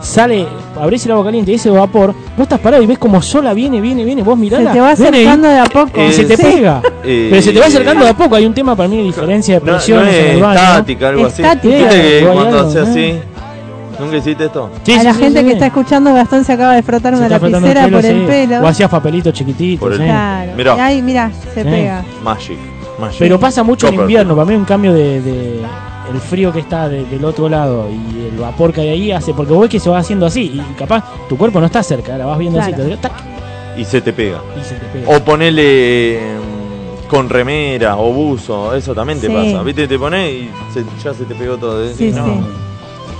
Sale, abrís el agua caliente y ese vapor, vos estás parado y ves como sola viene, viene, viene, vos mirás. Se te va acercando de a poco. Y se te Sí. pega. Eh, Pero se te va acercando de a poco. Hay un tema para mí de diferencia de No, presiones no en es el baño. estática, algo así. Estática, ¿Viste que algo, cuando algo, hace ¿no? así? ¿Nunca hiciste esto? Sí, a sí, la sí, gente sí, que sí. está escuchando, Gastón se acaba de frotar Se una está apretando lapicera por el sí. pelo. O hacías papelitos chiquititos. Por el- sí. Claro. Mirá. Y ahí, mirá, se Sí. pega. Magic. Magic. Pero pasa mucho en Copper. invierno. Para mí un cambio de, de- el frío que está de- del otro lado y el vapor que hay ahí hace porque vos ves que se va haciendo así y capaz tu cuerpo no está cerca, la vas viendo así. Claro. te- tac, Y se te pega. y se te pega. O ponele mm, con remera o buzo, eso también te Sí. pasa. ¿Viste? Te pones y se- ya se te pegó todo. ¿eh? Sí, no, sí.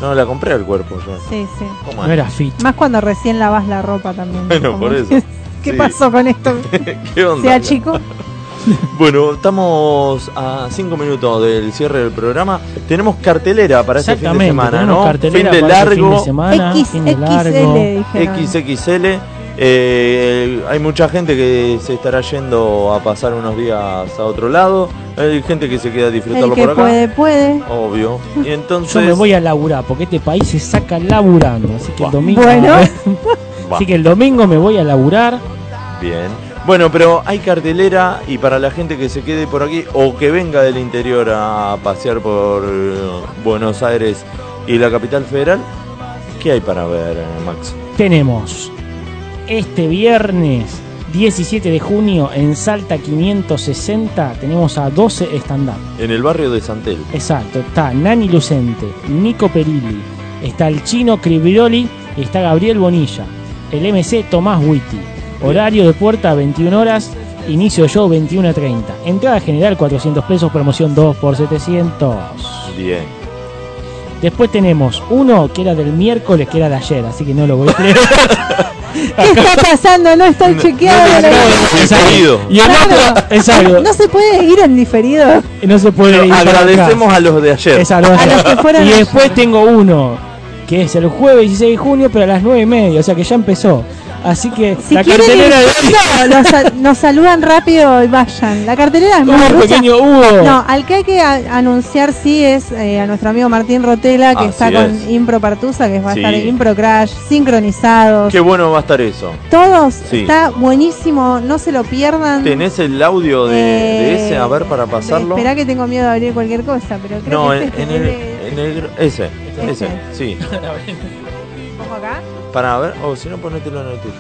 no, la compré al cuerpo yo. Sí, sí. ¿Cómo es? No era fit. Más cuando recién lavas la ropa también. Bueno, Como por eso. que- ¿Qué Sí. pasó con esto? ¿Qué onda? ¿Se achicó? Bueno, estamos a 5 minutos del cierre del programa. Tenemos cartelera para este fin de Exactamente, semana, tenemos ¿no? cartelera fin de para este fin de largo. semana, X, fin de largo. dijeron. XXL. Eh, hay mucha gente que se estará yendo a pasar unos días a otro lado. Hay gente que se queda a disfrutarlo El que por acá. puede, puede. Obvio. Y entonces. Yo me voy a laburar porque este país se saca laburando. Así que el domingo. Bueno. así que el domingo me voy a laburar. Bien. Bueno, pero hay cartelera y para la gente que se quede por aquí o que venga del interior a pasear por eh, Buenos Aires y la capital federal, ¿qué hay para ver, eh, Max? Tenemos este viernes 17 de junio en Salta 560. Tenemos a 12 stand-up. En el barrio de Santel. Exacto. Está Nani Lucente, Nico Perilli, está el chino Cribrioli y está Gabriel Bonilla. El MC Tomás Witty. Horario de puerta 21 horas. Inicio show 21 a 30. Entrada general 400 pesos, promoción 2 por 700. Bien. Después tenemos uno que era del miércoles, que era de ayer, así que no lo voy a leer. ¿Qué está pasando? No estoy chequeado. la- Bienvenido. Y el otro, exacto. No se puede ir en diferido. No se puede Pero ir para agradecemos casa. a los de ayer. Esa, lo A ayer. los que fueron Y ayer. después tengo uno, que es el jueves 16 de junio, pero a las 9 y media, o sea que ya empezó. Así que Si la quieren cartelera ir- de... No, nos, sal- nos saludan rápido y vayan. La cartelera es Hugo, más gruesa. pequeño Hugo. No, al que hay que a- anunciar sí es eh, a nuestro amigo Martín Rotela, que Así está con es. Impro Partusa, que va a Sí. estar en Impro Crash, sincronizados. Qué bueno va a estar eso. Todos, Sí. está buenísimo, no se lo pierdan. ¿Tenés el audio de, Eh, de ese? A ver, para pasarlo. Esperá que tengo miedo de abrir cualquier cosa, pero creo No, que en, es este en que el, tiene- en el- Ese, Ese. ese, sí. ¿Pongo acá? Para ver, o si no, ponételo en el tuyo.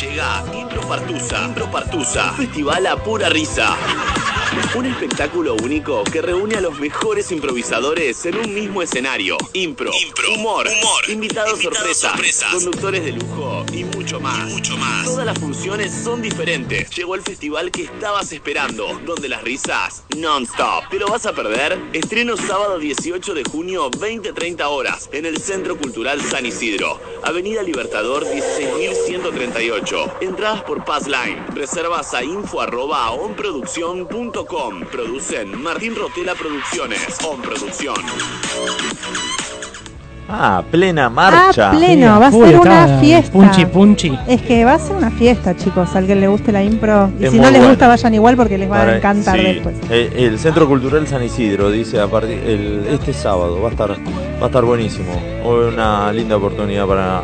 Llega Impro Partusa, Impro Partusa, festival a pura risa. Un espectáculo único que reúne a los mejores improvisadores en un mismo escenario. Impro, humor, invitados, sorpresa, conductores de lujo y mucho más. Todas las funciones son diferentes. Llegó el festival que estabas esperando, donde las risas non-stop. ¿Te lo vas a perder? Estreno sábado 18 de junio, 20-30 horas, en el Centro Cultural San Isidro, Avenida Libertador 16138. Entradas por Passline. Reservas a info arroba onproduccion.com. Producen Martín Rotela Producciones. On Producción. Ah, plena marcha. Ah, pleno, va a ser una fiesta. Punchi, punchi. Es que va a ser una fiesta, chicos. Al que le guste la impro. Y Es si no muy les bueno. gusta, vayan igual porque les va Ahora, a encantar sí, después. eh, El, Centro Cultural San Isidro dice a partir el- este sábado va a estar va a estar buenísimo. Una linda oportunidad para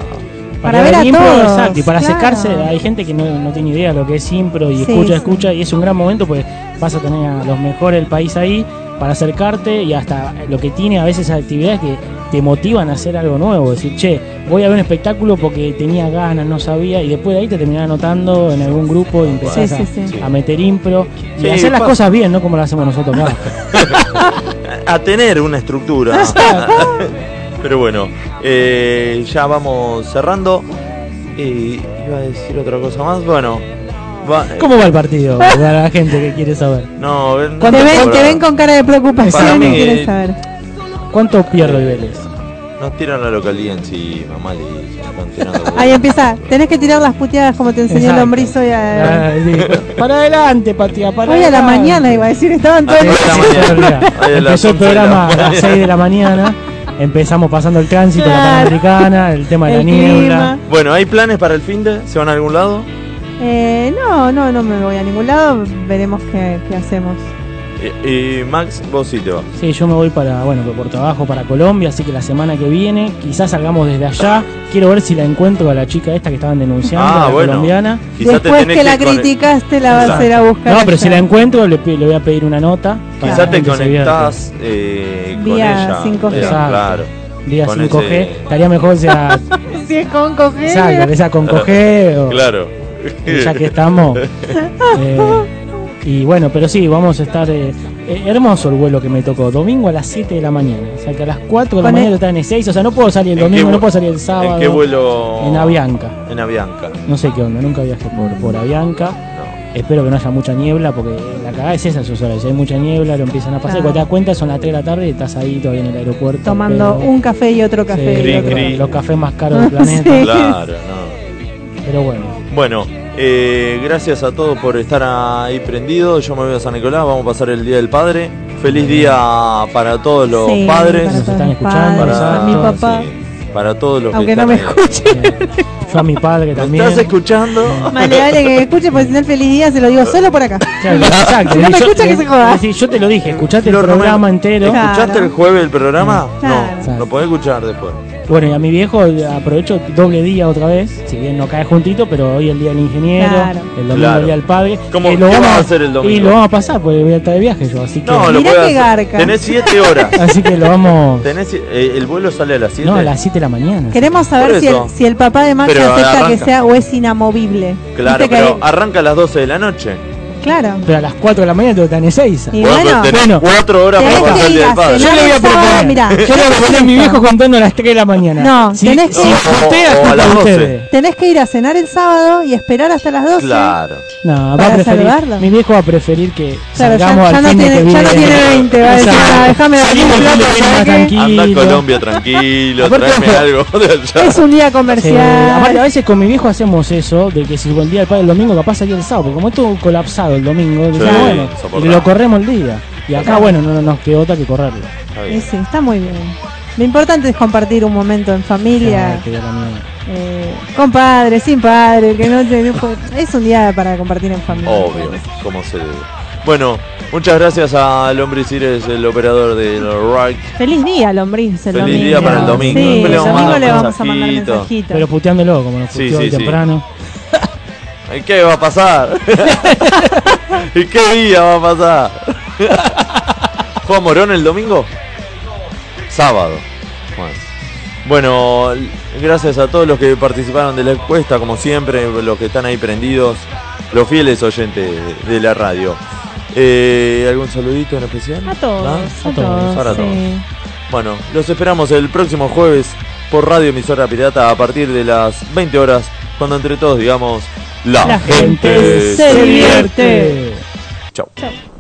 Para, ver a impro, todos, exacto, y para claro. secarse, hay gente que no, no tiene idea de lo que es impro y Sí, escucha, sí. escucha, y es un gran momento porque vas a tener a los mejores del país ahí para acercarte y hasta lo que tiene a veces actividades que te motivan a hacer algo nuevo, decir, che, voy a ver un espectáculo porque tenía ganas, no sabía, y después de ahí te terminás anotando en algún grupo y empezás Sí, a, sí, sí. a meter impro y Sí, hacer las pasa. cosas bien, no como las hacemos nosotros. claro. a tener una estructura. Pero bueno, eh, ya vamos cerrando. Eh, iba a decir otra cosa más. Bueno, va- ¿Cómo va el partido? Para la gente que quiere saber. no, eh, no Te tengo ven, la- te ven con cara de Para preocupación mí, y quieres eh, saber. ¿Cuánto pierde hoy Vélez? Nos tiran la localidad encima, mal y están tirando por- Ahí empieza. Tenés que tirar las puteadas como te enseñó el Exacto. lombrizo. Y Ah. a... Para adelante, Patía, para Hoy a la adelante. mañana iba a decir, estaban todos. Ah, Empezó el programa a las 6 de de la mañana. Empezamos pasando el tránsito, la panamericana, el tema de la El niebla. Bueno, ¿hay planes para el fin de? ¿Se van a algún lado? Eh, no, no, no me voy a ningún lado. Veremos qué, qué hacemos. Y, y Eh, Max, vos sí te vas. Sí, yo me voy para, bueno, por trabajo para Colombia, así que la semana que viene quizás salgamos desde allá. Quiero ver si la encuentro a la chica esta que estaban denunciando, Ah, la bueno. colombiana. Quizá te Después tenés que la con- criticaste, la vas a ir a buscar. No, pero allá. si la encuentro le, pi- le voy a pedir una nota. para Quizá te que se vierta. conectás eh, con Vía ella. 5G. Era, Exacto. Claro. Vía Con 5G. ese- Estaría mejor sea, Si es con coger. exacto, que sea con cogeo. Claro. ya que estamos. Eh, y bueno, pero sí, vamos a estar. eh, eh, hermoso el vuelo que me tocó. Domingo a las 7 de la mañana. O sea, que a las 4 de la Con mañana el- está en el 6. O sea, no puedo salir el ¿En qué domingo, vu- no puedo salir el sábado. ¿En qué vuelo? En Avianca. En Avianca. No sé qué onda, nunca viajé por, por Avianca. Espero que no haya mucha niebla, porque la cagada es esa sus horas. Si hay mucha niebla, lo empiezan a pasar. Claro. Cuando te das cuenta, son las 3 de la tarde y estás ahí todavía en el aeropuerto. Tomando pero- un café y otro Sí, café. y los- otro café. los cafés más caros del Sí. planeta. Claro, no. Pero bueno. Bueno, eh, gracias a todos por estar ahí prendidos. Yo me voy a San Nicolás, vamos a pasar el Día del Padre. Feliz día para todos los Sí, padres. para Nos todos están los escuchando, Para, padres, exacto. Mi papá, para todos los aunque que no están me ahí. escuche. Yo a mi padre también. Eh, ¿Estás escuchando? Más le vale que me escuche, porque si no el feliz día se lo digo solo por acá. Claro, exacto. Si no me Yo- escucha, que se joda. Sí, yo te lo dije, escuchaste Flor, el no me- programa entero. ¿Escuchaste el jueves el programa? Mm. Claro. No, lo podés escuchar después. Bueno, y a mi viejo aprovecho doble día otra vez, si bien no cae juntito, pero hoy el día del ingeniero, Claro. el domingo Claro. el día del padre. ¿Cómo- y lo qué vamos vas a hacer el domingo? Y lo vamos a pasar, porque voy a estar de viaje yo, así que. No, lo Mirá podés qué hacer. garca. Tenés 7 horas. Así que lo vamos. Tenés, eh, el vuelo sale a las 7. No, a las 7 de la mañana. Queremos Por saber si eso. el, si el papá de Maxi Pero acepta que arranca. sea o es inamovible. Claro, Viste que pero arranca a las 12 de la noche. hay- claro. Pero a las 4 de la mañana tengo que estar en Ezeiza. Y bueno, pero tenés Bueno. cuatro horas para Tenés que pasar el ir día a del padre. Yo cenar le voy a el sábado, proponer. mirá. Yo le voy a proponer a mi viejo contando a las 3 de la mañana. No, si, tenés que- si O- usted o a las ajusta 12. ustedes. Tenés que ir a cenar el sábado y esperar hasta las 12. Claro. No, va Para a preferir. saludarlo. Mi viejo va a preferir que Claro, ya- salgamos ya al no fin de tiene- que ya no viene. tiene 20, va a decir, Exacto. "Ah, déjame dormir Salimos un el fin de rato, semana ¿sabes qué? tranquilo. Anda a Colombia tranquilo, Aparte- tráeme algo de allá. Es un día Sí, comercial. Eh, aparte a veces con mi viejo hacemos eso, de que si el día del padre el domingo, capaz salía el sábado, porque como es todo colapsado el domingo, decimos, Sí, bueno, soportable. y lo corremos el día. Y acá, Claro. bueno, no no nos quedó otra que correrlo. Está Y bien. sí, está muy bien. Lo importante es compartir un momento en familia, Ay, qué día la mierda. eh, con padre, sin padre, que no te- Es un día para compartir en familia. Obvio, como se debe. Bueno, muchas gracias al hombre Cires, el operador del Rock. Feliz día, lombriz. El Feliz domingo. día para el domingo. Sí, Después el le vamos a domingo mandar le un vamos a mandar mensajito. mensajito. Pero puteándolo, como nos Sí, puteó sí, hoy sí. temprano. ¿Y qué va a pasar? ¿Y qué día va a pasar? ¿Juega Morón el domingo? Sábado. Bueno. Bueno, l- gracias a todos los que participaron de la encuesta, como siempre, los que están ahí prendidos, los fieles oyentes de la radio. Eh, ¿Algún saludito en especial? ¿Ah? A todos, ¿No? a todos, Para sí. Bueno, los esperamos el próximo jueves por Radio Emisora Pirata a partir de las 20 horas, cuando entre todos digamos, la, La gente se divierte. Chau. Chau.